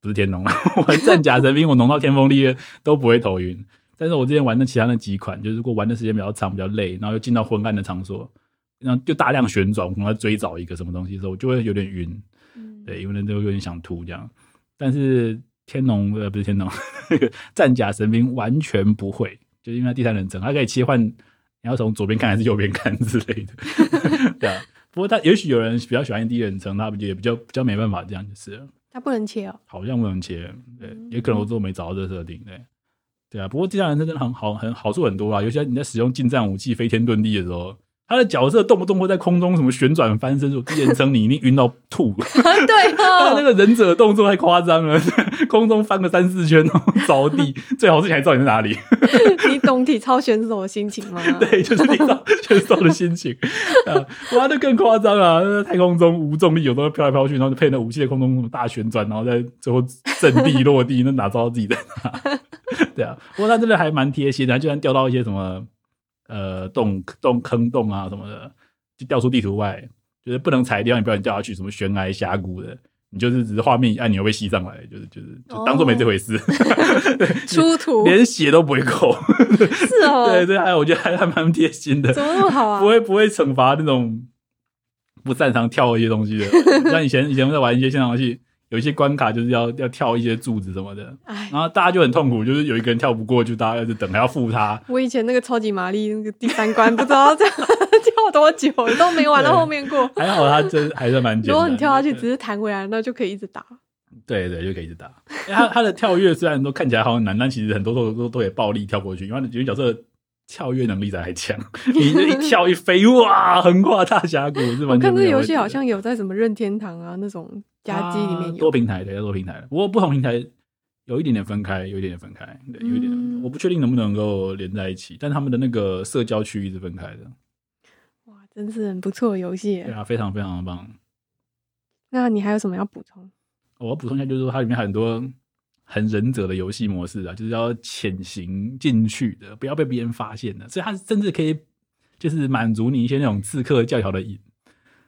Speaker 1: 不是天龙， 我玩战甲神兵我龙到天崩地裂都不会头晕。但是我之前玩的其他那几款，就是如果玩的时间比较长、比较累，然后又进到昏暗的场所，然后就大量旋转，我可能要追找一个什么东西的时候，我就会有点晕。
Speaker 2: 嗯
Speaker 1: 对，因为那都有点想吐这样。但是天龙呃不是天龙，那个战甲神兵完全不会，就是因为它第三人称，它可以切换，你要从左边看还是右边看之类的， 对啊。不过他也许有人比较喜欢第一人称，他也比较比较没办法这样，就是了
Speaker 2: 他不能切哦。
Speaker 1: 好像不能切，对
Speaker 2: 嗯，
Speaker 1: 也可能我都没找到这个设定，对。对啊，不过第三人称真的很好，很好处很多啊。尤其你在使用近战武器飞天遁地的时候，他的角色动不动会在空中什么旋转翻身，就第一人称你一定晕到吐。
Speaker 2: 啊对
Speaker 1: 他 那
Speaker 2: 哦，
Speaker 1: 个忍者的动作太夸张了， 空中翻个三四圈，然后着地，最好是你还知道你在哪里。
Speaker 2: 你懂体操选手的心情吗？
Speaker 1: 对，就是你知道选手的心情。啊，哇，那更夸张啊！那太空中无重力，有时候飘来飘去，然后就配那武器的空中大旋转，然后再最后震地落地，那哪知道自己在哪？ 对啊，不过他真的还蛮贴心的，他居然掉到一些什么呃洞洞坑洞啊什么的，就掉出地图外，就是不能踩掉，你不然掉下去什么悬崖峡谷的。你就是只是画面一按钮被吸上来，就是就是就当做没这回事，
Speaker 2: 出图
Speaker 1: 连血都不会扣。
Speaker 2: 是哦，
Speaker 1: 对对，还有我觉得还还蛮贴心的。
Speaker 2: 怎么那么好啊
Speaker 1: 不？会不会惩罚那种不擅长跳一些东西 的。像以前以前在玩一些线上游戏，有一些关卡就是要要跳一些柱子什么的，
Speaker 2: 哎，
Speaker 1: 然后大家就很痛苦，就是有一个人跳不过，就大家一直等，还要护他。
Speaker 2: 我以前那个超级玛丽那个第三关，不知道这样 跳多久，都没玩到后面过。
Speaker 1: 还好他真还算蛮简单的。
Speaker 2: 如果你跳下去只是弹回来，那就可以一直打。
Speaker 1: 对对，就可以一直打。因为他他的跳跃虽然都看起来好像难，但其实很多都都都得暴力跳过去，因为有些角色的跳跃能力才还强。 你这一跳一飞，哇，横跨大峡谷是
Speaker 2: 我
Speaker 1: 完全
Speaker 2: 看
Speaker 1: 没有问
Speaker 2: 这
Speaker 1: 题的。
Speaker 2: 游戏好像有在什么任天堂啊那种家机里面
Speaker 1: 啊
Speaker 2: 有
Speaker 1: 多。平台的，要多平台的。不过不同平台有一点点分开，有一点点分开，对，有一点点分开
Speaker 2: 嗯
Speaker 1: 我不确定能不能够连在一起，但他们的那个社交区域是分开的。
Speaker 2: 哇，真是很不错的游戏
Speaker 1: 对
Speaker 2: 耶。
Speaker 1: 啊，非常非常棒。
Speaker 2: 那你还有什么要补充？
Speaker 1: 我要补充一下，就是说它里面还有很多很忍者的游戏模式啊，就是要潜行进去的，不要被别人发现的，所以它甚至可以就是满足你一些那种刺客教条的瘾，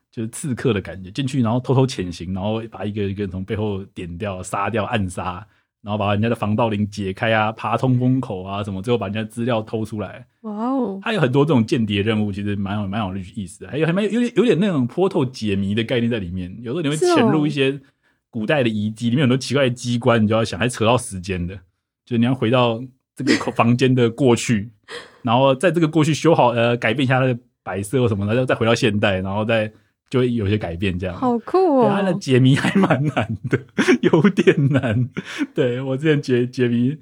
Speaker 1: 就是刺客的感觉，进去然后偷偷潜行，然后把一个一个人从背后点掉、杀掉、暗杀，然后把人家的防盗铃解开啊，爬通风口啊什么，最后把人家资料偷出来。
Speaker 2: 哇哦，
Speaker 1: 它有很多这种间谍任务，其实蛮有蛮有意思的，还有还蛮有有点有点那种坡头解谜的概念在里面。有时候你会
Speaker 2: 是哦
Speaker 1: 潜入一些古代的遗迹，里面有很多奇怪的机关，你就要想，还扯到时间的，就是你要回到这个 房间的过去，然后在这个过去修好呃改变一下它的摆设或什么的，然后再回到现代，然后再就会有一些改变这样。
Speaker 2: 好酷
Speaker 1: 对，啊它的
Speaker 2: 哦！
Speaker 1: 解谜还蛮难的，有点难。对我之前解解谜，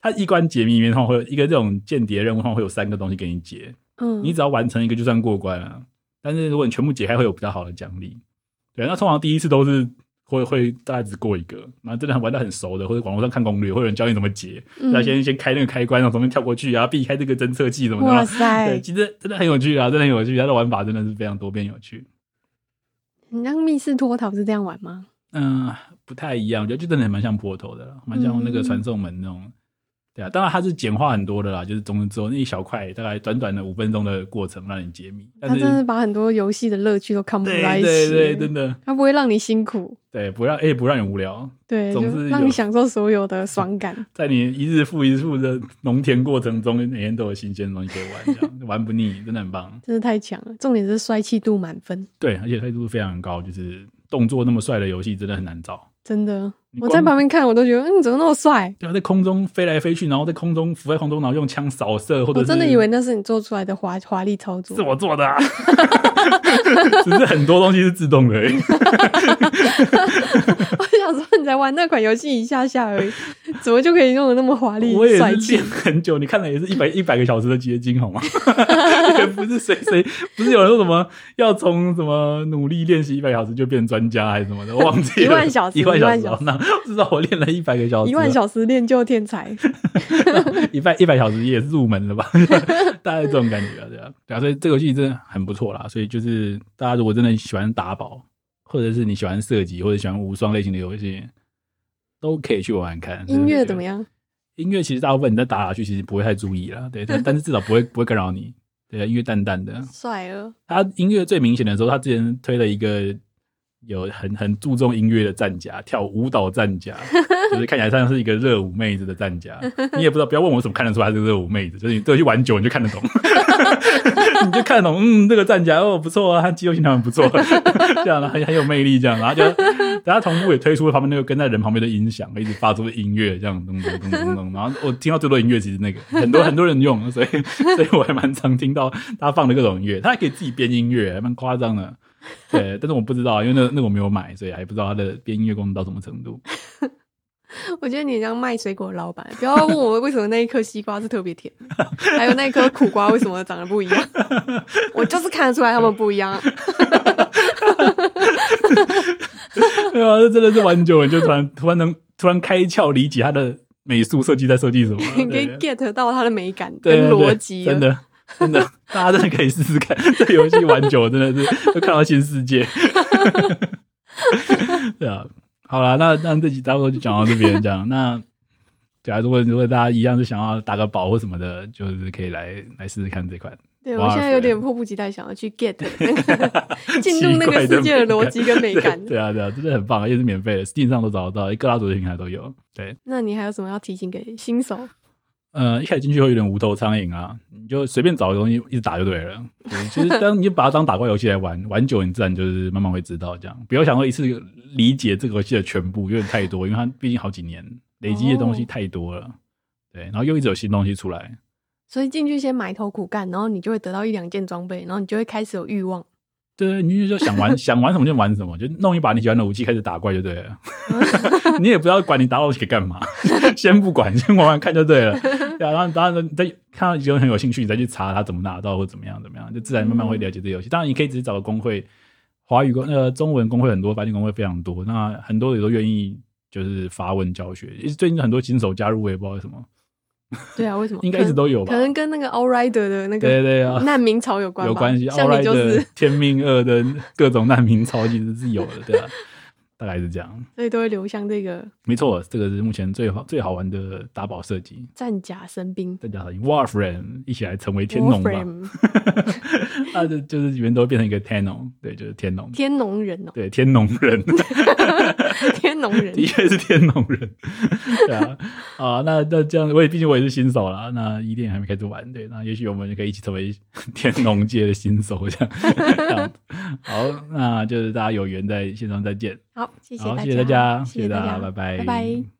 Speaker 1: 它一关解谜里面的话，会有一个这种间谍任务，它会有三个东西给你解，
Speaker 2: 嗯，
Speaker 1: 你只要完成一个就算过关了。但是如果你全部解开，会有比较好的奖励。对，啊那通常第一次都是会会大概只过一个，然后真的玩的很熟的，或者网络上看攻略，会有人教你怎么解，
Speaker 2: 嗯
Speaker 1: 要先先开那个开关，然后从那边跳过去啊，避开这个侦测器什么的。
Speaker 2: 哇
Speaker 1: 对，
Speaker 2: 塞，
Speaker 1: 其实真的很有趣啊，真的很有趣，它的玩法真的是非常多变有趣。
Speaker 2: 你像密室脱逃是这样玩吗？
Speaker 1: 嗯，不太一样，我觉得就真的蛮像坡头的啦，蛮像那
Speaker 2: 嗯
Speaker 1: 个传送门那种。对啊，当然它是简化很多的啦，就是中之后那一小块，大概短短的五分钟的过程让你解密，但
Speaker 2: 它
Speaker 1: 是
Speaker 2: 真的把很多游戏的乐趣都 c o m
Speaker 1: 对
Speaker 2: 在一起，
Speaker 1: 对对，真的
Speaker 2: 它不会让你辛苦，
Speaker 1: 对，不让哎、不让你无聊，
Speaker 2: 对，
Speaker 1: 总
Speaker 2: 就是让
Speaker 1: 有
Speaker 2: 你享受所有的爽感。
Speaker 1: 在你一日复一日的农田过程中，每天都有新鲜的东西可以玩，这样玩不腻，真的很棒。
Speaker 2: 真是太强了，重点是帅气度满分，
Speaker 1: 对，而且态度非常高，就是动作那么帅的游戏真的很难找。
Speaker 2: 真的
Speaker 1: 你。
Speaker 2: 我
Speaker 1: 光
Speaker 2: 在旁边看，我都觉得，嗯，怎么那么帅？
Speaker 1: 对啊，在空中飞来飞去，然后在空中浮在空中，然后用枪扫射，或者
Speaker 2: 我
Speaker 1: 是
Speaker 2: 哦真的以为那是你做出来的华华丽操作
Speaker 1: 是。我做的、 啊，只是很多东西是自动的而已。
Speaker 2: 我想说你才玩那款游戏一下下而已，怎么就可以弄得那么华丽
Speaker 1: 我也
Speaker 2: 帅
Speaker 1: 是
Speaker 2: 气
Speaker 1: 练？很久，你看了也是一百一百个小时的结晶， 好吗？也不是谁谁，不是有人说什么要从什么努力练习一百小时就变专家还是什么的，我忘记了。
Speaker 2: 一万小时
Speaker 1: 一万
Speaker 2: 一
Speaker 1: 小
Speaker 2: 万
Speaker 1: 时哦
Speaker 2: 小，时
Speaker 1: 那至少我练了一百个小时，
Speaker 2: 一万小时练就天才，
Speaker 1: 一百一百小时也是入门了吧？ 大概这种感觉啊，对啊，对啊，所以这个游戏真的很不错啦。所以就是大家如果真的喜欢打宝，或者是你喜欢射击，或者喜欢无双类型的游戏，都可以去玩玩看。
Speaker 2: 音乐怎么
Speaker 1: 样？
Speaker 2: 样？
Speaker 1: 音乐其实大部分你在打来打去，其实不会太注意啦，对，但但是至少不会不会干扰你。对啊，音乐淡淡的。
Speaker 2: 帅哦了，
Speaker 1: 他音乐最明显的时候，他之前推了一个有很很注重音乐的战甲，跳舞蹈战甲，就是看起来像是一个热舞妹子的战甲。你也不知道，不要问我怎么看得出她是热舞妹子，就是你都去玩久，你就看得懂，你就看得懂。嗯，这个战甲哦不错啊，他肌肉线条很不错，这样很很有魅力，这样，然后就，然后同步也推出了旁边那个跟在人旁边的音响，一直发出音乐，这样咚咚咚咚咚。然后我听到最多的音乐其实那个很多很多人用，所以 所以我还蛮常听到他放的各种音乐，他还可以自己编音乐，还蛮夸张的。对，但是我不知道，因为那那个我没有买，所以还不知道他的编音乐功能到什么程度。
Speaker 2: 我觉得你很像卖水果的老板，不要问我为什么那一颗西瓜是特别甜，还有那一颗苦瓜为什么长得不一样，我就是看得出来他们不一
Speaker 1: 哦
Speaker 2: 样。
Speaker 1: 对啊，这真的是玩久了你就突然突然能突然开窍，理解他的美术设计在设计什么。
Speaker 2: 你可以
Speaker 1: 对
Speaker 2: get 到它的美感
Speaker 1: 对
Speaker 2: 跟
Speaker 1: 对对
Speaker 2: 逻辑，
Speaker 1: 真的。真的， 大家真的可以试试看， 这游戏玩久了真的是会看到新世界。 对啊，好啦，那那这集差不多就讲到这边，这样。那对啊，如果如果大家一样是想要打个宝或什么的，就是可以来来试试看这款。
Speaker 2: 对
Speaker 1: 哇
Speaker 2: 我现在有点迫不及待想要去 get 那个进入那个世界的逻辑跟美感
Speaker 1: 对。对啊，对啊，真的很棒，也是免费的，Steam 上都找得到，各大主机平台都有。对，
Speaker 2: 那你还有什么要提醒给新手？
Speaker 1: 呃，一开始进去会有点无头苍蝇啊，你就随便找个东西一直打就对了。对就是当你就把它当打怪游戏来玩，玩久你自然就是慢慢会知道这样。不要想说一次理解这个游戏的全部，有点太多，因为它毕竟好几年累积的东西
Speaker 2: 哦
Speaker 1: 太多了。对，然后又一直有新东西出来。
Speaker 2: 所以进去先埋头苦干，然后你就会得到一两件装备，然后你就会开始有欲望。
Speaker 1: 对，你就想玩 想玩什么就玩什么，就弄一把你喜欢的武器开始打怪就对 了。你也不要管你打到去干嘛， 先不管，先玩玩看就对 了。对啊，然后当然你再看到有人很有兴趣，你再去查他怎么拿到或怎么样怎么样，就自然慢慢会了解这个游戏。当然，你可以直接找个工会，华语工呃中文工会很多，繁体工会非常多，那很多也都愿意就是发问教学。最近很多新手加入，我也不知道为什么，
Speaker 2: 对啊，为什么？
Speaker 1: 应该一直都有吧
Speaker 2: 可能可能跟那个 All Rider 的那
Speaker 1: 对
Speaker 2: 个
Speaker 1: 对啊，
Speaker 2: 难民潮有关吧，
Speaker 1: 有关系。
Speaker 2: 像
Speaker 1: 奥
Speaker 2: 你
Speaker 1: 莱
Speaker 2: 就
Speaker 1: 的
Speaker 2: 是，
Speaker 1: 天命二的各种难民潮其实是有的，对啊， 大概是这样。
Speaker 2: 所以都会流向这个
Speaker 1: 没错，这个是目前最好最好玩的打宝设计。
Speaker 2: 战甲神兵
Speaker 1: 再加上 Warframe 一起来成为天龙吧，
Speaker 2: Warframe
Speaker 1: 那就就是原都变成一个 Tenon，对，就是天龙，
Speaker 2: 天龙人哦，
Speaker 1: 对，天龙人，
Speaker 2: 天龙人
Speaker 1: 的确是天龙人， 对啊，啊，那那这样，我也毕竟我也是新手啦，那一定还没开始玩，对，那也许我们就可以一起成为天龙界的新手，这样， 这样好，那就是大家有缘在线上再见，
Speaker 2: 好，谢谢
Speaker 1: 好，
Speaker 2: 大家，
Speaker 1: 谢谢大家，
Speaker 2: 谢
Speaker 1: 谢
Speaker 2: 大
Speaker 1: 大家，拜
Speaker 2: 拜拜。